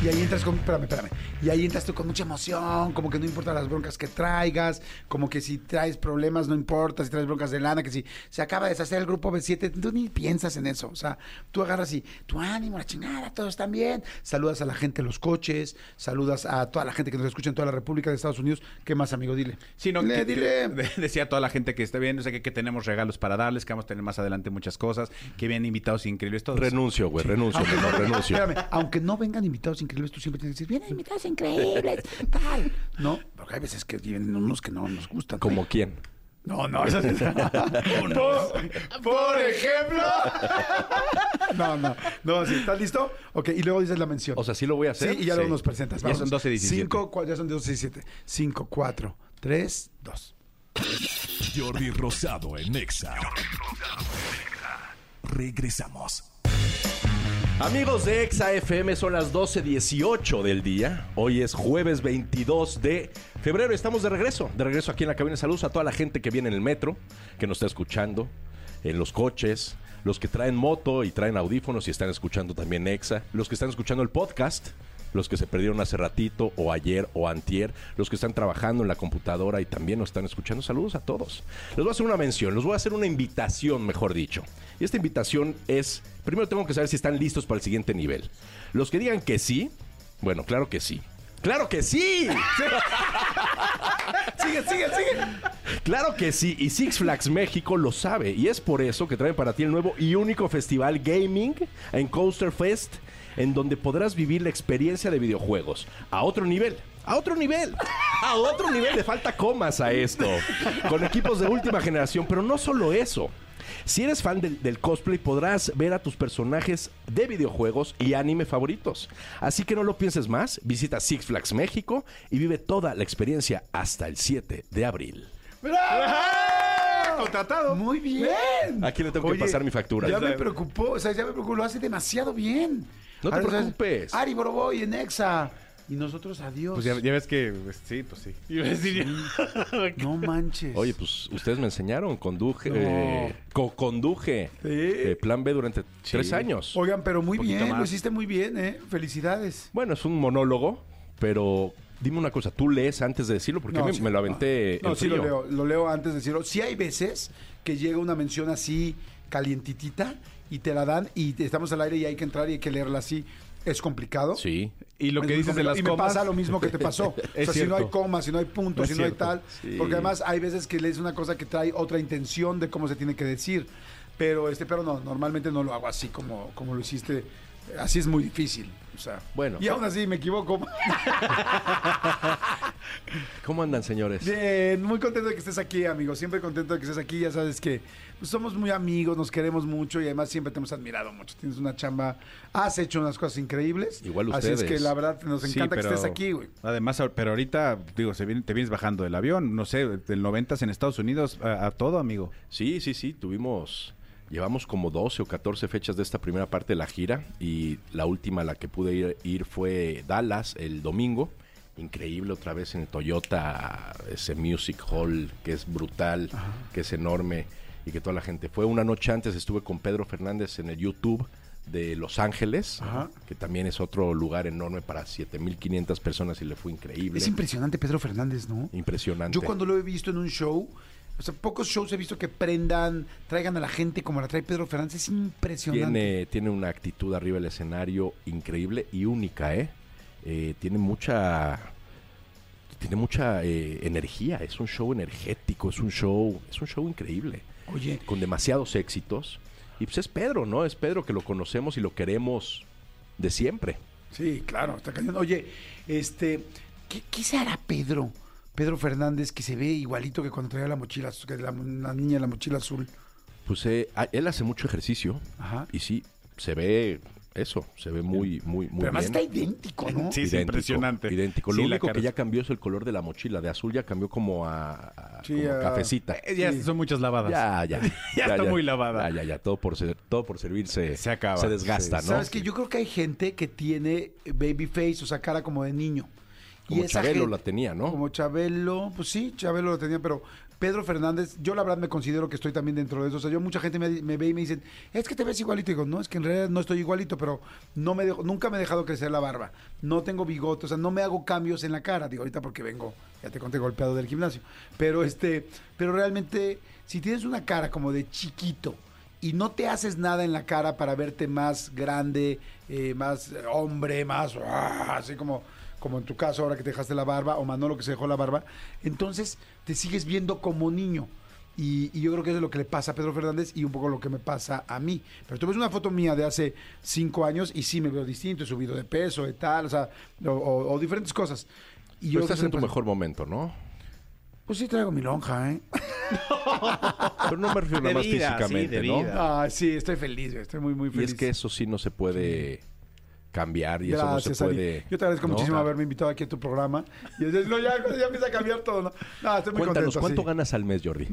B: Y ahí entras con, espérame, espérame. Y ahí entras tú con mucha emoción, como que no importa las broncas que traigas, como que si traes problemas no importa, si traes broncas de lana, que si se acaba de deshacer el grupo B7, tú ni piensas en eso. O sea, tú agarras y tu ánimo, la chingada, todos están bien. Saludas a la gente en los coches, saludas a toda la gente que nos escucha en toda la República de Estados Unidos. ¿Qué más, amigo? Dile.
D: Sino
B: Le,
D: que, (laughs)
B: dile.
D: que- decía a toda la gente que está viendo, o sea, que, que tenemos regalos para darles, que vamos a tener más adelante muchas cosas, que vienen invitados increíbles todos.
K: Renuncio, güey, renuncio,
B: Aunque no,
K: mejor
B: vengan, (laughs)
K: renuncio.
B: espérame, aunque no vengan invitados increíbles, tú siempre tienes que decir, vienen invitados increíbles, tal. No, porque hay veces que vienen unos que no nos gustan.
K: ¿Como quién?
B: No, no, eso
K: (laughs)
B: es... por, por ejemplo. (laughs) no, no. No, sí, ¿estás listo? Ok, y luego dices la mención.
K: O sea, sí lo voy a hacer.
B: sí, y ya
K: Sí.
B: luego nos presentas.
D: Ya son 12 y 17.
B: 5, ya son 12 y 17. 5, 4, 3, 2.
A: Jordi Rosado en Nexa. Regresamos.
K: Amigos de Exa FM, son las 12.18 del día. Hoy es jueves 22 de febrero. Estamos de regreso. De regreso aquí en la cabina. Saludos a toda la gente que viene en el metro, que nos está escuchando, en los coches, los que traen moto y traen audífonos y están escuchando también Exa, los que están escuchando el podcast. los que se perdieron hace ratito o ayer o antier, los que están trabajando en la computadora y también nos están escuchando. Saludos a todos. Les voy a hacer una mención, les voy a hacer una invitación, mejor dicho. Y esta invitación es, primero tengo que saber si están listos para el siguiente nivel. Los que digan que sí, bueno, claro que sí. ¡Claro que sí!
B: Sigue, sigue, sigue.
K: Claro que sí, y Six Flags México lo sabe, y es por eso que trae para ti el nuevo y único festival gaming en Coaster Fest, en donde podrás vivir la experiencia de videojuegos a otro nivel. A otro nivel, a otro nivel, le falta comas a esto. Con equipos de última generación, pero no solo eso. Si eres fan del, del cosplay, podrás ver a tus personajes de videojuegos y anime favoritos. Así que no lo pienses más, visita Six Flags México y vive toda la experiencia hasta el 7 de abril.
B: ¡Bravo!
D: Contratado.
B: Muy bien.
K: Aquí le tengo que
B: Oye,
K: pasar mi factura.
B: Ya me preocupó, o sea, ya me preocupó, lo hace demasiado bien.
K: No te
B: Ahora, o sea,
K: preocupes.
B: Ari Boroboy en Exa. Y nosotros adiós.
D: Pues ya, ya ves que. pues, sí, pues sí. Iba a decir-
B: No manches.
K: Oye, pues ustedes me enseñaron, conduje, eh, co- conduje
B: Sí.
K: eh, Plan B durante tres años.
B: Oigan, pero muy
D: Poquito
B: bien, lo
D: más.
B: hiciste muy bien, ¿eh? Felicidades.
K: Bueno, es un monólogo, pero dime una cosa, tú lees antes de decirlo, porque
B: No,
K: me,
B: sí.
K: me lo aventé
B: No,
K: en
B: sí lo
K: frío.
B: leo, lo leo antes de decirlo. Sí hay veces que llega una mención así calientitita y te la dan y te- estamos al aire y hay que entrar y hay que leerla así. Es complicado.
K: Sí.
D: Y lo
B: Es
D: que
B: muy
D: dices de
B: complicado.
D: las
B: y
D: comas.
B: Pues me pasa lo mismo que te
D: (laughs)
B: pasó. o
D: Es
B: sea, si no hay
D: cierto.
B: comas, si no hay puntos,
K: Es
B: si no hay
K: cierto.
B: tal.
K: Sí.
B: Porque además hay veces que lees una cosa que trae otra intención de cómo se tiene que decir. Pero este, pero no, normalmente no lo hago así como, como lo hiciste. Así es muy difícil. O sea,
K: Bueno.
B: Y aún así me equivoco. (laughs)
K: ¿Cómo andan, señores?
B: Bien, muy contento de que estés aquí, amigo. Siempre contento de que estés aquí. Ya sabes que pues, somos muy amigos, nos queremos mucho y además siempre te hemos admirado mucho. Tienes una chamba, has hecho unas cosas increíbles.
K: Igual
B: Así es
K: ustedes.
B: que la verdad nos
D: Sí,
B: encanta que
D: pero-
B: estés aquí, güey.
D: Además, ahor- pero ahorita, digo, se viene- te vienes bajando del avión, no sé, del 90 en Estados Unidos a, a todo, amigo.
K: Sí, sí, sí, tuvimos... Llevamos como 12 o 14 fechas de esta primera parte de la gira y la última a la que pude ir, ir fue Dallas el domingo. Increíble otra vez en el Toyota, ese Music Hall que es brutal, que es enorme y que toda la gente fue. Una noche antes estuve con Pedro Fernández en el YouTube de Los Ángeles, que también es otro lugar enorme para 7.500 personas y le fue increíble.
B: Es impresionante Pedro Fernández, ¿no?
K: impresionante.
B: Yo cuando lo he visto en un show, o sea, pocos shows he visto que prendan, traigan a la gente como la trae Pedro Fernández. Es impresionante.
K: Tiene, tiene una actitud arriba del escenario increíble y única, ¿eh? Eh, tiene mucha. Tiene mucha eh, energía. Es un show energético, es un show. Es un show increíble.
B: Oye.
K: Con demasiados éxitos. Y pues es Pedro, ¿no? Es Pedro que lo conocemos y lo queremos de siempre.
B: Sí, claro, está cañón. Oye, este, ¿qué, qué se hará Pedro? Pedro Fernández, que se ve igualito que cuando traía la mochila azul, que la, la niña de la mochila azul.
K: Pues eh, a- él hace mucho ejercicio.
B: Ajá.
K: Y sí, se ve eso. Se ve muy, muy, muy
B: Pero además
K: bien.
B: está idéntico, ¿no?
D: Sí, es impresionante.
K: Idéntico. Lo
D: Sí, la
K: único que
D: cara-
K: ya cambió es el color de la mochila. De azul ya cambió como a, a-
B: Sí,
K: como
B: a-
K: cafecita.
D: Eh, ya son muchas lavadas. (laughs)
K: Ya, ya. ya,
D: está muy lavada.
K: Ya, ya, ya. Todo por, ser- todo por servirse.
D: Se acaba.
K: Se desgasta, ¿no?
B: Sabes que yo creo que hay gente que tiene baby face, o sea, cara como de niño.
K: Como
B: esa
K: Chabelo
B: gente-
K: la tenía, ¿no?
B: Como Chabelo, pues sí, Chabelo lo tenía, pero Pedro Fernández, yo la verdad me considero que estoy también dentro de eso. O sea, yo mucha gente me, me ve y me dicen, es que te ves igualito. Y digo, no, es que en realidad no estoy igualito, pero no me dejo- nunca me he dejado crecer la barba. No tengo bigote, o sea, no me hago cambios en la cara. Digo, ahorita porque vengo, ya te conté golpeado del gimnasio. Pero este, pero realmente, si tienes una cara como de chiquito, y no te haces nada en la cara para verte más grande, eh, más eh, hombre, más ah, así como, como en tu caso ahora que te dejaste la barba o Manolo que se dejó la barba, entonces te sigues viendo como niño. Y, y yo creo que eso es lo que le pasa a Pedro Fernández y un poco lo que me pasa a mí. Pero tú ves una foto mía de hace cinco años y sí me veo distinto, he subido de peso, de tal, o sea, o, o- o diferentes cosas. Y
K: Pero
B: creo que
K: estás
B: eso
K: en tu
B: le pasa-
K: mejor momento, ¿no?
B: Pues sí traigo mi lonja, ¿eh?
K: Pero no me refiero
D: Ah,
K: nada
D: De
K: más
D: vida, sí,
K: físicamente,
D: de
K: ¿no?
D: vida.
B: (laughs) Ah, sí, estoy feliz, güey, estoy muy, muy
K: Y
B: feliz.
K: es que eso sí no se puede cambiar y eso no se
B: Ari.
K: puede.
B: Yo te agradezco
K: ¿no? Ah.
B: muchísimo haberme invitado aquí a tu programa. Y dices, no, ya, ya empieza a cambiar todo, ¿no? No, estoy muy
K: Cuéntanos,
B: contento.
K: ¿cuánto
B: sí.
K: ganas al mes,
B: (laughs)
K: Jordi?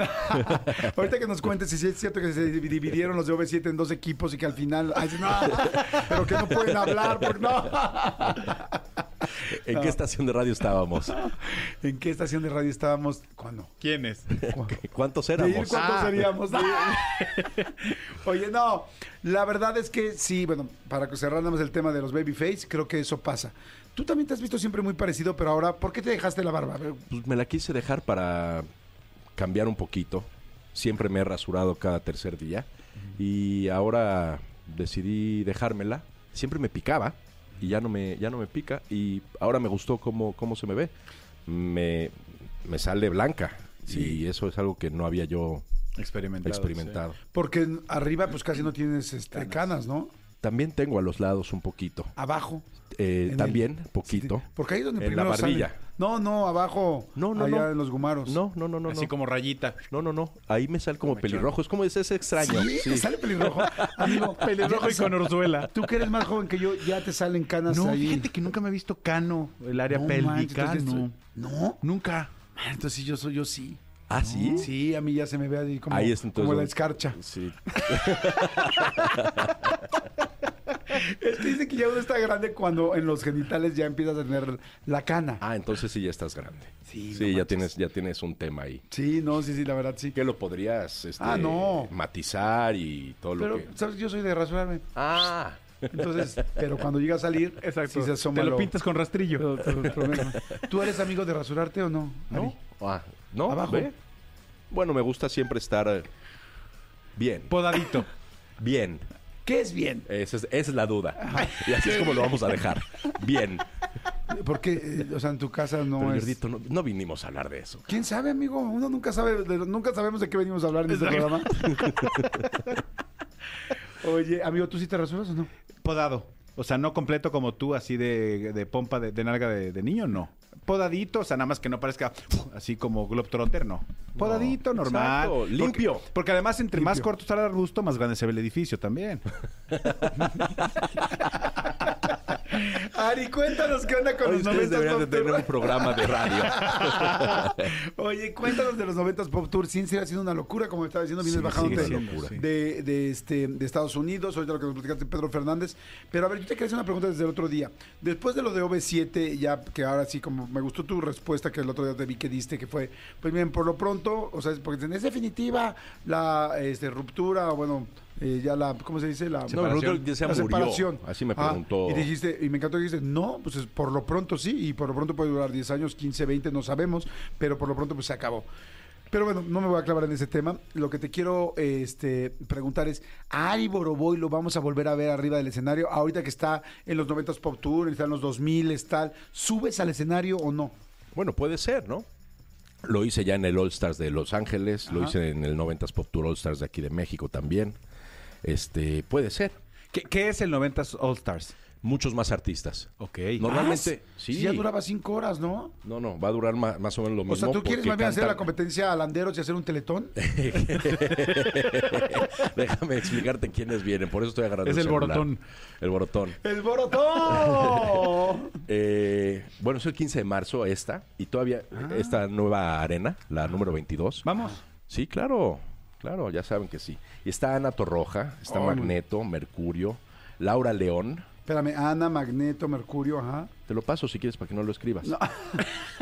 B: Ahorita que nos cuentes si sí es cierto que se dividieron los de OV7 en dos (laughs) equipos y que al final. ay, sí, no, pero que no pueden hablar, porque no.
K: ¿En qué estación de
B: (laughs)
K: radio estábamos?
B: ¿En qué estación de radio estábamos? ¿Cuándo?
D: ¿Quiénes?
K: ¿Cuántos
B: De ir
K: éramos?
B: cuántos
D: Ah.
B: seríamos. (laughs) Oye, no. La verdad es que sí, bueno, para que cerrar nada más el tema de los babyface, creo que eso pasa. Tú también te has visto siempre muy parecido, pero ahora, ¿por qué te dejaste la barba?
K: Pues me la quise dejar para cambiar un poquito. Siempre me he rasurado cada tercer día. Y ahora decidí dejármela. Siempre me picaba y ya no me, ya no me pica. Y ahora me gustó cómo, cómo se me ve. Me, me sale blanca. Y eso es algo que no había yo
D: Experimentado.
K: experimentado.
B: Porque arriba, pues casi no tienes este, canas, ¿no?
K: También tengo a los lados un poquito.
B: Abajo.
K: Eh,
B: En el-
K: también, poquito.
B: Porque ahí es donde
K: En la
B: primero salen.
K: barbilla.
B: No, no, abajo.
K: No, no,
B: allá
K: no.
B: en los gumaros.
K: No, no, no, no.
D: Así
K: no.
D: como rayita.
K: No, no, no. Ahí me sale como pelirrojo. Es como es, es extraño.
B: ¿Sí?
K: Sí.
B: ¿Te sale pelirrojo?
K: (laughs)
B: Amigo,
D: Pelirrojo
B: ya
D: y
B: te sa-
D: con orzuela.
B: Tú que eres más joven que yo, ya te salen canas
D: No,
B: ahí.
D: fíjate que nunca me he visto cano, el área
B: No manches,
D: pélvica,
B: entonces
D: no.
B: estoy- No.
D: Nunca.
B: Ah, Entonces yo soy yo sí.
K: ¿Ah, sí?
B: Sí, a mí ya se me ve ahí como,
K: Ahí es entonces
B: como la
K: donde-
B: escarcha.
K: Sí.
B: Es que dice que ya uno está grande cuando en los genitales ya empiezas a tener la cana.
K: Ah, entonces sí ya estás grande.
B: Sí, no
K: Sí, ya
B: manches.
K: tienes, ya tienes un tema ahí.
B: Sí, no, sí, sí, la verdad sí.
K: Que lo podrías este,
B: Ah, no.
K: matizar y todo
B: Pero,
K: lo que.
B: ¿sabes? Yo soy de rasurarme.
K: Ah.
B: Entonces, pero cuando llega a
K: (laughs)
B: salir, sí se asoma
D: Te lo
B: lo-
D: pintas con rastrillo.
B: lo- Pues, lo- lo (laughs) problema. ¿Tú eres amigo de rasurarte o no?
K: ¿No?
B: Ari?
K: Ah, ¿No?
B: Abajo.
K: ve. Bueno, me gusta siempre estar eh, bien.
B: Pues-
D: Podadito.
K: Bien.
B: ¿Qué es bien?
K: Esa es, esa es la duda. (laughs) Y así es como lo vamos a dejar. Bien.
B: Porque, eh, o sea, en tu casa no
K: Pero,
B: es.
K: Jordito, no, no vinimos a hablar de eso.
B: ¿Quién sabe, amigo? Uno nunca sabe, de- nunca sabemos de qué venimos a hablar en este programa.
K: (laughs)
B: Oye, amigo, ¿tú sí te rasuras o no?
D: Podado. O sea, no completo como tú, así de, de pompa, de, de nalga de, de niño, no. Podadito, o sea, nada más que no parezca así como Globetrotter, no. Podadito,
K: No,
D: normal.
K: exacto, limpio.
D: Porque, porque además, entre más
B: Limpio.
D: corto está el arbusto, más grande se ve el
B: (laughs)
D: edificio también.
B: Ari, cuéntanos qué onda con los
K: Ustedes
B: 90
K: deberían de
B: Pop
K: tener un
B: Tour.
K: programa
B: (laughs)
K: de radio.
B: Oye, cuéntanos de los 90 Pop Tour. Sin ser sido una locura, como estaba diciendo, vienes
K: Sí,
B: bajándote
K: sigue siendo locura.
B: de, de, este, de Estados Unidos, ahorita lo que nos platicaste Pedro Fernández. Pero a ver, yo te quería hacer una pregunta desde el otro día. Después de lo de OV7, ya que ahora sí, como me gustó tu respuesta que el otro día te vi que diste, que fue, pues miren, por lo pronto, o sea, es porque dicen, es definitiva la este, ruptura, o bueno, eh, ya la, ¿cómo se dice? La
K: No, Rudolf ya se
B: la
K: murió.
B: separación.
K: Así me
B: Ah,
K: preguntó.
B: y dijiste, y me encantó que dijiste, no, pues es por lo pronto sí, y por lo pronto puede durar 10 años, 15, 20, no sabemos, pero por lo pronto pues se acabó. Pero bueno, no me voy a clavar en ese tema. Lo que te quiero este, preguntar es, ¿a Ari Boroboy lo vamos a volver a ver arriba del escenario? Ahorita que está en los 90s Pop Tour, está en los 2000, tal, ¿subes al escenario o no?
K: Bueno, puede ser, ¿no? Lo hice ya en el All Stars de Los Ángeles, lo hice en el 90s Pop Tour All Stars de aquí de México también. Este, puede ser.
D: ¿Qué, qué es el 90s All Stars?
K: Muchos más artistas.
D: Ok.
K: Normalmente,
B: Ah,
K: sí.
B: Ya duraba 5 horas, ¿no?
K: No, no, va a durar ma- más, o menos lo mismo.
B: O sea, ¿tú quieres
K: porque
B: más bien hacer
K: cantan-
B: la competencia a Landeros y hacer un teletón?
K: (laughs) Déjame explicarte quiénes vienen, por eso estoy agarrando
D: Es el
K: celular.
D: Borotón.
K: El Borotón.
B: ¡El Borotón!
K: Eh, bueno, es el 15 de marzo esta, y todavía esta nueva arena, la número 22.
D: Vamos.
K: Sí, claro, claro, ya saben que sí. Y está Ana Torroja, está
B: Oh,
K: Magneto, Mercurio, Laura León.
B: (laughs) Espérame, Ana, Magneto, Mercurio, ajá.
K: Te lo paso si quieres para que no lo escribas. (laughs)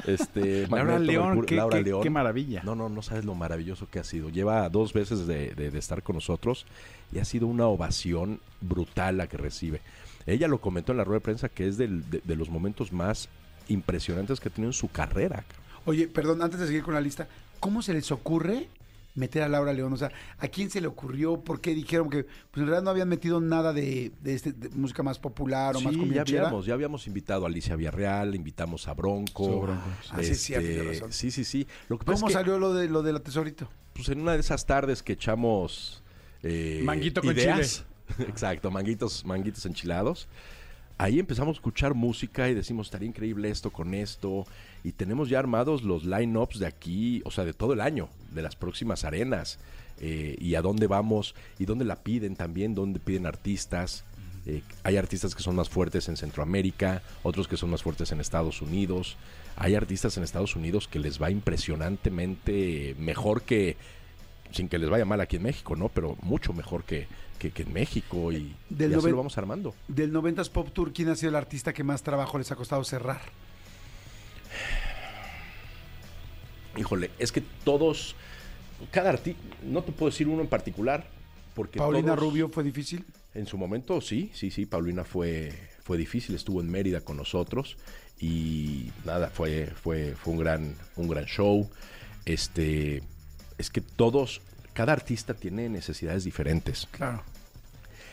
K: Este,
D: Laura León, qué- qué- qué maravilla.
K: No, no, no sabes lo maravilloso que ha sido. Lleva dos veces de, de- de estar con nosotros y ha sido una ovación brutal la que recibe. Ella lo comentó en la rueda de prensa que es del- de, de los momentos más impresionantes que ha tenido en su carrera.
B: Oye, perdón, antes de seguir con la lista, ¿cómo se les ocurre meter a Laura León? O sea, ¿a quién se le ocurrió? ¿Por qué dijeron que pues, en realidad no habían metido nada de, de este, de música más popular o más
K: ya
B: comichera?
K: habíamos, ya habíamos invitado a Alicia Villarreal, invitamos a Bronco.
D: Sí, Bronco,
B: sí. Ah, sí, sí,
K: Este,
B: tienes razón.
K: sí, sí, sí. Lo que pasa
B: ¿Cómo
K: Pues es que,
B: salió lo de lo del atesorito?
K: pues, en una de esas tardes que echamos eh,
D: Manguito con
K: ideas. (laughs) Exacto, manguitos, manguitos enchilados. Ahí empezamos a escuchar música y decimos, estaría increíble esto con esto. Y tenemos ya armados los line-ups de aquí, o sea, de todo el año, de las próximas arenas. eh, y a dónde vamos, y dónde la piden también, dónde piden artistas. Eh, hay artistas que son más fuertes en Centroamérica, otros que son más fuertes en Estados Unidos. Hay artistas en Estados Unidos que les va impresionantemente mejor que sin que les vaya mal aquí en México, ¿no? Pero mucho mejor que, que, que en México y,
B: Del
K: y así
B: noven-
K: lo vamos armando.
B: Del 90s Pop Tour, ¿quién ha sido el artista que más trabajo les ha costado cerrar?
K: Híjole, es que todos, cada artista, no te puedo decir uno en particular, porque
B: Paulina
K: todos-
B: Rubio fue difícil.
K: En su momento, sí, sí, sí. Paulina fue, fue difícil, estuvo en Mérida con nosotros y nada, fue, fue, fue un, gran, un gran show. Este, es que todos, cada artista tiene necesidades diferentes
B: Claro.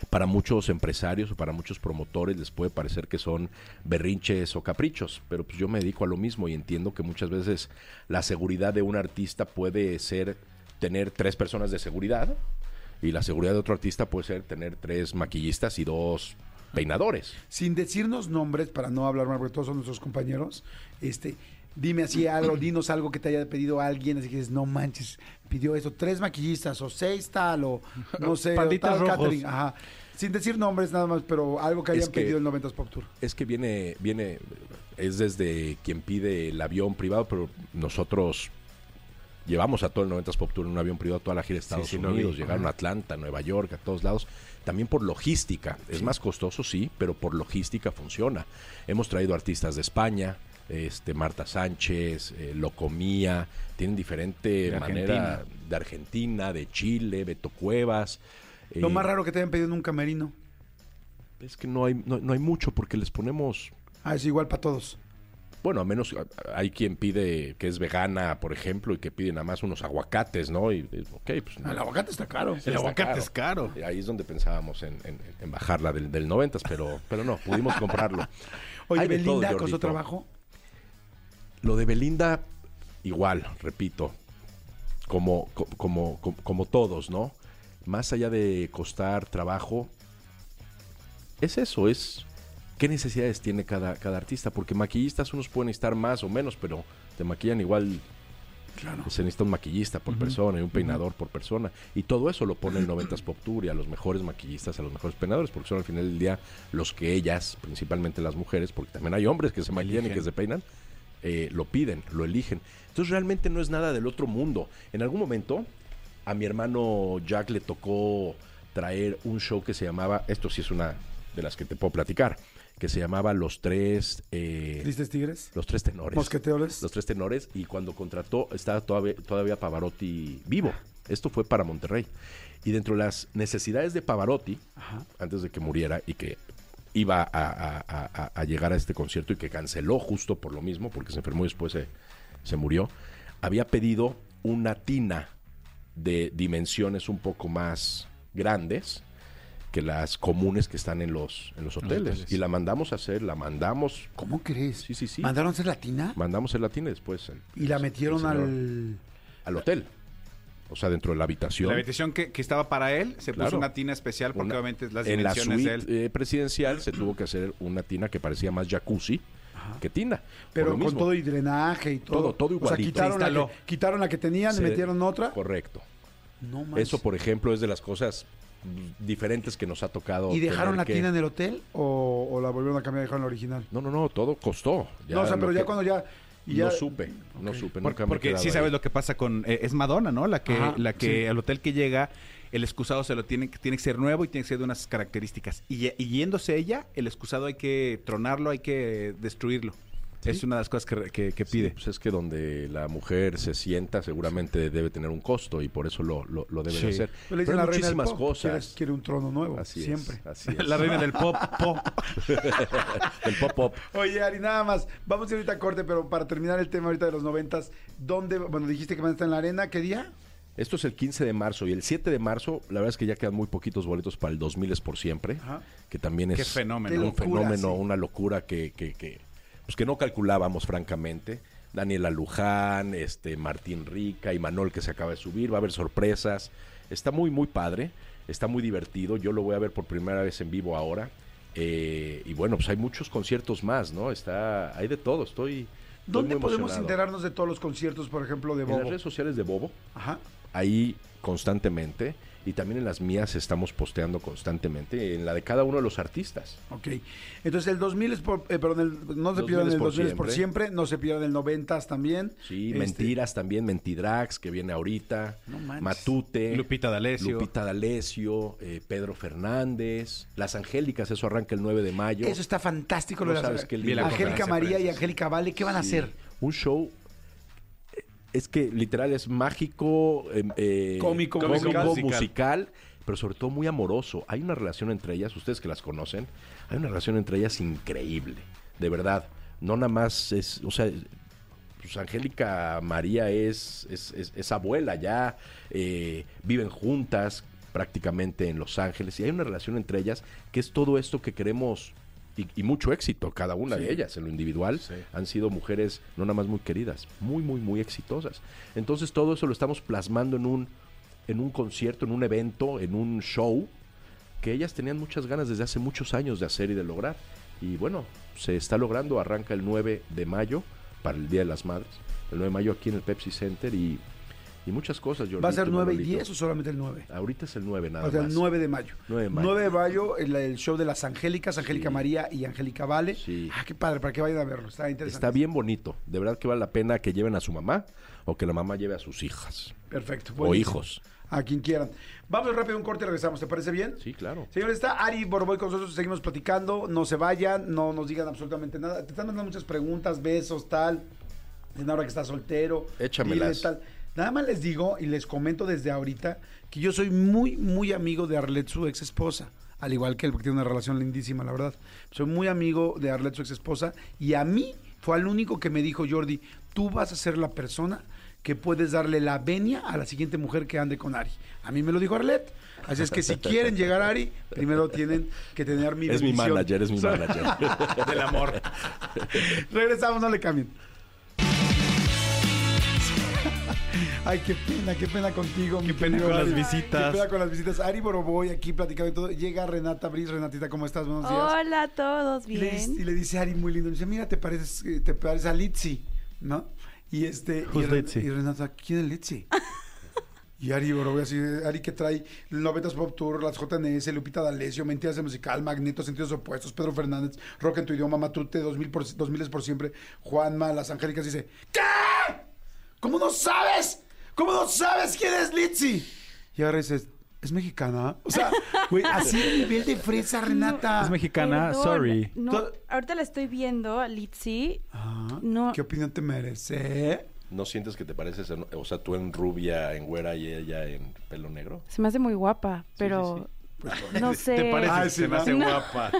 K: para muchos empresarios o para muchos promotores les puede parecer que son berrinches o caprichos, pero pues yo me dedico a lo mismo y entiendo que muchas veces la seguridad de un artista puede ser tener tres personas de seguridad y la seguridad de otro artista puede ser tener tres maquillistas y dos peinadores.
B: Sin decirnos nombres, para no hablar mal, porque todos son nuestros compañeros, este, dime así
K: (clears throat)
B: algo, dinos algo que te haya pedido alguien, así que dices, no manches, pidió eso, tres maquillistas, o seis tal, o no
K: (laughs)
B: sé, o
D: Panditas
B: tal
D: rojos.
B: catering, ajá. Sin decir nombres nada más, pero algo que
K: Es
B: hayan
K: que-
B: pedido el 90s Pop Tour.
K: Es que viene, viene, es desde quien pide el avión privado, pero nosotros llevamos a todo el 90s Pop Tour en un avión privado, toda la gira de Estados
G: sí, lo vi.
K: Unidos, llegaron a
G: Ajá.
K: Atlanta, Nueva York, a todos lados. También por logística, es más costoso, sí, pero por logística funciona. Hemos traído artistas de España, este Marta Sánchez, eh, Locomía, tienen diferente
G: De
K: manera de Argentina, de Chile, Beto Cuevas.
B: Lo
K: eh,
B: más raro que te hayan pedido en un camerino.
K: es que no hay, no- no hay mucho porque les ponemos
B: Ah, es igual para todos.
K: Bueno, a menos a- a- hay quien pide que es vegana, por ejemplo, y que pide nada más unos aguacates, ¿no? Y, y, ok, pues.
B: Ah, El aguacate está caro.
K: El aguacate es caro. Y Ahí es donde pensábamos en, en- en bajarla del, del 90, pero, pero no, pudimos comprarlo.
B: Oye,
K: Hay de todo,
B: Belinda costó
K: Jordito.
B: trabajo.
K: Lo de Belinda, igual, repito, como, co- como, como, como todos, ¿no? Más allá de costar trabajo, es eso, es qué necesidades tiene cada, cada artista, porque maquillistas unos pueden estar más o menos, pero te maquillan igual. Claro. pues, Se necesita un maquillista por persona y un peinador por persona. Y todo eso lo pone el 90s Pop Tour y a los mejores maquillistas, a los mejores peinadores, porque son al final del día los que ellas, principalmente las mujeres, porque también hay hombres que se maquillan y que
G: Eligen.
K: se peinan, eh, lo piden, lo eligen. Entonces realmente no es nada del otro mundo. En algún momento a mi hermano Jack le tocó traer un show que se llamaba, esto sí es una de las que te puedo platicar, que se llamaba Los Tres... eh,
B: ¿Tristes Tigres?
K: los tres tenores.
B: Mosqueteores.
K: Los tres tenores. Y cuando contrató, estaba todavía, todavía Pavarotti vivo. Esto fue para Monterrey. Y dentro de las necesidades de Pavarotti, antes de que muriera y que iba a, a- a- a- a llegar a este concierto y que canceló justo por lo mismo, porque se enfermó y después se, se murió, había pedido una tina de dimensiones un poco más grandes que las comunes que están en los, en los hoteles.
G: hoteles.
K: Y la mandamos a hacer, la mandamos
B: ¿Cómo crees?
K: Sí, sí, sí.
B: ¿Mandaron ser latina?
K: Mandamos el latín y después. el-
B: Y la
K: el- el
B: metieron
K: señor-
B: al...
K: al hotel. O sea, dentro de la habitación.
D: La habitación que, que estaba para él se
K: Claro.
D: puso una tina especial porque
K: Una-
D: obviamente las
K: en la
D: dimensiones
K: suite
D: de él.
K: eh, presidencial se tuvo que hacer una tina que parecía más jacuzzi que tina. Por
B: Pero
K: lo
B: con
K: mismo,
B: todo y drenaje y todo.
K: Todo, todo
B: O sea,
K: igualito.
B: quitaron,
K: Se
B: la que,
K: instaló.
B: quitaron la que tenían
K: se-
B: y metieron otra.
K: Correcto.
B: No manches.
K: Eso, por ejemplo, es de las cosas mm, diferentes que nos ha tocado.
B: ¿Y dejaron
K: tener
B: la
K: que-
B: tina en el hotel o, o la volvieron a cambiar y dejaron la original?
K: No, no, no, todo costó.
B: no, o sea,
K: lo
B: pero ya
K: que-
B: cuando ya... y ya-
K: No supe, no supe.
D: Por-
K: nunca me he
D: porque
K: quedado
D: sí
K: ahí.
D: sabes lo que pasa con... eh, es Madonna, ¿no? La que
B: Ajá,
D: la que
B: sí.
D: al hotel que llega, el excusado se lo tiene, que- tiene que ser nuevo y tiene que ser de unas características. Y, y yéndose ella, el excusado hay que tronarlo, hay que destruirlo. Es una de las cosas que, que- que
K: Sí,
D: pide.
K: pues es que donde la mujer se sienta seguramente debe tener un costo y por eso lo, lo, lo deben
D: Sí.
K: hacer.
B: Pues le
K: Pero
B: dicen
K: hay
B: a la reina del
K: muchísimas
B: pop,
K: cosas.
B: Quiere, quiere un trono nuevo,
K: Así
B: siempre.
K: es. Así
B: (laughs)
K: pues,
D: (laughs)
K: es.
D: La reina del pop, pop.
K: (laughs) El pop pop.
B: Oye, Ari, nada más. Vamos a ir ahorita a corte, pero para terminar el tema ahorita de los noventas, ¿dónde? Bueno, dijiste que van a estar en la arena. ¿Qué día?
K: Esto es el 15 de marzo y el 7 de marzo, la verdad es que ya quedan muy poquitos boletos para el 2000 es por siempre,
B: Ajá.
K: que también es
D: Qué fenómeno.
K: un
B: Qué locura,
K: fenómeno,
B: sí.
K: una locura que, que, que, pues que no calculábamos francamente. Daniela Luján, este Martín Rica y Manol que se acaba de subir, va a haber sorpresas. Está muy muy padre, está muy divertido. Yo lo voy a ver por primera vez en vivo ahora. Eh, y bueno, pues hay muchos conciertos más, ¿no? Está hay de todo, estoy estoy
B: ¿Dónde
K: muy
B: podemos
K: emocionado.
B: enterarnos de todos los conciertos, por ejemplo, de
K: En las
B: Bobo?
K: redes sociales de Bobo
B: Ajá.
K: ahí constantemente. Y y también en las mías estamos posteando constantemente, en la de cada uno de los artistas.
B: Ok. Entonces el 2000 es por... eh, perdón, el- no se
K: 2000
B: pierdan
K: es
B: el
K: por
B: 2000 es por siempre, no se pierdan el 90 también.
K: Sí,
B: Este,
K: Mentiras también, Mentidrax, que viene ahorita,
B: No manches.
K: Matute,
G: Lupita D'Alessio.
K: eh, Lupita D'Alessio, eh, Pedro Fernández, Las Angélicas, eso arranca el 9 de mayo.
E: Eso está fantástico lo
K: No
E: de las
K: sabes qué lindo.
E: Angélica
K: Conferencia de
E: María y
K: prensa.
E: Angélica Vale, ¿qué van a
K: Sí.
E: hacer?
K: Un show. eh, Es que literal es mágico, eh, eh,
B: Cómico, musical.
K: musical, pero sobre todo muy amoroso. Hay una relación entre ellas, ustedes que las conocen, hay una relación entre ellas increíble, de verdad. No nada más es, o sea, pues Angélica María es, es, es- es abuela ya, eh, viven juntas prácticamente en Los Ángeles y hay una relación entre ellas que es todo esto que queremos y, y mucho éxito, cada una de ellas en lo individual han sido mujeres no nada más muy queridas, muy, muy, muy exitosas. Entonces todo eso lo estamos plasmando en un, en un concierto, en un evento, en un show que ellas tenían muchas ganas desde hace muchos años de hacer y de lograr. Y bueno, se está logrando, arranca el 9 de mayo para el Día de las Madres, el 9 de mayo aquí en el Pepsi Center y, y muchas cosas.
B: ¿Va a
K: Jordi,
B: ser
K: tú,
B: 9 y
K: Manolito.
B: 10 o solamente el 9?
K: Ahorita es el 9 nada
B: o sea,
K: más.
B: el 9 de mayo.
K: 9 de mayo.
B: 9 de mayo, el, el show de las Angélicas, Angélica
K: Sí.
B: María y Angélica Vale.
K: Sí.
B: Ah, qué padre, para que vayan a verlo. Está interesante.
K: Está bien bonito, de verdad que vale la pena que lleven a su mamá o que la mamá lleve a sus hijas
B: Perfecto.
K: o
B: buenísimo.
K: hijos.
B: A quien quieran. Vamos rápido, un corte y regresamos. ¿Te parece bien?
K: Sí, claro.
B: Señores, está Ari Borboy con nosotros, seguimos platicando, no se vayan, no nos digan absolutamente nada. Te están mandando muchas preguntas, besos, tal, en ahora que estás soltero.
K: Échamelas.
B: dile tal. Nada más les digo y les comento desde ahorita que yo soy muy, muy amigo de Arlet, su ex esposa. Al igual que él, porque tiene una relación lindísima, la verdad. Soy muy amigo de Arlet, su ex esposa. Y a mí fue al único que me dijo, Jordi, tú vas a ser la persona que puedes darle la venia a la siguiente mujer que ande con Ari. A mí me lo dijo Arlet. Así es que
K: (laughs)
B: si quieren llegar a Ari, primero tienen que tener mi
K: es mi
B: bendición. (laughs)
K: manager, es mi manager. Del amor.
B: Regresamos, no le cambien. Ay, qué pena, qué pena contigo. Qué pena
G: con las visitas.
B: Qué pena con las visitas. Ari Boroboy aquí platicando y todo. Llega Renata Briz. Renatita, ¿cómo estás? Buenos días.
L: Hola a todos,
B: Y le, dice- y
L: bien.
B: le dice Ari muy lindo, me dice, mira, te pareces, eh, te pareces a Litzy, ¿no? Y este, y,
G: Who's
B: Ren-
G: Litzy?
B: y Renata, ¿quién es
L: (laughs)
B: Litzy? y Ari, bro, voy a decir, Ari que trae Novetas Pop Tour, las JNS, Lupita D'Alessio, Mentiras de Musical, Magneto, Sentidos Opuestos, Pedro Fernández, Rock en tu idioma, Matute, 2000 por, 2000 es por siempre, Juanma, Las Angélicas, dice, ¿qué? ¿Cómo no sabes? ¿Cómo no sabes quién es Litzy? Y ahora dices, ¿es mexicana? O sea, güey, así el nivel de
L: (laughs)
B: fresa, Renata.
G: Es mexicana,
L: Perdón,
G: sorry.
L: No,
B: Todo-
L: ahorita la estoy viendo a Litzy.
B: Ah,
L: No.
B: ¿Qué opinión te merece?
K: ¿No sientes que te pareces, en- o sea, tú en rubia, en güera y ella en pelo negro?
L: Se me hace muy guapa, pero
B: Pues,
L: no sé.
G: ¿Te parece?
B: Ay, sí,
G: se me hace
L: no.
G: guapa.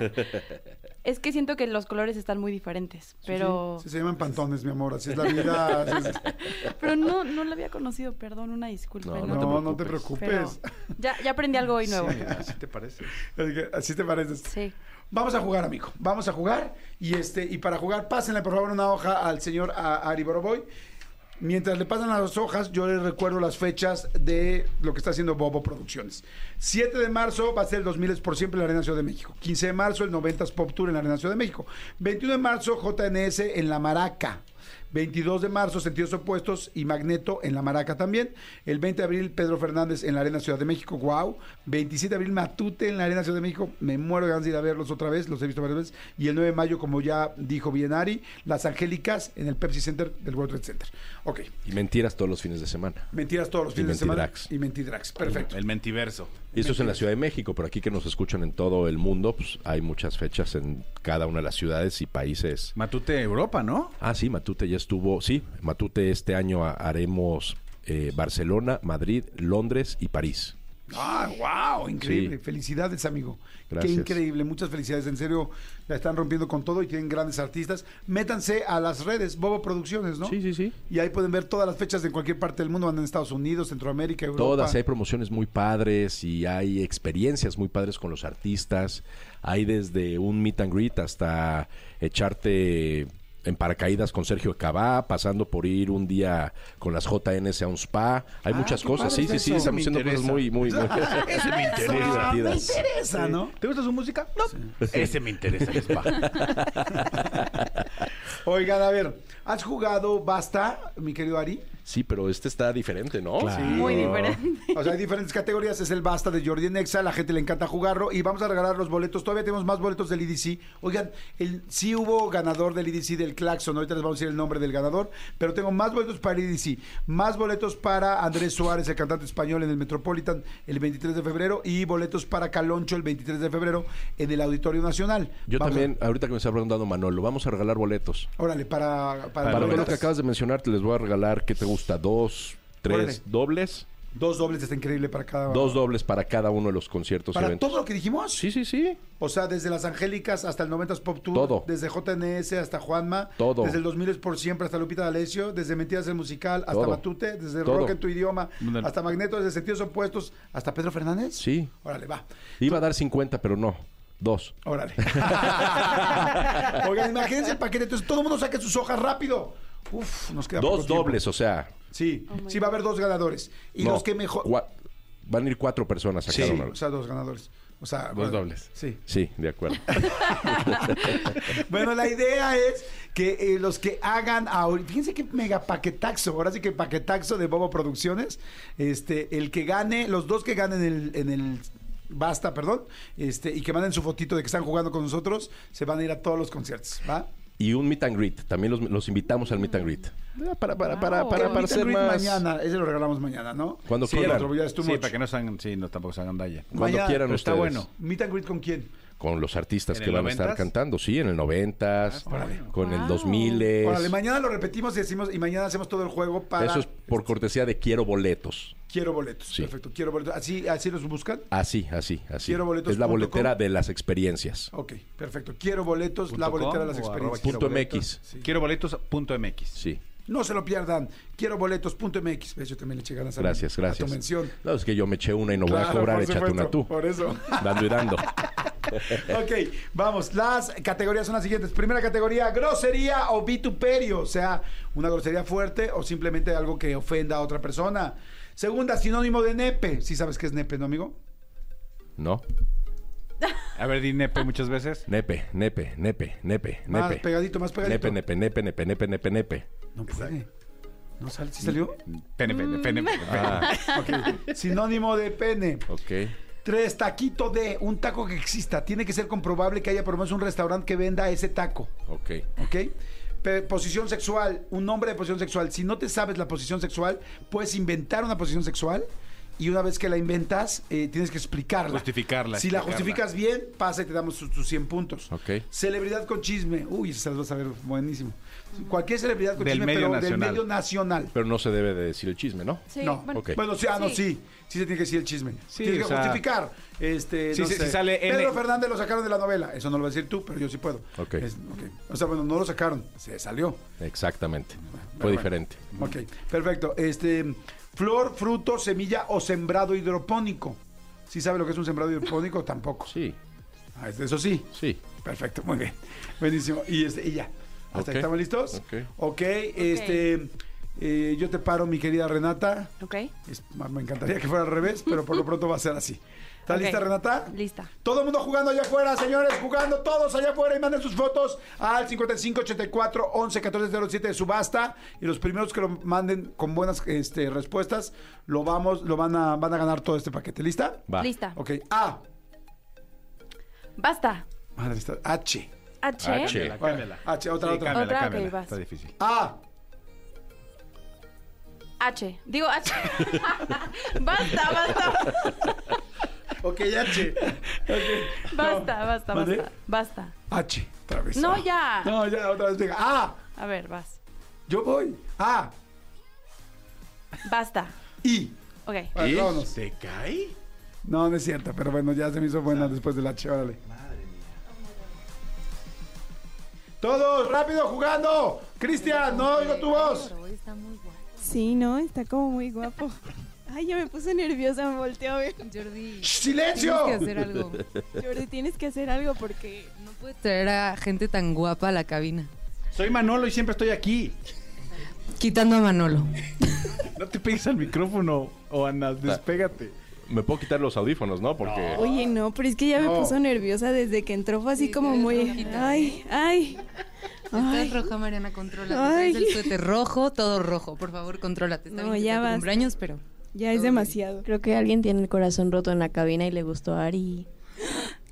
L: Es que siento que los colores están muy diferentes, pero
B: Sí, se llaman pantones, mi amor.
G: (laughs)
B: Así es la vida. así es-
L: (laughs) pero no no la había conocido, perdón, una disculpa.
K: No,
B: No,
K: te
B: no, te
K: preocupes.
L: Pero
B: preocupes.
L: ya, ya aprendí algo hoy nuevo. Sí.
G: Así te parece.
B: Así te pareces. Vamos a jugar, amigo. Vamos a jugar. Y este y para jugar, pásenle por favor una hoja al señor a- Ari Boroboy. Mientras le pasan las hojas, yo les recuerdo las fechas de lo que está haciendo Bobo Producciones. 7 de marzo va a ser el 2000 es por siempre en la Arena Ciudad de México. 15 de marzo el 90s Pop Tour en la Arena Ciudad de México. 21 de marzo JNS en La Maraca. 22 de marzo, Sentidos Opuestos y Magneto en La Maraca también. El 20 de abril, Pedro Fernández en la Arena Ciudad de México, wow. 27 de abril, Matute en la Arena Ciudad de México. Me muero de ganas de ir a verlos otra vez, los he visto varias veces. Y el 9 de mayo, como ya dijo bien Ari, Las Angélicas en el Pepsi Center del World Trade Center. Ok,
K: Y mentiras todos los fines de semana.
B: mentiras todos los
K: Y
B: fines de semana.
K: Mentidrax.
B: Y mentidrax, perfecto.
G: El mentiverso.
K: Y eso es en la Ciudad de México, pero aquí que nos escuchan en todo el mundo, pues hay muchas fechas en cada una de las ciudades y países.
D: Matute Europa,
K: (laughs)
D: ¿no?
K: Ah, sí, Matute ya estuvo, sí, Matute este año ha- haremos eh, Barcelona, Madrid, Londres y París.
B: Ah, wow, increíble.
K: Sí.
B: Felicidades, amigo.
K: Gracias.
B: Qué increíble. Muchas felicidades. En serio, la están rompiendo con todo y tienen grandes artistas. Métanse a las redes, Bobo Producciones, ¿no?
K: Sí, sí, sí.
B: Y ahí pueden ver todas las fechas en cualquier parte del mundo, andan en Estados Unidos, Centroamérica, Europa.
K: Todas, eh. hay promociones muy padres y hay experiencias muy padres con los artistas. Hay desde un meet and greet hasta echarte en paracaídas con Sergio Cabá, pasando por ir un día con las JNS a un spa. Hay
B: Ah,
K: muchas
B: qué
K: cosas,
B: padre
K: sí, sí,
B: es
K: sí,
B: eso.
K: estamos haciendo cosas muy, muy, muy
B: Eso me interesa,
K: muy
B: me
K: divertidas.
B: interesa, ¿no?
D: ¿Te gusta su música? No. Ese me interesa, el spa.
B: Oigan, a ver, ¿has jugado Basta, mi querido Ari?
K: (laughs) Sí, pero este está diferente, ¿no?
L: Claro. Muy
K: Ah.
L: diferente.
B: O sea, hay diferentes categorías. Es el basta de Jordi Nexa. La gente le encanta jugarlo. Y vamos a regalar los boletos. Todavía tenemos más boletos del IDC. Oigan, el, sí hubo ganador del IDC del Claxon. Ahorita les vamos a decir el nombre del ganador. Pero tengo más boletos para el IDC. Más boletos para Andrés Suárez, el cantante español en el Metropolitan el 23 de febrero. Y boletos para Caloncho el 23 de febrero en el Auditorio Nacional.
K: Yo
B: Vamos a-
K: también, ahorita que me está preguntando Manolo, vamos a regalar boletos.
B: Órale, para...
K: Para, lo que
B: boletos.
K: acabas de mencionar, te les voy a regalar, ¿qué te gusta? ¿Dos, tres
B: Órale.
K: dobles?
B: Dos dobles está increíble para cada...
K: Dos dobles para cada uno de los conciertos y
B: ¿Para
K: eventos.
B: todo lo que dijimos?
K: Sí, sí, sí.
B: O sea, desde Las Angélicas hasta el 90s Pop Tour.
K: Todo.
B: Desde JNS hasta Juanma.
K: Todo.
B: Desde el 2000 es por siempre hasta Lupita D'Alessio. Desde Mentiras del Musical hasta
K: Todo.
B: Batute. Desde
K: Todo.
B: Rock en tu idioma.
K: Ándale.
B: Hasta Magneto. Desde Sentidos Opuestos hasta Pedro Fernández.
K: Sí.
B: Órale, va.
K: Iba a dar 50, pero no. Dos.
B: Órale. (laughs) Oigan, imagínense el paquete. Entonces todo el mundo saque sus hojas rápido. Uf, nos queda poco
K: Dos
B: tiempo.
K: dobles, o sea.
B: Sí, sí va a haber dos ganadores. Y
K: no,
B: los que mejor...
K: cua- Van a ir cuatro personas a
B: Sí,
K: cada uno.
B: o sea, dos ganadores. O sea,
K: Dos
B: bueno,
K: dobles.
B: Sí.
K: Sí, de acuerdo.
B: Bueno, la idea es que eh, los que hagan ahorita, fíjense qué mega paquetaxo, ahora sí que paquetaxo de Bobo Producciones, este, el que gane, los dos que ganen el, en el basta, perdón, este, y que manden su fotito de que están jugando con nosotros, se van a ir a todos los conciertos, ¿va?
K: Y un meet and greet. También los, los invitamos al meet and greet.
B: Ah, Para,
K: para- para- para- para ser más-
B: mañana, ese lo regalamos mañana, ¿no?
K: Cuando
B: Sí,
K: quieran.
B: el otro, ya es too
D: Sí,
B: much.
D: para que no se hagan, sí, no, tampoco se hagan dalla.
K: Cuando
B: Mañana,
K: quieran
D: pero está
K: ustedes.
D: bueno.
B: Meet and greet con quién?
K: Con los artistas
D: ¿En
K: que
D: el
K: van a estar
D: 90s?
K: cantando. Sí, en el 90 Con el 2000
B: Órale, mañana lo repetimos y decimos, y mañana hacemos todo el juego para este.
K: Eso es por cortesía de quiero boletos.
B: quiero boletos.
K: Sí.
B: Perfecto, quiero boletos. Así, así los buscan.
K: Así, así, así.
B: Quiero boletos
K: Es la
B: punto
K: boletera
B: com.
K: de las experiencias.
B: Ok, perfecto. Quiero boletos, la
D: Punto com
B: boletera de las
D: o arroba
B: experiencias.
K: Punto
D: quiero
K: MX.
D: boletos. Quiero boletos.mx.
K: Sí.
B: No se lo pierdan. Quiero boletos.mx. Ves, Yo también le eché ganas a,
K: Gracias,
B: a
K: gracias.
B: tu mención.
K: No, es que yo me eché una y no voy a
B: Claro,
K: cobrar,
B: por
K: échate una
B: supuesto,
K: tú.
B: Por
K: (laughs)
B: eso.
K: Dando y dando.
B: ok, vamos. Las categorías son las siguientes. Primera categoría, grosería o vituperio. O sea, una grosería fuerte o simplemente algo que ofenda a otra persona. Segunda, sinónimo de nepe. Sí sabes qué es nepe, ¿no, amigo?
K: ¿No?
D: A ver, di nepe muchas veces.
K: Nepe, nepe, nepe, nepe,
B: Más
K: nepe.
B: pegadito, más pegadito.
K: Nepe, nepe, nepe, nepe, nepe, nepe, nepe.
B: No puede. No sale. ¿Sí salió?
D: Pene, pene, pene, pene, pene.
K: Ah,
B: Ok. Sinónimo de pene.
K: ok.
B: Tres, taquito de un taco que exista. Tiene que ser comprobable que haya por lo menos un restaurante que venda ese taco.
K: Ok.
B: ¿Ok? Pe- Posición sexual, un nombre de posición sexual. Si no te sabes la posición sexual, puedes inventar una posición sexual y una vez que la inventas, eh, tienes que explicarla.
D: Justificarla,
B: Si la
D: explicarla.
B: justificas bien, pasa y te damos tus tus 100 puntos.
K: Ok.
B: Celebridad con chisme. Uy, esas las vas a ver buenísimo. Cualquier celebridad con
D: Del
B: chisme,
D: medio
B: pero del
D: nacional.
B: medio nacional.
K: Pero no se debe de decir el chisme, ¿no?
L: Sí,
B: no,
L: bueno.
K: ok.
B: bueno, sí, ah, no, sí.
L: Sí.
B: sí, se tiene que decir el chisme.
D: Sí,
B: Tienes que
D: o sea-
B: justificar. Este,
D: Sí,
B: no
D: sí,
B: sé.
D: sí, sale N.
B: Pedro Fernández lo sacaron de la novela. Eso no lo vas a decir tú, pero yo sí puedo.
K: Ok.
B: Es- ok. O sea, bueno, no lo sacaron, se salió.
K: Exactamente. Fue
B: bueno.
K: diferente.
B: Ok, perfecto. Este, flor, fruto, semilla o sembrado hidropónico. ¿Sí sabe lo que es un sembrado
D: (laughs)
B: hidropónico? Tampoco.
K: Sí,
B: Ah, Eso sí.
K: sí.
B: Perfecto, muy bien. Buenísimo. Y, este, y ya. ¿Hasta
K: Ok.
B: ahí estamos listos?
K: Ok.
B: Ok, este, eh, yo te paro, mi querida Renata.
L: Ok.
B: Es- me encantaría que fuera al revés, pero por lo pronto va a ser así. ¿Está
L: Ok.
B: lista, Renata?
L: Lista.
B: Todo el mundo jugando allá afuera, señores, jugando todos allá afuera y manden sus fotos al 5584 11 14 07 de subasta y los primeros que lo manden con buenas este, respuestas lo vamos lo van a van a ganar todo este paquete. ¿Lista?
K: Va.
L: Lista.
B: Ok, A.
L: Basta.
B: Madre, está- H.
L: H.
K: H.
D: Cámbiala.
B: H, otra,
D: Sí,
B: otra.
D: cámbiala,
L: Otra,
D: cámbiala.
L: ok, vas.
D: Está difícil.
B: A.
L: H. Digo H. (laughs) basta, basta.
B: Ok, H.
L: Basta, basta,
B: ¿Mande?
L: basta. Basta.
B: H, otra vez.
L: No,
B: A.
L: ya.
B: No, ya, otra vez. Venga. A.
L: A ver, vas.
B: Yo voy. A.
L: Basta.
B: I.
L: Ok.
B: Ah, vámonos.
D: ¿Te cae?
B: No, no es cierto, pero bueno, ya se me hizo buena después del H, órale. Madre mía. Todos, rápido, jugando. Cristian, no oigo tu voz.
M: Sí, ¿no? Está como muy guapo. Ay, ya me puse nerviosa, me volteé a ver.
N: Jordi,
B: ¡Silencio!
N: tienes que hacer algo.
M: Jordi, tienes que hacer algo porque...
N: No puedes traer a gente tan guapa a la cabina.
D: Soy Manolo y siempre estoy aquí.
N: Quitando a Manolo.
D: No te pegues al micrófono, o Ana, despégate.
K: Me puedo quitar los audífonos, ¿no? Porque.
M: Oye, no, pero es que ya me
D: No.
M: puso nerviosa desde que entró, fue así como muy... Ay, ay.
N: Estás roja, Mariana, controla.
M: Ay.
N: Traes el suéter rojo, todo rojo. Por favor, contrólate. Está
M: No,
N: bien que
M: ya
N: sea tu
M: basta.
N: cumpleaños, pero...
M: Ya es demasiado.
O: Creo que alguien tiene el corazón roto en la cabina y le gustó a Ari.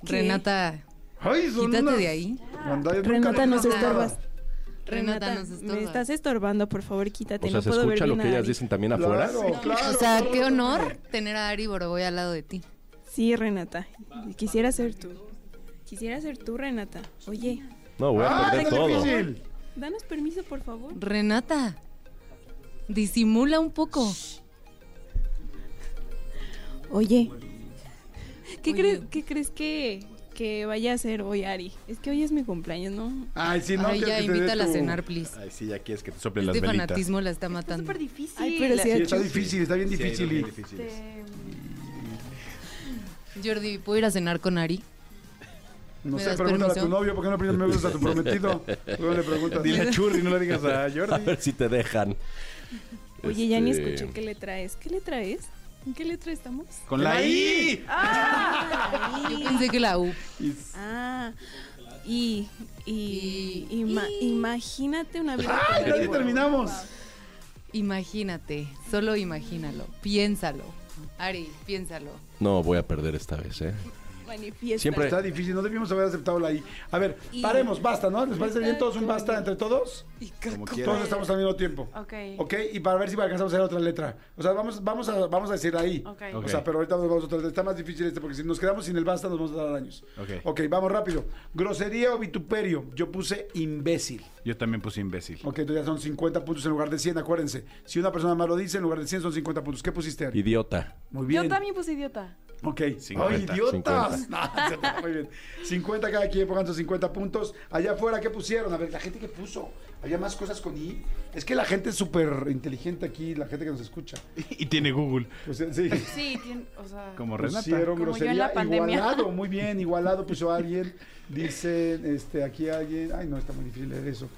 N: ¿Qué? Renata,
B: Ay, son
N: quítate
B: unas-
N: de ahí.
B: Anda, yo nunca
M: Renata,
B: le-
M: nos estorbas.
N: Renata, nos
M: Me
N: estorbas.
M: estás estorbando, por favor, quítate.
K: O sea,
M: no
K: se
M: puedo
K: escucha
M: ver
K: lo
M: bien
K: que
M: a
K: ellas
M: Ari.
K: dicen también afuera.
N: o sea, qué honor tener a Ari Boroboy al lado de ti.
M: Sí, Renata. Quisiera ser tú. Quisiera ser tú, Renata. Oye,
K: No, voy a
N: Ah,
K: perder
N: qué
K: todo.
N: difícil.
M: danos permiso, por favor.
N: Renata, disimula un poco.
M: Oye. ¿Qué, crees- qué crees que, que vaya a hacer hoy Ari? Es que hoy es mi cumpleaños, ¿no?
B: Ay, sí, no.
N: Ay,
B: quieres
N: ya,
B: que te dé
N: invítala a
B: tu-
N: cenar, please.
K: Ay, sí, ya quieres que te soplen
N: Este fanatismo la está matando. Está súper
M: difícil.
B: Sí, está difícil, está bien
D: Sí,
B: difícil.
D: bien
B: y-
D: difícil.
N: Jordi, ¿puedo ir a cenar con Ari?
B: No
N: ¿Me
B: sé,
N: das
B: pregúntale a
N: permiso?
B: tu novio, ¿por qué no primero me gusta a tu prometido? Luego le preguntas.
K: Dile a Churri, no le digas
B: a
K: Jordi. (laughs)
B: (laughs)
K: A ver si te dejan.
M: Oye, ya ni
K: Este,
M: escuché qué le traes. ¿Qué le traes? ¿En qué letra estamos?
K: Con la I.
M: ¡Ah!
N: Yo pensé que la U.
M: Ah. Y, y, ima- imagínate una vida.
N: ¡Ay,
M: con
N: nadie
M: Ari.
B: terminamos!
N: Imagínate, solo imagínalo, piénsalo. Ari, piénsalo.
K: No, voy a perder esta vez, ¿eh?
M: Manifiesta.
K: Siempre-
B: Está difícil, no debimos haber aceptado la I. A ver,
N: Y-
B: paremos, basta, ¿no? ¿Les parece bien todos un basta entre todos?
N: Como
B: Todos estamos al mismo tiempo.
P: Ok.
B: Ok, y para ver si alcanzamos a hacer otra letra. O sea, vamos, vamos, a, vamos a decir ahí.
P: Ok.
B: O sea,
P: Ok.
B: pero ahorita nos vamos a otra. Está más difícil este porque si nos quedamos sin el basta nos vamos a dar daños.
D: Ok.
B: Ok, vamos rápido. Grosería o vituperio. Yo puse imbécil.
D: Yo también puse imbécil. (laughs)
B: Ok, entonces ya son 50 puntos en lugar de 100, acuérdense. Si una persona más lo dice, en lugar de 100 son 50 puntos. ¿Qué pusiste, Ari?
K: Idiota.
B: Muy bien.
P: Yo también puse idiota.
B: Ok.
K: 50,
B: ¡Ay, (laughs) idiotas! No, muy bien. 50 cada quien, pongan sus 50 puntos. Allá afuera, ¿qué pusieron? A ver, la gente que puso. Había más cosas con I. Es que la gente es súper inteligente aquí, la gente que nos escucha.
D: Y tiene Google.
B: Pues, eh, sí.
P: Sí, tiene, o sea.
D: Como Renata.
B: Pusieron
P: Como yo en
B: grosería.
P: la pandemia. (laughs)
B: Igualado, muy bien, igualado puso alguien. Dicen, este, aquí alguien. Ay, no, está muy difícil leer eso.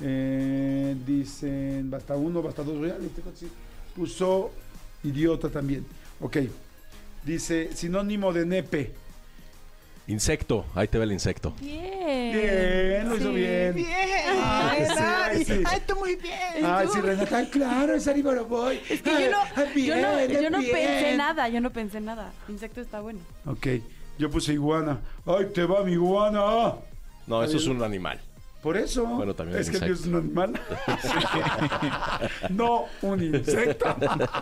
B: Eh, dicen, basta uno, basta dos. Oye, este cuate sí Puso idiota también. Ok. Dice, sinónimo de nepe.
K: Insecto. Ahí te ve el insecto.
M: Bien.
B: Bien, lo hizo bien.
I: Ah,
B: Ay,
E: Ay,
B: Sari.
E: Sari. Ay, tú muy bien.
B: Ay,
E: tú.
B: sí, Renata, claro, es Ari Boroboy.
E: Es
B: (laughs)
E: que yo no,
B: Ah,
E: yo no,
B: bien,
E: yo no
B: bien.
E: pensé nada, yo no pensé nada. Insecto está bueno.
B: Ok, yo puse iguana. ¡Ay, te va mi iguana!
K: No, eso es un animal.
B: Por eso.
K: Bueno, también
B: Es
K: el
B: que el mío es un animal. (laughs) no un insecto.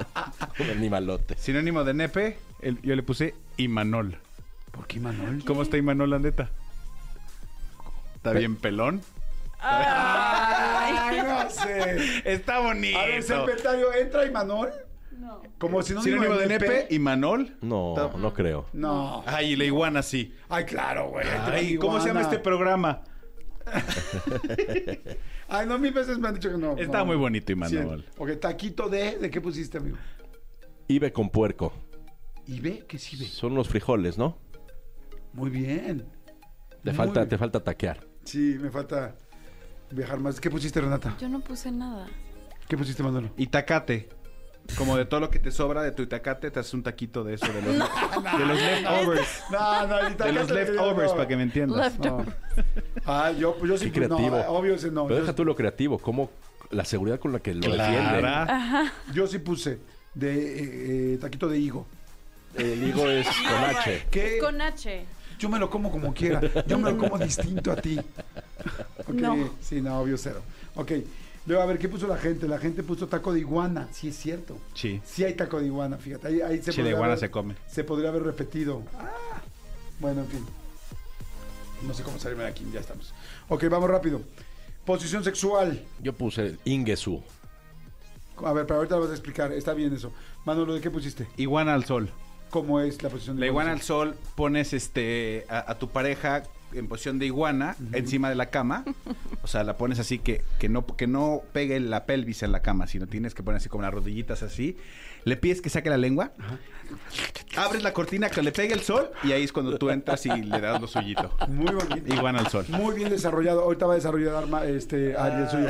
B: (laughs)
K: Un animalote.
D: Sinónimo de nepe, el- yo le puse Imanol.
B: ¿Por qué Imanol?
D: ¿Cómo está Imanol, la neta? ¿Está bien pelón?
B: Ay, no sé.
D: Está bonito.
B: A ver, secretario, ¿entra Imanol? No. Como sinónimo,
D: Sinónimo de nepe, Imanol.
K: No, no creo.
B: No.
D: Ay, y la iguana sí.
B: Ay, claro, güey. ahí te va mi
D: Ay, ¿cómo se llama
B: iguana.
D: este programa?
B: Ay, no, mil veces me han dicho que no.
D: Está
B: no.
D: muy bonito Imanol.
B: Cien. Ok, taquito de, ¿de qué pusiste, amigo?
K: Ibe con puerco.
B: ¿Y ve? ¿Qué sí ve?
K: Son unos frijoles, ¿no?
B: Muy bien.
K: Te
B: Muy
K: falta,
B: bien.
K: te falta taquear.
B: Sí, me falta viajar más. ¿Qué pusiste, Renata?
E: Yo no puse nada.
B: ¿Qué pusiste, Manolo?
D: Itacate. Como de todo lo que te sobra de tu itacate, te haces un taquito de eso, de los, de los
B: (laughs)
D: leftovers.
B: No, no, ahorita
D: De
B: acá
D: los
B: se-
D: leftovers,
B: no.
D: para que me entiendas.
B: No. Ah, yo, yo sí
K: Qué creativo.
B: No, eh, obvio ese no.
K: Pero
B: Yo,
K: deja tú lo creativo, como la seguridad con la que lo defiende.
D: Clara.
B: yo sí puse de eh, eh, taquito de higo.
K: El higo es con H.
B: ¿Qué?
P: Con H.
B: Yo me lo como como quiera. Yo me lo como distinto a ti. (laughs) Ok,
P: No.
B: Sí, no, obvio cero. Ok. Luego, a ver, ¿qué puso la gente? La gente puso taco de iguana. Sí, es cierto.
D: Sí.
B: Sí hay taco de iguana, fíjate. Ahí, ahí se
D: Chile
B: podría
D: iguana
B: haber-
D: se come.
B: Se podría haber repetido. Ah. Bueno, en fin. No sé cómo salirme de aquí, ya estamos. Ok, vamos rápido. Posición sexual.
K: Yo puse Ingesu.
B: A ver, pero ahorita lo vas a explicar. Está bien eso. Manolo, ¿de qué pusiste?
D: Iguana al sol.
B: ¿Cómo es la posición de
D: La iguana al sol pones este a, a tu pareja en posición de iguana encima de la cama. O sea, la pones así que, que no que no pegue la pelvis en la cama, sino tienes que poner así como las rodillitas así. Le pides que saque la lengua. Abres la cortina que le pegue el sol y ahí es cuando tú entras y le das lo suyito.
B: Muy bonito.
D: Iguana al sol.
B: Muy bien desarrollado. Ahorita va a desarrollar ma- este Ariel suyo.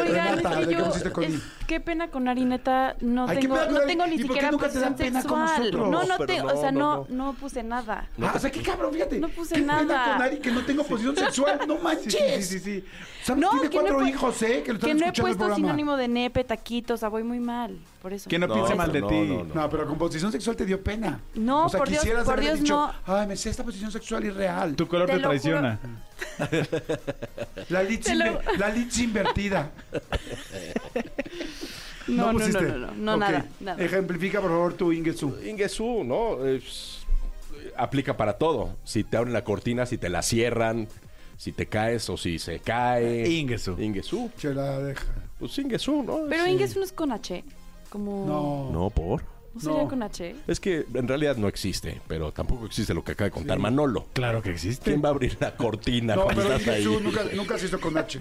E: Oigan,
B: Renata, ¿de
E: es que
B: qué
E: yo,
B: pusiste con
E: es-
B: I?
E: qué pena con Arineta, no
B: Ay, qué
E: tengo,
B: pena con
E: no
B: Ari-
E: tengo
B: ¿y
E: ni
B: por qué
E: siquiera
B: nunca te da
E: posición
B: pena con
E: sexual.
B: nosotros?
E: No, no,
K: Pero
E: te,
K: no,
E: o sea,
K: no,
E: no, no puse nada.
B: ah, o sea, qué cabrón, fíjate.
E: No puse
B: Qué pena
E: nada.
B: con Ari que no tengo posición sexual, no manches.
D: Sí, sí, sí, sí, sí.
B: ¿Sabes? Tiene
L: que no he
B: cuatro
L: pu-
B: hijos, ¿eh? Que lo están
L: no he
B: escuchando el
L: puesto
B: programa.
L: sinónimo de nepe, taquito, o sea, voy muy mal. Por eso.
B: Que
L: piensa
B: No, pero con posición sexual te dio pena.
L: No,
B: o sea,
L: por Dios,
B: quisieras
L: por
B: haber
L: Dios,
B: dicho,
L: no.
B: ay, me sé esta posición sexual irreal.
G: Tu color
L: Te
G: te,
L: lo
G: traiciona.
B: La litz,
L: Te lo-
B: inver- la litz invertida.
L: No, no, no,
B: pusiste?
L: no, no, no,
B: Ok.
L: nada, nada.
B: Ejemplifica, por favor, tu Ingesu.
K: Ingesu, ¿no? Es- aplica para todo. Si te abren la cortina, si te la cierran, si te caes o si se cae.
D: Ingesu.
K: Ingesu.
B: Se la deja.
K: Pues Ingesu, ¿no?
L: Pero
K: Sí.
L: Inges no es con H. Como.
B: No.
K: No, por.
L: ¿No sería con H?
K: Es que en realidad no existe, pero tampoco existe lo que acaba de contar Manolo.
D: Claro que existe.
K: ¿Quién va a abrir la cortina
B: No,
K: cuando
B: pero
K: estás ahí?
B: Ingesu nunca, nunca se hizo con H.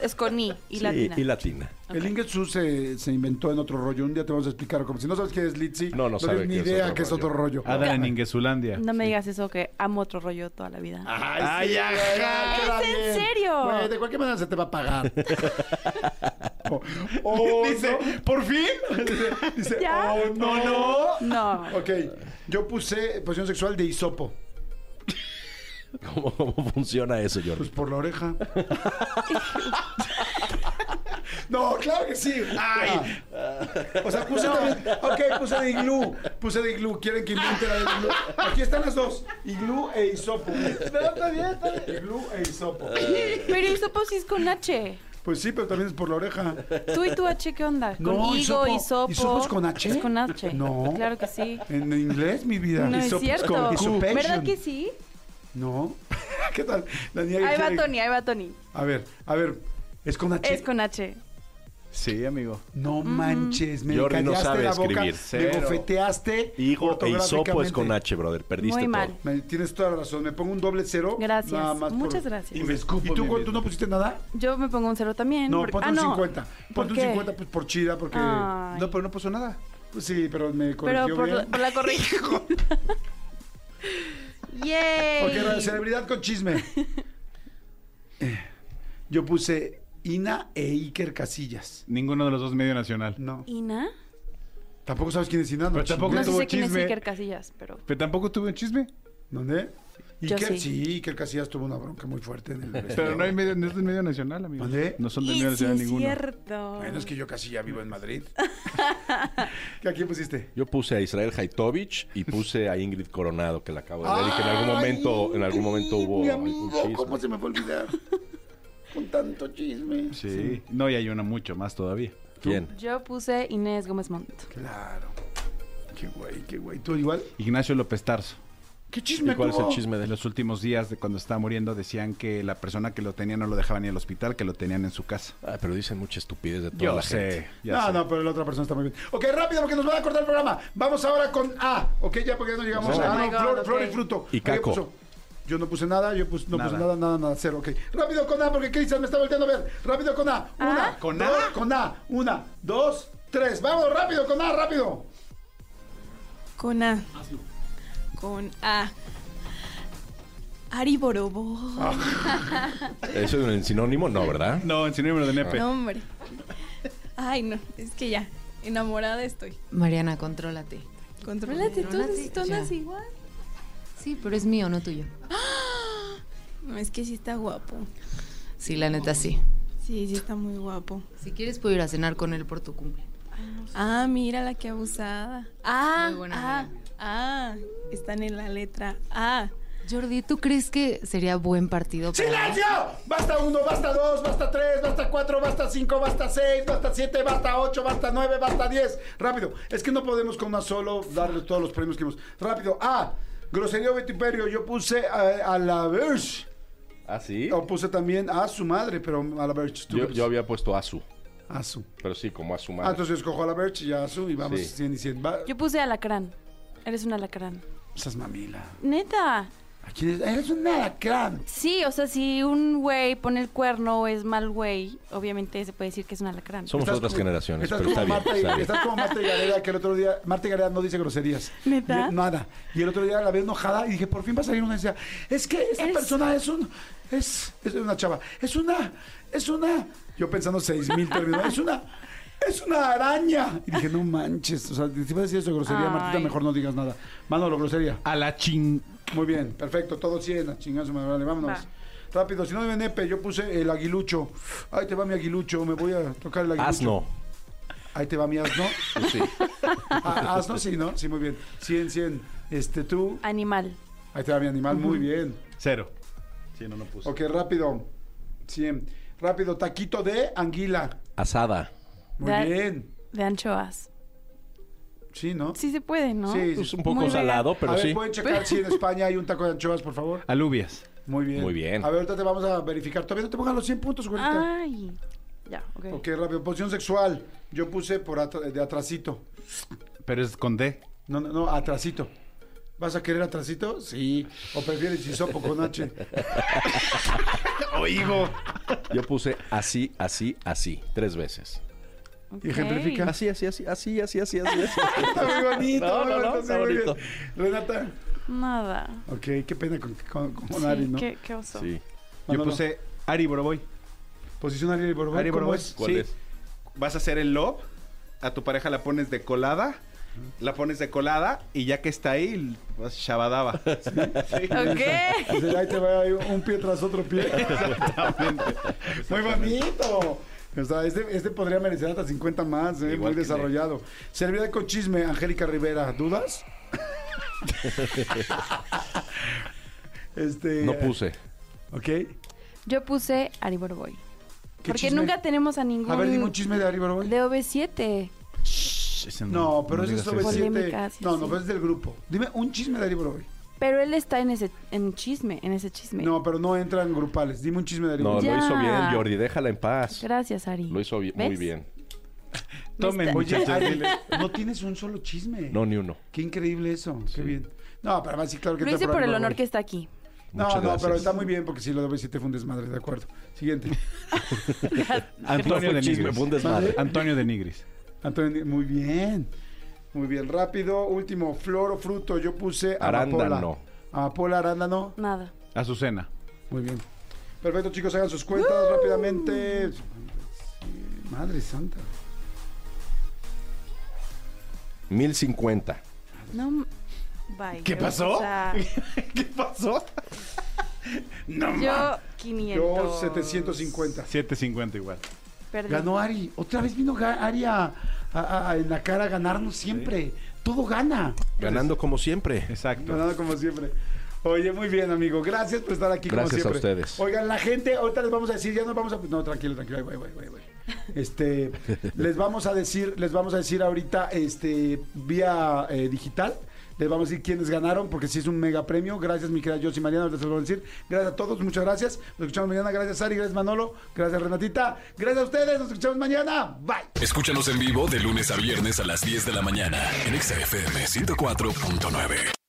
L: Es con I y
K: Sí,
L: latina.
K: y latina.
B: El Ingesu se, se inventó en otro rollo. Un día te vamos a explicar. Como si no sabes qué es Litzy,
K: No, no sabe
B: tienes ni
K: qué es
B: idea
K: otro
B: que es otro rollo.
G: Adán en Ingesulandia.
L: No me digas eso que amo otro rollo toda la vida.
B: Ay, sí,
G: ajá,
B: ¿verdad? Queda
L: ¿Es en
B: bien.
L: serio?
B: Güey, de cualquier manera se te va a pagar.
D: Dice, ¿por fin?
B: Dice,
L: ¿Ya?
B: oh, no, no.
L: No.
B: Ok, yo puse posición sexual de hisopo.
K: ¿Cómo, cómo funciona eso,
B: Pues
K: Jordi?
B: por la (laughs) oreja. no, claro que sí. Ay. O sea, puse también. Ok, puse de iglú. Puse de iglú. ¿Quieren que invente la de iglú? Aquí están las dos: iglú e hisopo. está bien, está bien. Iglú e hisopo.
L: (laughs) Pero hisopo sí es con H.
B: Pues sí, pero también es por la oreja.
L: ¿Tú y tu H qué onda? Con
B: No, hisopo.
L: higo, hisopo.
B: ¿Hisopo es con H?
L: Es con H.
B: No.
L: Claro que sí.
B: En inglés, mi vida.
L: No es
B: Hisopo
L: cierto.
B: con Q.
L: ¿Verdad que sí?
B: No. (laughs) ¿Qué tal? La niña que
L: Ahí va
B: quiere-
L: Tony, ahí va Tony.
B: A ver, a ver. ¿Es con H?
L: Es con H.
D: Sí, amigo.
B: No manches, me
K: Jordi no
B: callaste
K: sabe
B: la boca,
K: escribir.
B: me
K: Cero.
B: bofeteaste.
K: Higo e hisopo
B: Pues, ortográficamente.
K: es con H, brother. Perdiste
L: Muy mal.
K: todo.
B: Me- tienes toda la razón, me pongo un doble cero.
L: Gracias,
B: nada más
L: muchas
B: por-
L: gracias.
B: por- ¿Y tú, tú no pusiste nada?
L: Yo me pongo un cero también.
B: No,
L: porque-
B: ponte
L: ah,
B: un
L: no.
B: 50.
L: ¿Por
B: Ponte un
L: qué?
B: 50 pues, por chida, porque.
L: Ay.
D: No, pero no puso nada.
B: pues, sí, pero me corrigió
L: Pero por la,
B: bien.
L: por la
B: (laughs)
L: corrija. (laughs) ¡Yay!
B: Ok, la celebridad con chisme.
L: (laughs)
B: Eh, Yo puse Ina e Iker Casillas.
G: Ninguno de los dos medio nacional.
B: No.
L: ¿Ina?
B: Tampoco sabes quién es Ina, no
G: Pero tampoco
L: No
B: chingues.
L: sé
G: tuvo
L: si quién es
G: chisme.
L: Iker Casillas, pero...
G: Pero tampoco tuve un chisme.
B: ¿Dónde?
L: Yo
B: Iker,
L: sí.
B: sí. Iker Casillas tuvo una bronca muy fuerte
K: (laughs)
B: en el.
G: Pero no, hay medio, no es del medio nacional, amigo.
B: ¿Dónde?
G: No son del
L: Y
G: medio
L: sí
G: nacional
L: es
G: ninguno.
L: cierto.
B: Bueno, es que yo casi ya vivo en
L: (laughs)
B: Madrid. ¿Qué, ¿A quién pusiste?
K: Yo puse a Israel Haitovich y puse a Ingrid Coronado, que la acabo de ver y que en algún momento, en algún momento hubo
B: Mi
K: algún
B: amigo,
K: chisme.
B: ¿cómo se me fue a olvidar? Con tanto chisme.
G: Sí. No, y hay una mucho más todavía.
K: ¿Quién?
L: Yo puse Inés Gómez Montt.
B: Claro. Qué guay, qué guay. ¿Tú igual?
G: Ignacio López Tarso.
B: ¿Qué chisme
K: ¿Y cuál es el
B: tuvo?
K: chisme?
G: En los últimos días de cuando estaba muriendo decían que la persona que lo tenía no lo dejaban ni al hospital, que lo tenían en su casa.
K: Ah, pero dicen mucha estupidez de toda
G: Yo
K: la
G: sé,
K: gente.
G: ya
B: no,
G: sé.
B: no, pero la otra persona está muy bien. Ok, rápido, porque nos van a cortar el programa. Vamos ahora con A. Ok, ya porque ya no llegamos
K: No.
B: a
K: Oh
B: ah, no,
L: my God,
B: flor,
L: ok.
B: flor y fruto.
K: Y
B: Ah, ya
K: Caco.
B: puso. Yo no puse nada, yo pus- no
G: Nada.
B: puse nada, nada, nada, cero, ok. Rápido con A, porque Cristian me está volteando a ver. Rápido con A. Una,
L: ¿Ah?
G: ¿Con
B: dos,
G: A?
B: Con A. Una, dos, tres. Vamos, rápido, con A, rápido.
M: Con A. Con A. Ari Borobo.
K: ¿Eso es un sinónimo? No, ¿verdad?
G: No, en sinónimo de Nepe.
M: No, hombre. Ay, no. Es que ya. Enamorada estoy.
N: Mariana, contrólate.
M: Contrólate tú.
N: Contrólate,
M: si Tú andas
N: ya.
M: igual.
N: Sí, pero es mío, no tuyo.
M: No, es que sí está guapo.
N: Sí, la neta sí.
M: Sí, sí está muy guapo.
N: Si quieres, puedo ir a cenar con él por tu cumple.
M: Ah, mira la que abusada. Ah,
N: Muy buena
M: ah, ah. Están en la letra A.
N: Jordi, ¿tú crees que sería buen partido para
B: ¡Silencio! Basta uno, basta dos, basta tres, basta cuatro, basta cinco, basta seis, basta siete, basta ocho, basta nueve, basta diez. Rápido. Es que no podemos con una solo darle todos los premios que hemos. Rápido. A. Grosería o vituperio. Yo puse eh, a, la Verge.
K: ¿Ah, sí?
B: O puse también a su madre, pero a la Verge. ¿Tú
K: Yo,
B: qué
K: yo
B: puse?
K: había puesto Azu,
B: A su.
K: pero sí, como Azu
B: Ah,
K: madre.
B: entonces yo escojo a la Verge y a su y vamos
K: Sí.
B: 100 y 100. Va,
L: Yo puse alacrán. Eres un alacrán.
B: esas mamila.
L: Neta.
B: ¿A quién es? Eres un alacrán.
L: Sí, o sea, si un güey pone el cuerno o es mal güey, obviamente se puede decir que es un alacrán.
K: Somos
B: Estás
K: otras
B: como-
K: generaciones,
B: estás
K: pero
B: como
K: está bien,
B: Marta y-
K: está bien.
B: Estás como Marta y Gareda, que el otro día... Marta y Gareda no dice groserías.
L: ¿Neta?
B: Yo- nada. Y el otro día la vi enojada y dije, por fin va a salir una. Y decía, es que esta
L: Eres-
B: persona es un... Es, es una chava. Es una... Es una... Yo pensando seis mil términos. Es una... Es una araña. Y dije, no manches. O sea, si vas a decir eso de grosería,
L: Ay.
B: Martita, mejor no digas nada. Manolo, grosería.
G: A la ching...
B: Muy bien, perfecto. Todo 100. A chingar su madre. Vale, vámonos.
L: Va.
B: Rápido, si no me nepe, yo puse el aguilucho. Ahí te va mi aguilucho, me voy a tocar el aguilucho.
K: Asno.
B: Ahí te va mi asno.
K: Pues sí.
B: Ah, asno, sí, ¿no? Sí, muy bien. 100, 100. Este, tú.
L: Animal.
B: Ahí te va mi animal, muy bien.
D: Cero. Sí, no, no puse.
B: Ok, rápido. 100. Rápido, taquito de anguila.
K: Asada.
B: Muy
L: de,
B: bien.
L: De anchoas.
B: Sí, ¿no?
L: Sí se puede, ¿no?
B: Sí,
K: Es Pues un poco salado, pero
B: a ver,
K: sí.
B: ¿pueden checar si en España hay un taco de anchoas, por favor?
D: Alubias.
B: Muy bien.
K: Muy bien.
B: A ver, ahorita te vamos a verificar. Todavía no te pongan los 100 puntos, güerita.
L: Ay. Ya, ok.
B: Ok, rápido. Posición sexual. Yo puse por atra- de atrasito.
D: Pero es con D.
B: No, no, no, atrasito. ¿Vas a querer atrasito? Sí. ¿O prefieres hisopo con H?
K: Oigo. Yo puse así, así, así. Tres veces.
B: Y ejemplifica.
L: (laughs)
K: Así, así, así, así, así, así, así. así.
B: Está muy bonito.
K: No,
B: muy
K: no, no,
B: bonito,
K: está
B: sí, muy bien.
K: bonito.
B: Renata.
L: Nada.
B: Ok, qué pena con, con, con
L: Sí,
B: Ari, ¿no?
L: qué, qué oso.
K: (laughs) Sí.
D: Yo
B: Manolo.
D: puse Ari Boroboy.
B: Posición Ari Borbón.
D: Ari
B: ¿cómo
D: Boroboy.
B: es?
K: ¿Cuál
D: sí.
K: es?
D: Vas a hacer el lob. A tu pareja la pones de colada. La pones de colada y ya que está ahí, vas
B: (laughs)
D: shabadaba.
L: Ok.
B: Desde ahí te va ahí un pie tras otro pie. Muy bonito. O sea, este, este podría merecer hasta 50 más, ¿eh? muy
K: Igual que
B: desarrollado. Servidor con chisme, Angélica Rivera,
K: (laughs)
B: ¿dudas? este,
K: No puse.
B: Ok.
L: Yo puse Ari Boroboy. Porque
B: chisme?
L: nunca tenemos a ningún.
B: A ver, dime un chisme de arriba hoy.
L: De OV7.
B: No, pero ese es
L: eso.
B: OV7.
L: Polémica, sí,
B: No, no,
L: sí.
B: pero es del grupo. Dime un chisme de arriba hoy.
L: Pero él está en ese en chisme, en ese chisme.
B: No, pero no entran grupales. Dime un chisme de arriba
K: No,
L: Ya.
K: lo hizo bien, Jordi. Déjala en paz.
L: Gracias, Ari.
K: Lo hizo bi- muy
L: ¿Ves?
K: bien.
D: Tomen,
B: Oye,
D: muchachos.
B: Adel, no tienes un solo chisme.
K: No, ni uno.
B: Qué increíble eso, qué bien. No, pero además sí, claro que
L: Lo
B: está
L: hice por el
B: programa,
L: honor que
B: güey.
L: está aquí.
B: No,
K: Muchas
B: no,
K: gracias.
B: pero está muy bien porque si lo debo decir te fue un desmadre, de acuerdo. Siguiente.
L: (laughs)
K: No fue
D: Antonio
K: un
D: de
K: chisme,
D: Nigris.
K: fue un desmadre.
D: Antonio de Nigris.
B: Antonio, muy bien. Muy bien, rápido. Último, flor o fruto. Yo puse amapola.
K: Arándano.
B: Amapola, arándano.
L: Nada.
D: Azucena.
B: Muy bien. Perfecto, chicos, hagan sus cuentas rápidamente. Madre santa.
K: 1050.
L: No. m- Bye.
D: ¿Qué
L: O
D: pasó?
L: sea,
D: (laughs) ¿Qué pasó? (laughs) no
L: yo
B: Yo
L: 500.
B: 750.
D: 750 igual.
L: Perdí.
B: Ganó Ari. Otra vez vino Ga- Ari a, a- a- en la cara a ganarnos siempre. Todo gana.
K: Ganando como siempre.
D: Exacto.
B: Ganando como siempre. Oye, muy bien, amigo. Gracias por estar aquí
K: Gracias a
B: como siempre.
K: ustedes.
B: Oigan, la gente, ahorita les vamos a decir, ya nos vamos a. No, tranquilo, tranquilo. ahí voy, ahí voy, ahí voy. Este,
K: (laughs)
B: les vamos a decir, les vamos a decir ahorita, este, vía eh, digital. Les vamos a decir quiénes ganaron, porque sí es un mega premio. Gracias, mi querida Josy Mariana, les voy a decir. Gracias a todos, muchas gracias. Nos escuchamos mañana. Gracias, Ari. Gracias, Manolo. Gracias, Renatita. Gracias a ustedes. Nos escuchamos mañana. Bye.
A: Escúchanos en vivo de lunes a viernes a las 10 de la mañana en Exa FM 104.9.